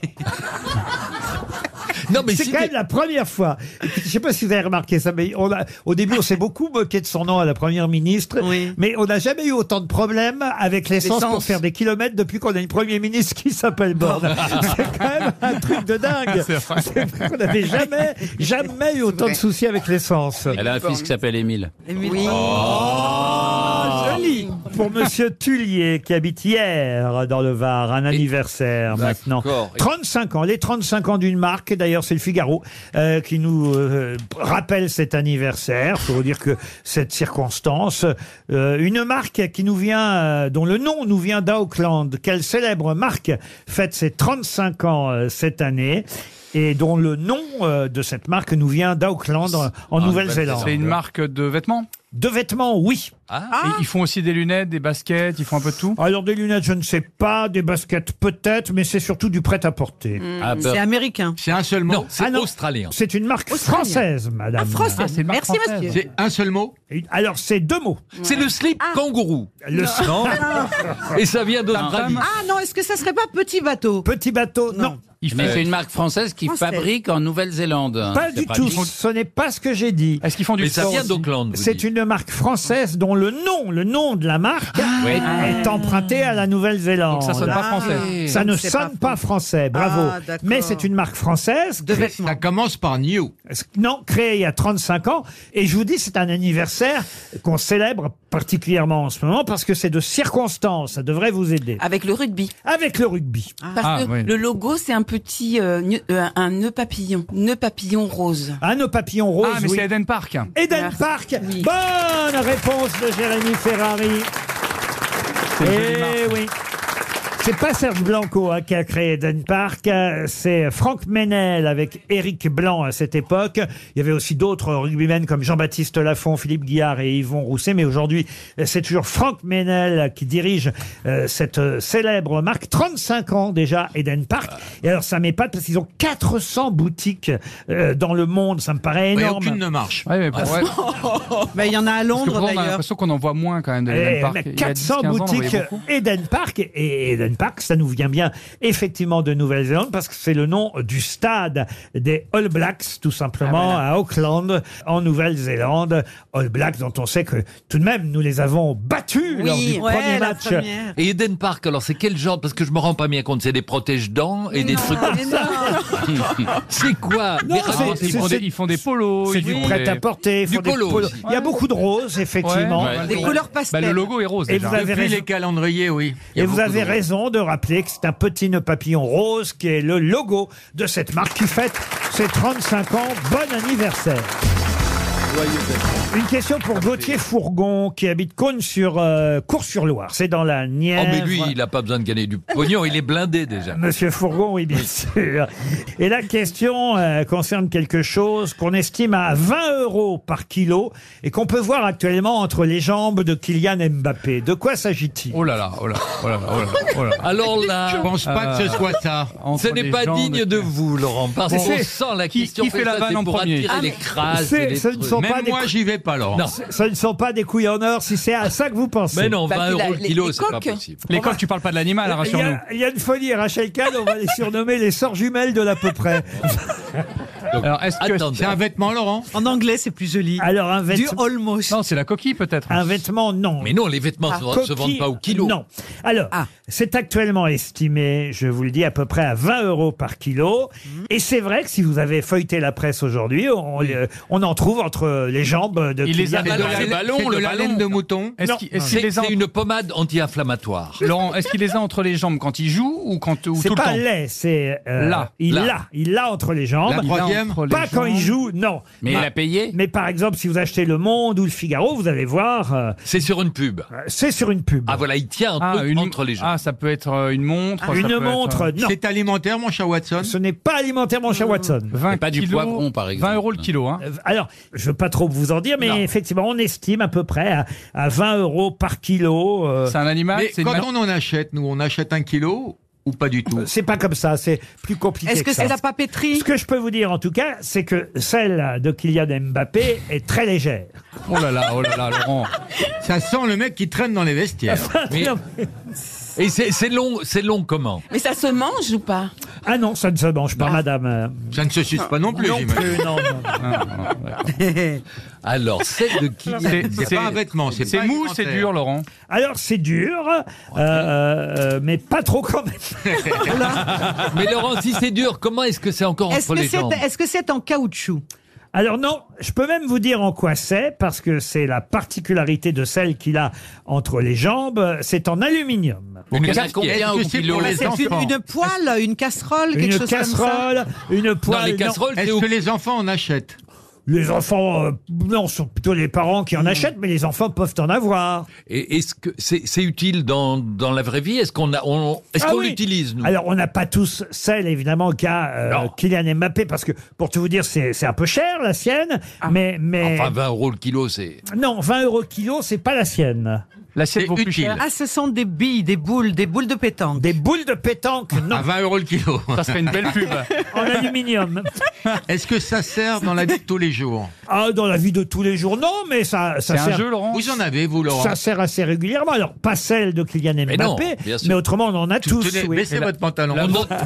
Speaker 2: c'est quand même la première fois. Et puis, Je sais pas si vous avez remarqué ça, mais on a, au début, on s'est beaucoup moqué de son nom à la première ministre. Mais on n'a jamais eu autant de problèmes avec l'essence pour
Speaker 6: L'essence.
Speaker 2: faire des kilomètres depuis qu'on a une première ministre qui s'appelle Borne. c'est quand même un truc de dingue.
Speaker 3: C'est vrai.
Speaker 2: C'est vrai qu'on n'avait jamais, jamais eu autant de soucis avec l'essence.
Speaker 3: Elle a un fils qui s'appelle Émile.
Speaker 6: Oui.
Speaker 2: Ah, joli. Pour Monsieur Tullier, qui habite hier dans le Var, un anniversaire maintenant. 35 ans, les 35 ans d'une marque, et d'ailleurs c'est le Figaro euh, qui nous euh, rappelle cet anniversaire, pour vous dire que cette circonstance, euh, une marque qui nous vient, euh, dont le nom nous vient d'Auckland, quelle célèbre marque fête ses 35 ans euh, cette année et dont le nom euh, de cette marque nous vient d'Auckland
Speaker 7: Ah,
Speaker 2: en, en Nouvelle-Zélande.
Speaker 7: C'est une marque de vêtements Ah.
Speaker 2: De vêtements, oui.
Speaker 7: Et ils font aussi des lunettes, des baskets, ils font un peu de tout.
Speaker 2: Alors des lunettes, je ne sais pas, des baskets peut-être, mais c'est surtout du prêt-à-porter.
Speaker 7: Ah, bah.
Speaker 6: Mm. C'est américain.
Speaker 9: C'est un seul mot.
Speaker 7: Non, c'est australien.
Speaker 2: C'est une marque
Speaker 6: Australien.
Speaker 2: française, madame.
Speaker 6: Ah, française. Ah, c'est une marque Merci, française. monsieur.
Speaker 9: C'est un seul mot
Speaker 2: Et- Alors, c'est deux mots.
Speaker 5: C'est le slip
Speaker 6: Ah.
Speaker 5: kangourou.
Speaker 2: Le
Speaker 5: Non. Et ça vient d'Australie.
Speaker 6: Ah non, est-ce que ça serait pas petit bateau
Speaker 2: Petit bateau, non.
Speaker 3: Mais c'est une marque française qui
Speaker 6: Française.
Speaker 3: fabrique en Nouvelle-Zélande. hein.
Speaker 2: Pas
Speaker 3: C'est
Speaker 2: du tout,
Speaker 3: nice.
Speaker 2: ce n'est pas ce que j'ai dit.
Speaker 7: Est-ce qu'ils font
Speaker 3: du Mais ça sport vient aussi d'Auckland, vous
Speaker 2: C'est
Speaker 3: dites.
Speaker 2: une marque française dont dont le nom, le nom de la marque,
Speaker 3: Ah.
Speaker 2: est emprunté à la Nouvelle-Zélande.
Speaker 7: Donc ça sonne pas français. Ah,
Speaker 2: Ça ne
Speaker 7: c'est
Speaker 2: sonne
Speaker 7: pas
Speaker 2: pas, français, bravo.
Speaker 7: Ah, d'accord.
Speaker 2: Mais c'est une marque française. De vêtements. Ça
Speaker 9: commence par New.
Speaker 2: Non, créée il y a 35 ans. Et je vous dis, c'est un anniversaire qu'on célèbre particulièrement en ce moment parce que c'est de circonstances. Ça devrait vous aider.
Speaker 14: Avec le rugby. Ah.
Speaker 2: Avec le rugby.
Speaker 14: Parce que le logo, c'est un petit euh, nœud- euh, un nœud papillon. Nœud papillon rose.
Speaker 2: Un nœud papillon rose.
Speaker 7: Ah, mais c'est Eden Park.
Speaker 2: Eden Park. Bonne réponse de Jérémy Ferrari. Eh oui. C'est pas Serge Blanco hein, qui a créé Eden Park, euh, c'est Franck Ménel avec Éric Blanc à cette époque. Il y avait aussi d'autres rugbymen comme Jean-Baptiste Lafont, Philippe Guillard et Yvon Rousset, mais aujourd'hui euh, c'est toujours Franck Ménel qui dirige euh, cette euh, célèbre marque. 35 ans déjà Eden Park. Et alors ça m'épate parce qu'ils ont 400 boutiques euh, dans le monde, ça me paraît
Speaker 9: Ouais,
Speaker 2: énorme.
Speaker 9: aucune ne marche. Ah
Speaker 7: Ouais, mais
Speaker 2: Ah,
Speaker 7: bon, ouais.
Speaker 6: Mais il y en a à
Speaker 7: Parce que
Speaker 6: Londres
Speaker 7: pourtant, on a
Speaker 6: d'ailleurs.
Speaker 7: l'impression qu'on en voit moins quand même de
Speaker 2: Eh,
Speaker 7: l'Eden Park.
Speaker 2: mais
Speaker 7: Il y a 10, 15 ans,
Speaker 2: 400
Speaker 7: on en voyait
Speaker 2: boutiques
Speaker 7: beaucoup.
Speaker 2: Eden Park et Eden Park, ça nous vient bien effectivement de Nouvelle-Zélande parce que c'est le nom du stade des All Blacks tout simplement
Speaker 7: Ah,
Speaker 2: à Auckland en Nouvelle-Zélande. All Blacks dont on sait que tout de même nous les avons battus lors du premier match.
Speaker 5: Et Eden Park, alors c'est quel genre Parce que je me rends pas bien compte, c'est des protège-dents et des trucs comme ça. c'est quoi
Speaker 2: Ah, Non,
Speaker 5: Des
Speaker 2: c'est-
Speaker 5: raquettes
Speaker 2: c'est-
Speaker 7: Ils font, des, ils font des polos.
Speaker 2: C'est
Speaker 7: ils
Speaker 2: du
Speaker 7: font
Speaker 2: prêt
Speaker 7: des-
Speaker 2: à porter,
Speaker 7: Du polo aussi.
Speaker 2: Il y a beaucoup de roses effectivement.
Speaker 7: Ouais. Des couleurs pastel. Bah, le logo est rose,
Speaker 2: Et
Speaker 7: déjà.
Speaker 2: vous avez
Speaker 7: Depuis
Speaker 2: raison.
Speaker 9: Les calendriers, oui. Il y a
Speaker 2: Et vous
Speaker 9: beaucoup de
Speaker 2: avez
Speaker 9: roses.
Speaker 2: raison de rappeler que c'est un petit nœud papillon rose qui est le logo de cette marque qui fête ses 35 ans. Bon anniversaire.
Speaker 5: Oh,
Speaker 2: Une question pour Gauthier Fourgon qui habite Cône sur sur Loire. C'est dans la
Speaker 5: Oh,
Speaker 2: Nièvre.
Speaker 5: mais lui, il a pas besoin de gagner du pognon, il est blindé déjà.
Speaker 2: Monsieur Fourgon, oui, bien sûr. Et la question euh, concerne quelque chose qu'on estime à 20 euros par kilo et qu'on peut voir actuellement entre les jambes de Kylian Mbappé. De quoi s'agit-il
Speaker 7: Oh là là, oh là, oh là, oh là, oh là.
Speaker 5: Alors là, Ah.
Speaker 9: Je pense pas que ce soit ça.
Speaker 5: Ce n'est pas digne de vous, Laurent, parce
Speaker 7: Mais
Speaker 5: qu'on
Speaker 7: c'est-
Speaker 5: sent la
Speaker 7: qui-
Speaker 5: question
Speaker 7: qui fait
Speaker 5: que
Speaker 7: la
Speaker 5: ça,
Speaker 7: vanne
Speaker 5: c'est
Speaker 7: en
Speaker 5: pour
Speaker 7: premier
Speaker 5: attirer
Speaker 7: Ah,
Speaker 5: les
Speaker 7: mais-
Speaker 5: crasses
Speaker 2: C'est-
Speaker 5: et les
Speaker 2: ce ne
Speaker 5: trucs.
Speaker 2: sont pas
Speaker 9: Même
Speaker 2: des
Speaker 9: moi,
Speaker 2: coups-
Speaker 9: j'y vais pas, Laurent.
Speaker 5: Non.
Speaker 2: Ce- Ce ne sont pas des couilles en or si c'est à ça que vous pensez. Bah,
Speaker 5: Mais non, 20
Speaker 7: puis la-
Speaker 5: euros le
Speaker 7: les-
Speaker 5: kilo,
Speaker 7: les
Speaker 5: c'est pas
Speaker 7: coques.
Speaker 5: possible.
Speaker 7: Les coques, tu parles pas de
Speaker 9: Ah,
Speaker 7: l'animal, hein,
Speaker 2: Il y,
Speaker 7: rassure-nous.
Speaker 2: a, il y a une folie, Rachel Kahn, on va les surnommer les sœurs jumelles de l'à peu près.
Speaker 7: Alors, est-ce que
Speaker 5: Attendez.
Speaker 9: C'est un vêtement, Laurent
Speaker 6: En anglais, c'est plus joli.
Speaker 2: Alors un
Speaker 6: Du
Speaker 2: vêtement,
Speaker 6: almost.
Speaker 7: Non, c'est la coquille peut-être.
Speaker 2: un vêtement non.
Speaker 5: Mais non, les vêtements
Speaker 2: Ah,
Speaker 5: ne se- se vendent
Speaker 2: coquille,
Speaker 5: pas au kilo.
Speaker 2: Non. Alors, c'est actuellement estimé, je vous le dis, à peu près à 20 euros par kilo. Et c'est vrai que si vous avez feuilleté la presse aujourd'hui, on, euh, on en trouve entre les jambes de
Speaker 7: Il les a
Speaker 2: Kylian
Speaker 9: C'est de
Speaker 7: balancés.
Speaker 5: Alors,
Speaker 9: la,
Speaker 5: le ballon,
Speaker 9: c'est de
Speaker 5: le
Speaker 9: la
Speaker 5: ballon.
Speaker 9: laine de mouton.
Speaker 7: Est-ce
Speaker 2: Non,
Speaker 7: qu'il est-ce
Speaker 5: C'est
Speaker 7: qu'il les a
Speaker 5: c'est
Speaker 7: en-
Speaker 5: une pommade anti-inflammatoire.
Speaker 7: Laurent, est-ce qu'il les a entre les jambes quand il joue ou quand ou tout
Speaker 2: C'est
Speaker 7: le
Speaker 2: pas
Speaker 7: temps
Speaker 2: laid, c'est euh,
Speaker 7: Là,
Speaker 2: il
Speaker 5: là.
Speaker 2: l'a, il l'a entre les jambes.
Speaker 9: La
Speaker 7: Il a
Speaker 9: troisième
Speaker 7: entre les
Speaker 2: Pas quand
Speaker 7: jambes.
Speaker 2: il joue, non.
Speaker 3: Mais
Speaker 2: Ah.
Speaker 3: il a payé
Speaker 2: Mais par exemple, si vous achetez Le Monde ou Le Figaro, vous allez voir, euh,
Speaker 5: C'est sur une pub.
Speaker 2: c'est sur une pub.
Speaker 5: Ah voilà, il tient un
Speaker 7: Ah,
Speaker 5: truc
Speaker 7: une-
Speaker 5: entre les jambes.
Speaker 7: Ah, ça peut être euh, une montre. ça peut
Speaker 2: Ah, une
Speaker 7: être,
Speaker 2: montre,
Speaker 7: euh,
Speaker 2: non.
Speaker 9: C'est alimentaire, mon cher Watson.
Speaker 2: Ce n'est pas alimentaire, mon cher Watson.
Speaker 7: 20
Speaker 3: Et pas du
Speaker 7: Euh, kilos,
Speaker 3: poivron, par exemple.
Speaker 7: 20 euros le kilo, hein.
Speaker 2: Euh, Alors, je veux pas trop vous en dire, mais
Speaker 7: Non.
Speaker 2: effectivement, on estime à peu près à, à 20 euros par kilo. euh,
Speaker 7: C'est un animal.
Speaker 9: Mais
Speaker 7: c'est une
Speaker 9: quand
Speaker 7: ma-
Speaker 9: on en achète, nous, on achète un kilo ou pas du tout
Speaker 2: Euh, c'est pas comme ça, c'est plus compliqué.
Speaker 6: Est-ce que
Speaker 2: ça.
Speaker 6: c'est la papeterie
Speaker 2: Ce que je peux vous dire en tout cas, c'est que celle de Kylian Mbappé est très légère.
Speaker 7: Oh là là, oh là là, Laurent.
Speaker 9: Ça sent le mec qui traîne dans les vestiaires.
Speaker 5: Mais-
Speaker 2: Non.
Speaker 5: Et c'est c'est long, c'est long comment
Speaker 14: Mais ça se mange ou pas
Speaker 2: Ah non, ça ne se mange pas, madame. euh,
Speaker 9: Ça ne se suce pas non plus,
Speaker 2: Non
Speaker 9: j'imagine.
Speaker 2: plus, non, non.
Speaker 5: Ah, Alors, c'est de qui
Speaker 7: C'est-
Speaker 9: C'est pas un vêtement, c'est
Speaker 7: C'est
Speaker 9: pas
Speaker 7: mou, c'est
Speaker 9: alimentaire.
Speaker 7: dur, Laurent.
Speaker 2: Alors c'est dur, euh, euh, mais pas trop quand même.
Speaker 5: Mais Laurent, si c'est dur, comment est-ce que c'est encore
Speaker 6: Est-ce
Speaker 5: entre
Speaker 6: que
Speaker 5: les
Speaker 6: c'est
Speaker 5: jambes
Speaker 6: est-ce que c'est en caoutchouc
Speaker 2: Alors non, je peux même vous dire en quoi c'est, parce que c'est la particularité de celle qu'il a entre les jambes, c'est en aluminium.
Speaker 5: Mais
Speaker 9: Est-ce
Speaker 5: ça convient au
Speaker 9: que c'est
Speaker 5: kilo
Speaker 9: pour
Speaker 5: Les
Speaker 9: les
Speaker 6: C'est une,
Speaker 9: enfants
Speaker 6: une poêle, une casserole, quelque
Speaker 2: Une
Speaker 6: chose comme ça
Speaker 2: casserole, une poêle.
Speaker 5: Non, les
Speaker 2: non.
Speaker 5: casseroles, c'est
Speaker 9: Est-ce
Speaker 5: au
Speaker 9: que les enfants en achètent
Speaker 2: Les enfants, euh, non, sont plutôt les parents
Speaker 6: Hmm.
Speaker 2: qui en achètent, mais les enfants peuvent en avoir.
Speaker 5: Et est-ce que c'est c'est utile dans, dans la vraie vie Est-ce qu'on a- on, est-ce
Speaker 2: Ah
Speaker 5: qu'on
Speaker 2: oui.
Speaker 5: l'utilise nous
Speaker 2: Alors, on n'a pas tous celle, évidemment, qu'a euh,
Speaker 5: Non.
Speaker 2: Kylian Mbappé, parce que, pour tout vous dire, c'est c'est un peu cher, la sienne,
Speaker 6: Ah.
Speaker 2: mais... mais
Speaker 5: Enfin, 20 euros le kilo, c'est.
Speaker 2: Non, 20 euros kilo, c'est pas la sienne.
Speaker 7: L'assiette
Speaker 9: C'est
Speaker 7: vaut plus
Speaker 9: utile.
Speaker 7: cher.
Speaker 6: Ah, ce sont des billes, des boules, des boules de pétanque.
Speaker 2: Des boules de pétanque, non,
Speaker 9: À 20 euros le kilo.
Speaker 7: Ça serait une belle pub.
Speaker 2: en aluminium.
Speaker 9: Est-ce que ça sert dans la vie de tous les jours
Speaker 2: Ah, dans la vie de tous les jours, non, mais ça,
Speaker 7: C'est
Speaker 2: ça
Speaker 7: un
Speaker 2: sert...
Speaker 7: jeu, Laurent.
Speaker 9: Vous en avez, vous, Laurent
Speaker 2: Ça sert assez régulièrement. Alors, pas celle de Kylian Mbappé,
Speaker 5: Mais
Speaker 2: mais,
Speaker 5: non, bien sûr.
Speaker 2: autrement, on en a tous.
Speaker 9: Tenez,
Speaker 2: oui.
Speaker 9: baissez votre pantalon.
Speaker 5: On en-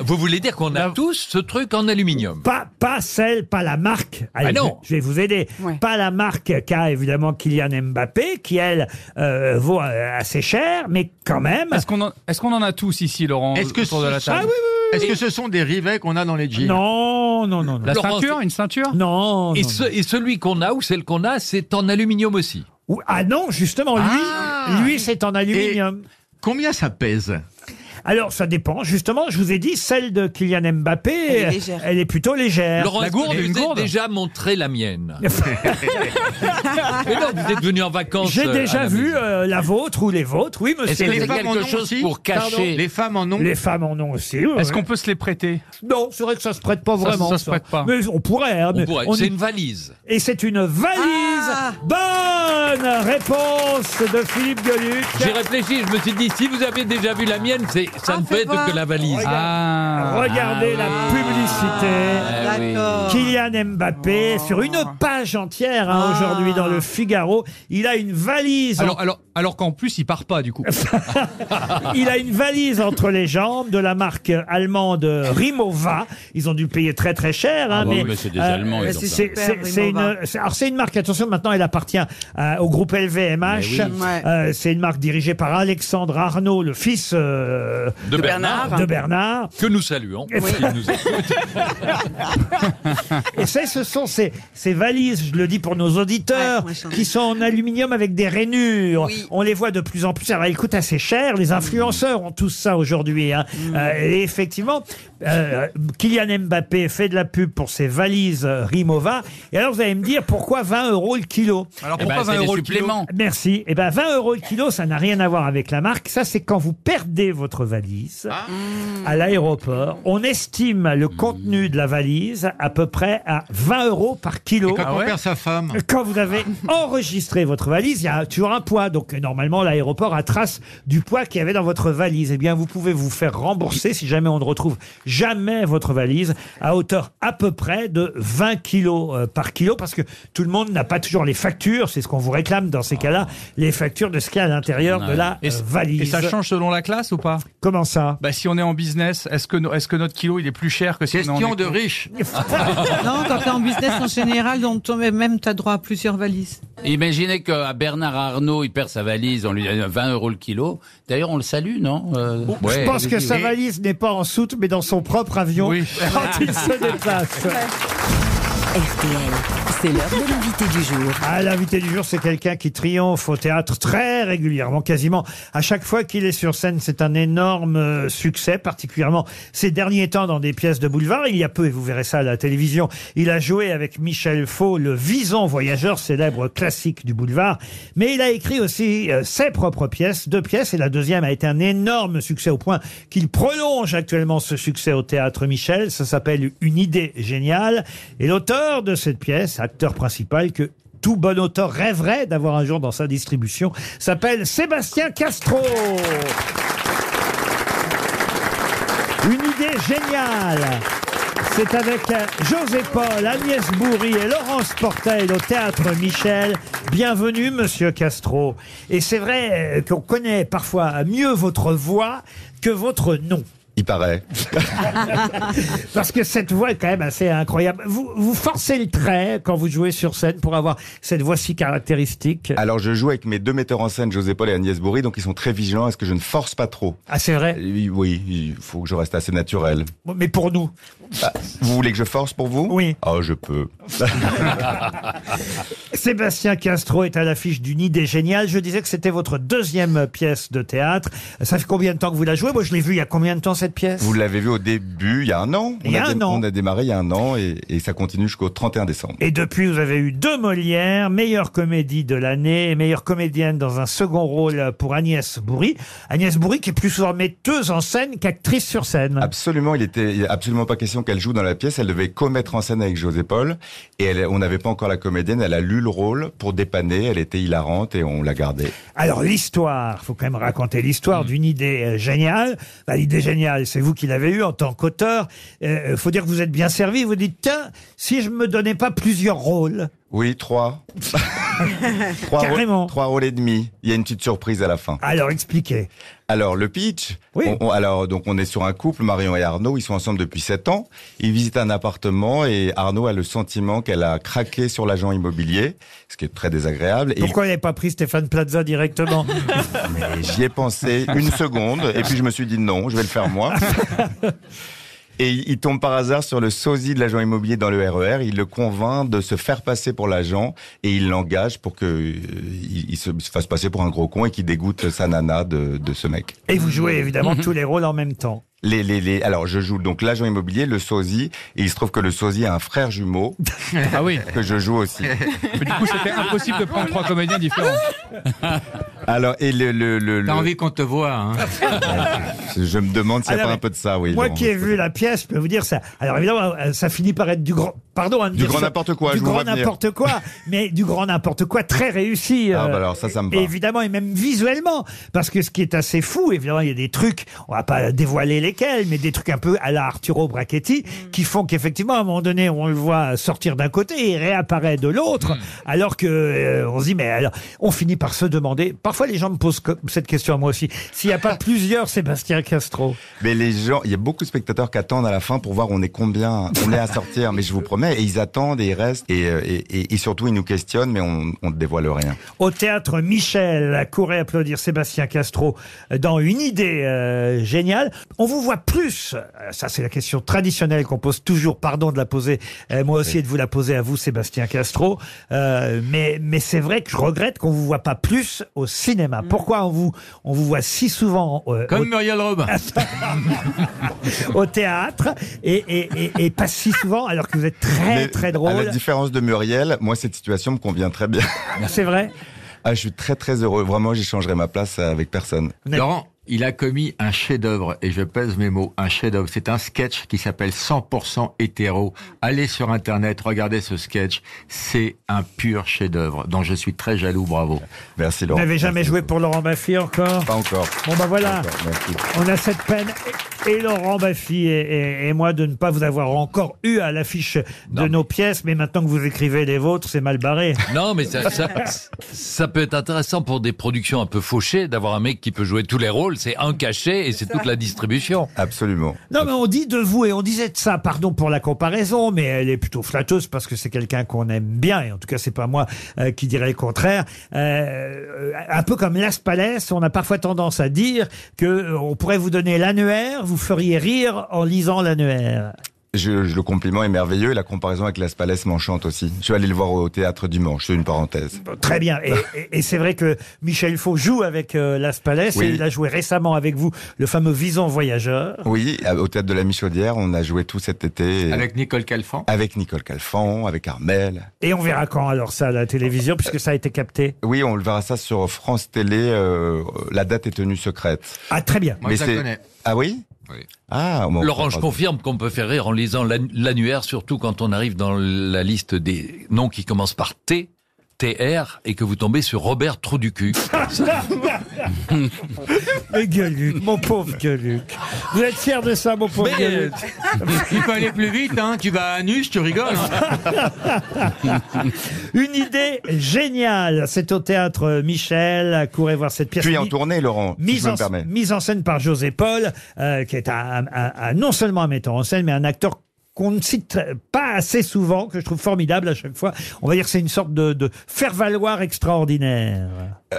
Speaker 5: Vous voulez dire qu'on a tous ce truc en aluminium
Speaker 2: Pas, pas celle, pas la marque. Allez,
Speaker 5: non.
Speaker 2: je je vais vous aider. Pas la marque qu'a évidemment Kylian Mbappé, qui elle euh, vaut euh, assez cher, mais quand même.
Speaker 7: Est-ce qu'on en, est-ce qu'on en a tous ici, Laurent
Speaker 9: Est-ce que,
Speaker 7: autour
Speaker 9: ce
Speaker 7: de la
Speaker 9: sont-
Speaker 7: table
Speaker 2: Ah,
Speaker 9: est-ce que ce sont des rivets qu'on a dans les jeans
Speaker 2: Non, non, non.
Speaker 7: La ceinture, une ceinture
Speaker 2: Non.
Speaker 5: Et, ce- et celui qu'on a ou celle qu'on a, c'est en aluminium aussi.
Speaker 2: Ou- Ah non, justement, lui, lui c'est en aluminium.
Speaker 9: Ah. combien ça pèse
Speaker 2: Alors, ça dépend. Justement, je vous ai dit, celle de Kylian Mbappé,
Speaker 5: Elle est
Speaker 2: euh,
Speaker 5: légère.
Speaker 2: elle est plutôt légère.
Speaker 5: Laurent, est-ce que je vous ai déjà montré la mienne. Mais non, vous êtes venu en vacances.
Speaker 2: J'ai
Speaker 5: euh, à
Speaker 2: déjà
Speaker 5: la
Speaker 2: vu euh, la vôtre ou les vôtres, oui, monsieur.
Speaker 5: Est-ce que les femmes en ont aussi Pardon
Speaker 9: Les femmes en ont
Speaker 2: Les femmes en ont aussi.
Speaker 7: Est-ce qu'on peut se les prêter
Speaker 2: Non, c'est vrai que ça se prête pas
Speaker 7: Ça,
Speaker 2: vraiment.
Speaker 7: ça se prête pas.
Speaker 2: Mais on pourrait. hein,
Speaker 5: On
Speaker 2: mais
Speaker 5: pourrait.
Speaker 2: on
Speaker 5: C'est
Speaker 2: y-
Speaker 5: une valise.
Speaker 2: Et c'est une valise.
Speaker 5: Ah.
Speaker 2: Bonne réponse de Philippe Gueluc.
Speaker 5: J'ai réfléchi, je me suis dit, si vous avez déjà vu la mienne, c'est, ça ne peut être que la valise.
Speaker 2: Regardez la
Speaker 5: Ah oui.
Speaker 2: publicité.
Speaker 5: D'accord.
Speaker 2: Kylian Mbappé sur une page entière hein, aujourd'hui dans le Figaro. Il a une valise. en-
Speaker 7: Alors, alors, alors qu'en plus, il part pas, du coup.
Speaker 2: Il a une valise entre les jambes de la marque allemande Rimova. Ils ont dû payer très très cher. hein,
Speaker 3: Ah bah oui, mais c'est des Allemands, ils ont
Speaker 2: c'est-
Speaker 3: ça.
Speaker 2: c'est-
Speaker 3: Super,
Speaker 2: c'est- c'est
Speaker 3: Rimova.
Speaker 2: une, c'est- alors c'est une marque. Attention, maintenant elle appartient euh, au groupe LVMH.
Speaker 3: Mais oui. Ouais.
Speaker 2: Euh, c'est une marque dirigée par Alexandre Arnaud, le fils euh,
Speaker 5: De Bernard.
Speaker 2: De Bernard.
Speaker 5: Que nous saluons. Il nous écoute.
Speaker 2: Et ça, ce sont ces, ces valises, je le dis pour nos auditeurs, qui sont en aluminium avec des rainures. On les voit de plus en plus. Alors, elles coûtent assez cher. Les influenceurs ont tous ça aujourd'hui. hein. Euh, et effectivement, euh, Kylian Mbappé fait de la pub pour ses valises euh, Rimowa. Et alors, vous allez me dire, pourquoi 20 euros le kilo
Speaker 7: Alors, Eh pourquoi ben, c'est 20 des euros le kilo suppléments.
Speaker 2: Merci. Eh ben, 20 euros le kilo, ça n'a rien à voir avec la marque. Ça, c'est quand vous perdez votre valise
Speaker 9: Ah.
Speaker 2: à l'aéroport. On estime le contenu de la valise à peu près à 20 euros par kilo.
Speaker 9: Et quand on perd sa femme
Speaker 2: Quand vous avez enregistré votre valise, il y a toujours un poids. Donc, normalement, l'aéroport a trace du poids qu'il y avait dans votre valise. Eh bien, vous pouvez vous faire rembourser si jamais on ne retrouve jamais votre valise à hauteur à peu près de 20 kilos euh, par kilo parce que tout le monde n'a pas toujours les factures. C'est ce qu'on vous réclame dans ces cas-là, les factures de ce qu'il y a à l'intérieur de la
Speaker 7: Et
Speaker 2: euh,
Speaker 7: c-
Speaker 2: valise.
Speaker 7: Et ça change selon la classe ou pas
Speaker 2: Comment ça
Speaker 7: Bah, si on est en business, est-ce que, no- est-ce que notre kilo, il est plus cher que si on est en
Speaker 9: Question de
Speaker 7: éco
Speaker 9: riche.
Speaker 6: non, quand t'es en business en général, on te- même t'as droit à plusieurs valises.
Speaker 3: Imaginez qu'à Bernard Arnault, il perd sa valise, on lui donne 20 euros le kilo. D'ailleurs, on le salue, non Euh,
Speaker 2: Je
Speaker 3: ouais.
Speaker 2: pense que sa
Speaker 3: Et-
Speaker 2: valise n'est pas en soute, mais dans son propre avion quand il se déplace.
Speaker 10: RTL, c'est l'heure de l'invité du jour.
Speaker 2: Ah, l'invité du jour, c'est quelqu'un qui triomphe au théâtre très régulièrement, quasiment à chaque fois qu'il est sur scène. C'est un énorme euh, succès, particulièrement ces derniers temps dans des pièces de boulevard. Il y a peu, et vous verrez ça à la télévision, il a joué avec Michel Faux, le Vison Voyageur, célèbre classique du boulevard. Mais il a écrit aussi euh, ses propres pièces, deux pièces, et la deuxième a été un énorme succès au point qu'il prolonge actuellement ce succès au théâtre Michel. Ça s'appelle Une idée géniale. Et l'auteur de cette pièce, acteur principal que tout bon auteur rêverait d'avoir un jour dans sa distribution, s'appelle Sébastien Castro. Une idée géniale. C'est avec euh, José Paul, Agnès Bourri et Laurence Portail au théâtre Michel. Bienvenue, monsieur Castro. Et c'est vrai euh, qu'on connaît parfois mieux votre voix que votre nom.
Speaker 17: Il paraît.
Speaker 2: Parce que cette voix est quand même assez incroyable. Vous, vous forcez le trait quand vous jouez sur scène pour avoir cette voix si caractéristique.
Speaker 17: Alors je joue avec mes deux metteurs en scène, José Paul et Agnès Bourri, donc ils sont très vigilants à ce que je ne force pas trop.
Speaker 2: Ah c'est vrai
Speaker 17: Oui, oui, il faut que je reste assez naturel.
Speaker 2: Mais pour nous.
Speaker 17: Ah, vous voulez que je force pour vous
Speaker 2: Oui.
Speaker 17: Oh, je peux.
Speaker 2: Sébastien Castro est à l'affiche d'une idée géniale. Je disais que c'était votre deuxième pièce de théâtre. Ça fait combien de temps que vous la jouez Moi, je l'ai vue il y a combien de temps cette pièce
Speaker 17: Vous l'avez vu au début, il y a un an.
Speaker 2: Il y a
Speaker 17: on
Speaker 2: un
Speaker 17: dé-
Speaker 2: an.
Speaker 17: On a démarré il y a un an et, et ça continue jusqu'au 31 décembre.
Speaker 2: Et depuis, vous avez eu deux Molières, meilleure comédie de l'année, meilleure comédienne dans un second rôle pour Agnès Bourri. Agnès Bourri qui est plus souvent metteuse en scène qu'actrice sur scène.
Speaker 17: Absolument, il était il y a absolument pas question qu'elle joue dans la pièce. Elle devait commettre en scène avec José Paul et elle- on n'avait pas encore la comédienne. Elle a lu le rôle pour dépanner. Elle était hilarante et on l'a gardée.
Speaker 2: Alors l'histoire, faut quand même raconter l'histoire d'une idée euh, géniale. Bah, L'idée géniale, c'est vous qui l'avez eue en tant qu'auteur. Euh, faut dire que vous êtes bien servi. Vous dites tiens, si je me donnais pas plusieurs rôles.
Speaker 17: Oui, trois. Trois rôles-
Speaker 2: Carrément.
Speaker 17: trois rôles et demi. Il y a une petite surprise à la fin.
Speaker 2: Alors expliquez.
Speaker 17: Alors le pitch, on- on- alors donc on est sur un couple, Marion et Arnaud, ils sont ensemble depuis 7 ans. Ils visitent un appartement et Arnaud a le sentiment qu'elle a craqué sur l'agent immobilier, ce qui est très désagréable. Et il-
Speaker 2: Pourquoi il n'avait pas pris Stéphane Plaza directement
Speaker 17: mais j'y ai pensé une seconde et puis je me suis dit non, je vais le faire moi. Et il tombe par hasard sur le sosie de l'agent immobilier dans le RER. Il le convainc de se faire passer pour l'agent et il l'engage pour que euh, il il se se fasse passer pour un gros con et qu'il dégoûte sa nana de, de ce mec.
Speaker 2: Et vous jouez évidemment tous les rôles en même temps.
Speaker 17: Les, les, les- Alors, je joue donc l'agent immobilier, le sosie, et il se trouve que le sosie a un frère jumeau.
Speaker 7: Ah oui.
Speaker 17: Que je joue aussi.
Speaker 7: Mais du coup, c'était impossible de prendre trois comédiens différents.
Speaker 17: Alors, et le. le,
Speaker 9: T'as envie qu'on te voit, hein
Speaker 17: Je me demande s'il n'y a
Speaker 2: Alors,
Speaker 17: pas un peu de ça, oui.
Speaker 2: Ah, Moi
Speaker 17: Laurent.
Speaker 2: qui ai vu la pièce, je peux vous dire ça. Alors évidemment, euh, ça finit par être du grand. Pardon, hein, de
Speaker 17: Du
Speaker 2: dire
Speaker 17: grand
Speaker 2: ça.
Speaker 17: n'importe quoi,
Speaker 2: Du
Speaker 17: je vous
Speaker 2: grand
Speaker 17: vois venir.
Speaker 2: n'importe quoi, mais du grand n'importe quoi très réussi.
Speaker 17: Ah,
Speaker 2: euh,
Speaker 17: bah alors, ça, ça me va.
Speaker 2: et évidemment, et même visuellement, parce que ce qui est assez fou, évidemment, il y a des trucs, on va pas dévoiler lesquels, mais des trucs un peu à la Arturo Brachetti, qui font qu'effectivement, à un moment donné, on le voit sortir d'un côté et réapparaît de l'autre, alors que euh, on se dit, mais alors, on finit par se demander. Parfois, les gens me posent co- cette question à moi aussi. S'il n'y a pas plusieurs Sébastien Castro.
Speaker 17: Mais les gens, il y a beaucoup de spectateurs qui attendent à la fin pour voir on est combien, on est à sortir. mais je vous promets, et ils attendent et ils restent. Et, euh, et, et- et surtout, ils nous questionnent, mais on on ne dévoile rien.
Speaker 2: au théâtre Michel, courez applaudir Sébastien Castro dans une idée euh, géniale. On vous voit plus, euh, ça c'est la question traditionnelle qu'on pose toujours, pardon de la poser, euh, moi aussi et de vous la poser à vous Sébastien Castro, Euh, mais, mais c'est vrai que je regrette qu'on vous voit pas plus au cinéma.
Speaker 17: Mm.
Speaker 2: Pourquoi on vous, on vous voit si souvent euh,
Speaker 9: Comme
Speaker 2: au-
Speaker 9: Muriel Robin.
Speaker 2: au théâtre et, et, et, et pas si souvent alors que vous êtes très
Speaker 17: Mais
Speaker 2: très drôle.
Speaker 17: À la différence de Muriel, moi, cette situation me convient très bien.
Speaker 2: C'est vrai
Speaker 17: Ah, je suis très très heureux. Vraiment, j'échangerai ma place avec personne.
Speaker 9: Laurent, il a commis un chef-d'œuvre, et je pèse mes mots, un chef-d'œuvre. C'est un sketch qui s'appelle 100% hétéro. Allez sur Internet, regardez ce sketch. C'est un pur chef-d'œuvre, dont je suis très jaloux, bravo.
Speaker 17: Merci
Speaker 2: Vous n'avez jamais joué pour Laurent Baffy encore
Speaker 17: Pas encore.
Speaker 2: Bon bah voilà.
Speaker 17: D'accord, merci.
Speaker 2: On a cette peine, et Laurent Baffy et, et- et moi, de ne pas vous avoir encore eu à l'affiche de nos pièces, mais maintenant que vous écrivez les vôtres, c'est mal barré.
Speaker 5: Non, mais ça, ça, ça peut être intéressant pour des productions un peu fauchées d'avoir un mec qui peut jouer tous les rôles. C'est un cachet et c'est toute la distribution.
Speaker 17: Absolument.
Speaker 2: Non, mais on dit de vous et on disait de ça, pardon pour la comparaison, mais elle est plutôt flatteuse parce que c'est quelqu'un qu'on aime bien, et en tout cas, c'est pas moi euh, qui dirais le contraire. Euh, euh, un peu comme Las Palais, on a parfois tendance à dire que euh, on pourrait vous donner l'annuaire, vous feriez rire en lisant l'annuaire.
Speaker 17: Je, je- le compliment est merveilleux et la comparaison avec Las Palais m'enchante aussi. Je suis allé le voir au théâtre du Manche, c'est une parenthèse.
Speaker 2: Très bien. Et, et- et c'est vrai que Michel Faux joue avec euh, Las Palais
Speaker 17: Oui.
Speaker 2: et il a joué récemment avec vous le fameux Vison Voyageur.
Speaker 17: Oui, à- au théâtre de la Michaudière, on a joué tout cet été. et-
Speaker 9: Avec Nicole Calfan.
Speaker 17: Avec Nicole Calfan, avec Armel.
Speaker 2: Et on verra Ah, quand alors ça à la télévision puisque ça a été capté.
Speaker 17: Oui, on le verra ça sur France Télé. euh, la date est tenue secrète.
Speaker 2: Ah, très bien.
Speaker 17: Mais c'est- Ah oui Ah, bon,
Speaker 5: Laurent, je
Speaker 17: pardon.
Speaker 5: confirme qu'on peut faire rire en lisant l'an- l'annuaire, surtout quand on arrive dans la liste des noms qui commencent par T, TR, et que vous tombez sur Robert Trou du cul.
Speaker 2: Mais Gueuluc, mon pauvre Gueuluc. Vous êtes fier de ça, mon pauvre
Speaker 9: Mais, euh,
Speaker 2: Gueuluc
Speaker 9: tu peux aller plus vite, hein. Tu vas à Anus, tu rigoles. hein.
Speaker 2: Une idée géniale. C'est au théâtre Michel. Courez voir cette pièce.
Speaker 17: Puis en
Speaker 2: Mi-
Speaker 17: tournée, Laurent, si
Speaker 2: Mise
Speaker 17: je
Speaker 2: en,
Speaker 17: me permets.
Speaker 2: mise en scène par José Paul, euh, qui est un, un- un- non seulement un metteur en scène, mais un acteur qu'on ne cite pas assez souvent, que je trouve formidable à chaque fois. On va dire que c'est une sorte de, de faire-valoir extraordinaire.
Speaker 17: Euh,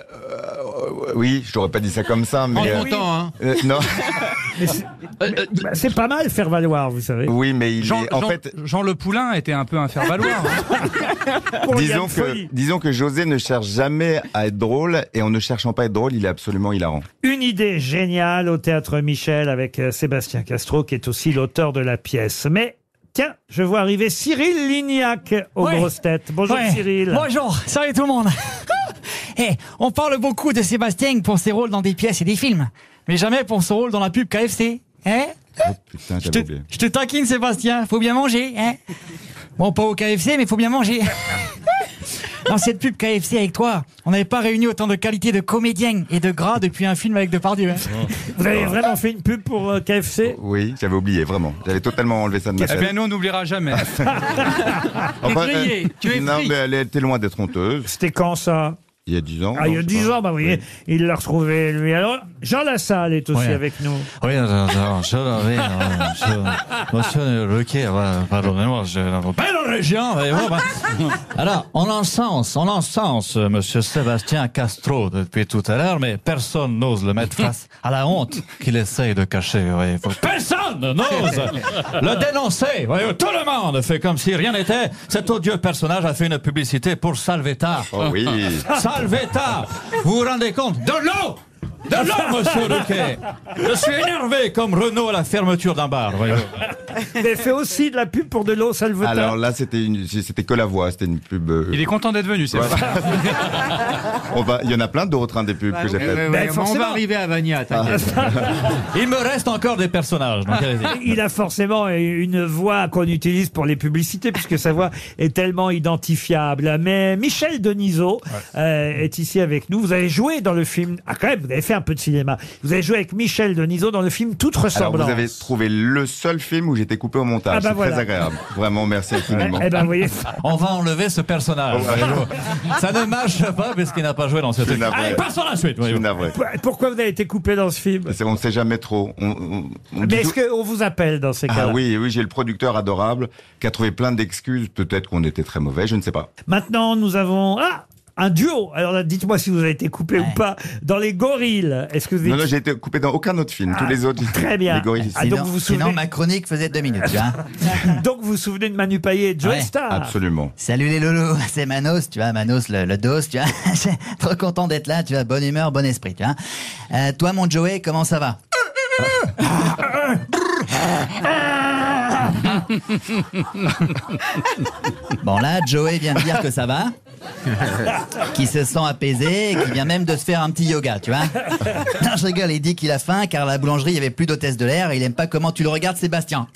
Speaker 17: Oui, je n'aurais pas dit ça comme ça, mais.
Speaker 2: En
Speaker 17: euh,
Speaker 2: ton temps, hein.
Speaker 17: euh, non.
Speaker 2: Mais c'est- bah, C'est pas mal faire-valoir, vous savez.
Speaker 17: Oui, mais il
Speaker 7: Euh, Jean,
Speaker 17: est- en
Speaker 7: Jean-
Speaker 17: fait-
Speaker 7: Jean Le Poulain était un peu un faire-valoir. hein.
Speaker 17: Disons que, disons que José ne cherche jamais à être drôle, et en ne cherchant pas à être drôle, il est absolument hilarant.
Speaker 2: Une idée géniale au théâtre Michel avec euh, Sébastien Castro, qui est aussi l'auteur de la pièce. Mais tiens, je vois arriver Cyril Lignac aux
Speaker 18: Ouais.
Speaker 2: grosses têtes. Bonjour
Speaker 18: Ouais.
Speaker 2: Cyril.
Speaker 18: Eh, Bonjour, salut tout le monde. Eh, on parle beaucoup de Sébastien pour ses rôles dans des pièces et des films, mais jamais pour son rôle dans la pub KFC. Hein
Speaker 17: Putain,
Speaker 18: je, te,
Speaker 17: j'avais oublié.
Speaker 18: je te taquine Sébastien, faut bien manger. Hein bon, pas au KFC, mais faut bien manger. dans cette pub KFC avec toi, on n'avait pas réuni autant de qualités de comédien et de gras depuis un film avec Depardieu. hein.
Speaker 2: Vous avez vraiment fait une pub pour euh, KFC
Speaker 17: Oui, j'avais oublié, vraiment. J'avais totalement enlevé ça de ma
Speaker 7: Eh
Speaker 2: ben,
Speaker 17: tête.
Speaker 7: bien, nous, on n'oubliera jamais.
Speaker 17: Enfin, euh,
Speaker 7: grillé, tu es
Speaker 17: Non,
Speaker 7: pris.
Speaker 17: mais elle était loin d'être honteuse.
Speaker 2: C'était quand ça
Speaker 17: Il y a 10 ans.
Speaker 2: Ah, il y a
Speaker 17: non,
Speaker 2: 10 ans, bah vous voyez, il l'a retrouvé, lui. Alors, Jean Lassalle est aussi
Speaker 19: Ouais.
Speaker 2: avec nous.
Speaker 19: Oui, non, non, je oui, non, je- monsieur le Lequet, voilà, pardonnez-moi, je pas la région, voyez-vous, bah. Alors, on encense, on encense euh, monsieur Sébastien Castro depuis tout à l'heure, mais personne n'ose le mettre face à la honte qu'il essaye de cacher, voyez-vous. Personne n'ose le dénoncer, voyez-vous. Tout le monde fait comme si rien n'était. Cet odieux personnage a fait une publicité pour Salvetta.
Speaker 17: Oh oui.
Speaker 19: Salvetta Vous vous rendez compte De l'eau de l'eau, monsieur Lequet Je suis énervé comme Renault à la fermeture d'un bar.
Speaker 2: Vous avez fait aussi de la pub pour de l'eau salvetta.
Speaker 17: Alors là, c'était une- c'était que la voix, c'était une pub. euh,
Speaker 7: Il est content d'être venu, c'est
Speaker 17: Ouais.
Speaker 7: vrai.
Speaker 17: on va- Il y en a plein d'autres hein, des pubs
Speaker 7: Bah
Speaker 17: que j'ai faites.
Speaker 2: Ben,
Speaker 9: on va arriver à Vania, t'inquiète.
Speaker 19: Ben, Il me reste encore des personnages. donc allez-y.
Speaker 2: Il a forcément une voix qu'on utilise pour les publicités, puisque sa voix est tellement identifiable. Mais Michel Denisot euh, est ici avec nous. Vous avez joué dans le film. Ah, quand même, vous avez fait un peu de cinéma. Vous avez joué avec Michel Denisot dans le film Toute
Speaker 17: Alors,
Speaker 2: ressemblance.
Speaker 17: vous avez trouvé le seul film où j'étais coupé au montage.
Speaker 2: Ah bah
Speaker 17: C'est
Speaker 2: voilà.
Speaker 17: très agréable. Vraiment, merci infiniment.
Speaker 2: Eh ben, vous voyez.
Speaker 19: On va enlever ce personnage. voyez-vous. Ça ne marche pas parce qu'il n'a pas joué dans cette
Speaker 17: Je suis
Speaker 19: équipe.
Speaker 17: navré.
Speaker 19: Allez, passons à la suite.
Speaker 17: Je suis
Speaker 19: voyez-vous.
Speaker 17: navré.
Speaker 2: Pourquoi vous avez été coupé dans ce film Ah,
Speaker 17: C'est- On ne sait jamais trop. On- on- on dit
Speaker 2: Mais est-ce
Speaker 17: tout-
Speaker 2: qu'on vous appelle dans ces cas-là
Speaker 17: Ah oui, oui, j'ai le producteur adorable qui a trouvé plein d'excuses. Peut-être qu'on était très mauvais, je ne sais pas.
Speaker 2: Maintenant, nous avons. Ah un duo. Alors là, dites-moi si vous avez été coupé ou pas. Dans les gorilles. Est-ce que vous
Speaker 17: Non,
Speaker 2: êtes- Ah,
Speaker 17: non, j'ai été coupé dans aucun autre film. Tous les autres.
Speaker 2: Très bien.
Speaker 17: Les gorilles.
Speaker 2: Ah, donc, vous vous souvenez...
Speaker 20: chronique faisait deux minutes. hein.
Speaker 2: donc vous vous souvenez de Manu Payet et de Joe
Speaker 20: Ouais.
Speaker 2: Star
Speaker 17: Absolument.
Speaker 20: Salut les loulous, c'est Manos, tu vois, Manos le, le dos, tu vois. Trop content d'être là, tu vois, bonne humeur, bon esprit, tu vois. Euh, toi, mon Joey, comment ça va Bon, là, Joey vient me dire que ça va, qu'il se sent apaisé, et qu'il vient même de se faire un petit yoga, tu vois. Non, je rigole, il dit qu'il a faim car à la boulangerie, il n'y avait plus d'hôtesse de l'air et il aime pas comment tu le regardes, Sébastien.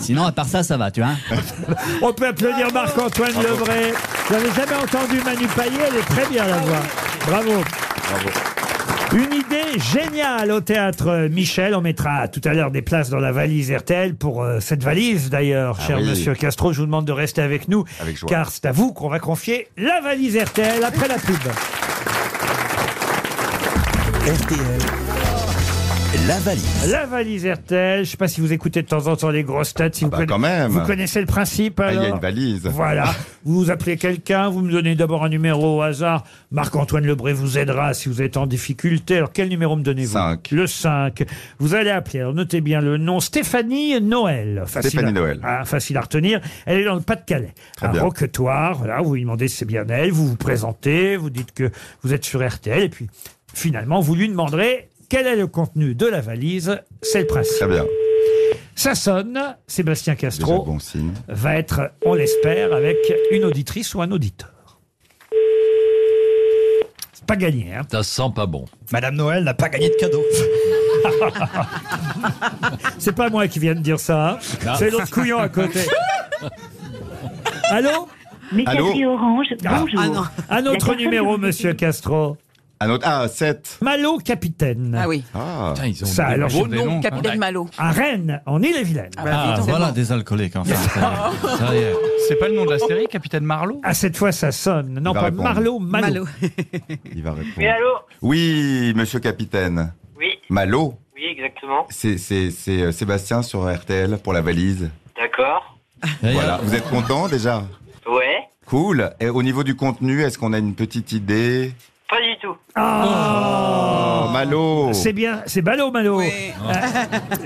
Speaker 20: Sinon, à part ça, ça va, tu vois.
Speaker 2: On peut applaudir Marc-Antoine Levray. Vous n'avez jamais entendu Manu Payet, elle est très
Speaker 17: Ah
Speaker 2: bien la voix. Bravo. Une idée géniale au théâtre Michel. On mettra tout à l'heure des places dans la valise RTL pour euh, cette valise d'ailleurs,
Speaker 17: Ah
Speaker 2: cher
Speaker 17: oui.
Speaker 2: monsieur Castro. Je vous demande de rester avec nous
Speaker 17: Avec joie.
Speaker 2: car c'est à vous qu'on va confier la valise RTL après la pub.
Speaker 1: RTL. La valise.
Speaker 2: La valise RTL. Je ne sais pas si vous écoutez de temps en temps les grosses têtes. Si vous,
Speaker 17: bah,
Speaker 2: conna-
Speaker 17: quand même.
Speaker 2: vous connaissez le principe.
Speaker 17: Ah, Il y a
Speaker 2: alors
Speaker 17: une valise.
Speaker 2: Voilà. Vous appelez quelqu'un, vous me donnez d'abord un numéro au hasard. Marc-Antoine Lebré vous aidera si vous êtes en difficulté. Alors, quel numéro me donnez-vous Le 5. Vous allez appeler. Alors, notez bien le nom. Stéphanie Noël.
Speaker 17: Stéphanie
Speaker 2: à-
Speaker 17: Noël.
Speaker 2: ah, facile à retenir. Elle est dans le Pas-de-Calais.
Speaker 17: Très
Speaker 2: Un
Speaker 17: bien.
Speaker 2: roquetoire. Voilà, vous lui demandez si c'est bien elle. Vous vous présentez. Vous dites que vous êtes sur RTL. Et puis, finalement, vous lui demanderez quel est le contenu de la valise. C'est le principe.
Speaker 17: Très bien.
Speaker 2: Ça sonne. Sébastien
Speaker 17: Déjà
Speaker 2: Castro
Speaker 17: bon signe.
Speaker 2: va être, on l'espère, avec une auditrice ou un auditeur. C'est pas gagné, hein
Speaker 5: Ça sent
Speaker 17: Ah
Speaker 5: pas bon.
Speaker 20: Madame Noël n'a pas gagné de cadeau.
Speaker 2: C'est pas moi qui viens de dire ça. hein.
Speaker 17: Ah.
Speaker 5: Non.
Speaker 2: C'est l'autre couillon à côté. Allô
Speaker 17: Messagerie
Speaker 2: Orange,
Speaker 17: bonjour.
Speaker 2: Ah, non. Un autre numéro, monsieur Castro.
Speaker 17: Un autre. Ah, 7.
Speaker 2: Malo Capitaine.
Speaker 14: Ah oui.
Speaker 17: Ah.
Speaker 19: ils ont
Speaker 2: Ça, alors,
Speaker 19: beaux
Speaker 2: c'est
Speaker 19: noms, hein.
Speaker 14: Capitaine Malo.
Speaker 2: À Rennes, en Ille-et-Vilaine.
Speaker 19: Ah, voilà des alcooliques, enfin.
Speaker 7: Ah,
Speaker 19: ça y est. Ça y est.
Speaker 7: C'est pas le nom de la série, Capitaine Marlowe
Speaker 2: Ah, cette fois, ça sonne. Non,
Speaker 17: Il va
Speaker 2: pas
Speaker 17: répondre.
Speaker 2: Marlo, Malo.
Speaker 17: Il va répondre.
Speaker 12: Oui, allô
Speaker 17: Oui, monsieur capitaine.
Speaker 12: Oui.
Speaker 17: Malo,
Speaker 12: Oui, exactement.
Speaker 17: c'est c'est- c'est, euh, Sébastien sur RTL pour la valise.
Speaker 12: D'accord.
Speaker 17: Voilà. Vous êtes content déjà
Speaker 12: Ouais.
Speaker 17: Cool. Et au niveau du contenu, est-ce qu'on a une petite idée
Speaker 12: Pas du tout.
Speaker 2: Ah.
Speaker 17: Oh, Malo
Speaker 2: C'est bien, c'est ballot, Malo. Euh,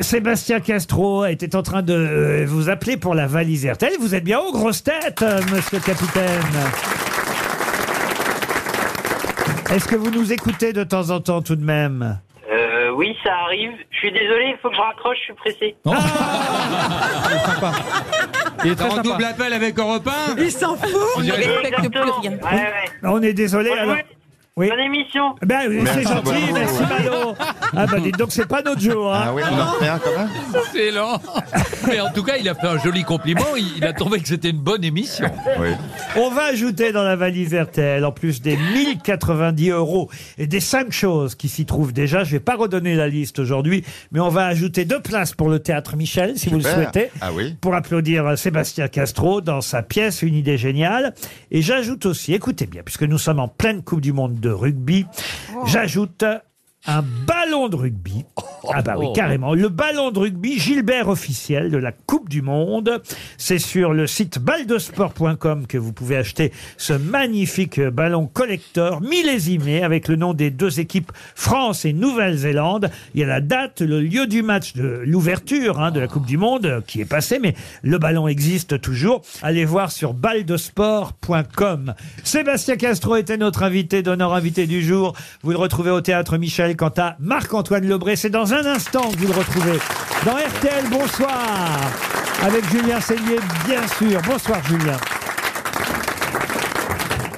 Speaker 2: Sébastien Castro était en train de euh, vous appeler pour la valise RTL. Vous êtes bien aux grosses têtes, euh, monsieur le capitaine. Est-ce que vous nous écoutez de temps en temps tout de même
Speaker 12: Euh, oui, ça arrive. Je suis désolé, il faut que je raccroche, je suis pressé. Ah.
Speaker 7: Il est très
Speaker 9: On
Speaker 7: sympa.
Speaker 9: double appel avec Europe 1
Speaker 14: Il s'en fout, on ne respecte plus rien.
Speaker 12: Ouais, ouais.
Speaker 2: On est désolé. alors. Oui.
Speaker 12: Bonne émission.
Speaker 2: Ben, oui, c'est
Speaker 17: Merci
Speaker 2: gentil,
Speaker 17: beaucoup.
Speaker 2: merci Malo. Ah bah dites donc, c'est pas notre jour. Hein.
Speaker 5: Ah oui, on en refait un, quand même C'est lent. Mais en tout cas, il a fait un joli compliment. Il, il a trouvé que c'était une bonne émission.
Speaker 2: On va ajouter dans la valise RTL, en plus des 1090 euros et des cinq choses qui s'y trouvent déjà. Je vais pas redonner la liste aujourd'hui, mais on va ajouter deux places pour le théâtre Michel, si vous le
Speaker 17: Super.
Speaker 2: souhaitez.
Speaker 17: Ah oui.
Speaker 2: Pour applaudir Sébastien Castro dans sa pièce Une idée géniale. Et j'ajoute aussi, écoutez bien, puisque nous sommes en pleine Coupe du Monde de rugby, j'ajoute un ballon de rugby. Ah bah oui,
Speaker 21: Oh.
Speaker 2: carrément. Le ballon de rugby Gilbert officiel de la Coupe du Monde. C'est sur le site baldesport.com que vous pouvez acheter ce magnifique ballon collector millésimé avec le nom des deux équipes France et Nouvelle-Zélande. Il y a la date, le lieu du match de l'ouverture hein, de la Coupe du Monde euh, qui est passée, mais le ballon existe toujours. Allez voir sur baldesport.com. Sébastien Castro était notre invité d'honneur invité du jour. Vous le retrouvez au théâtre Michel. Quant à Marc-Antoine Lebré, c'est dans un instant que vous le retrouvez dans RTL. Bonsoir. Avec Julien Seigné, bien sûr. Bonsoir Julien.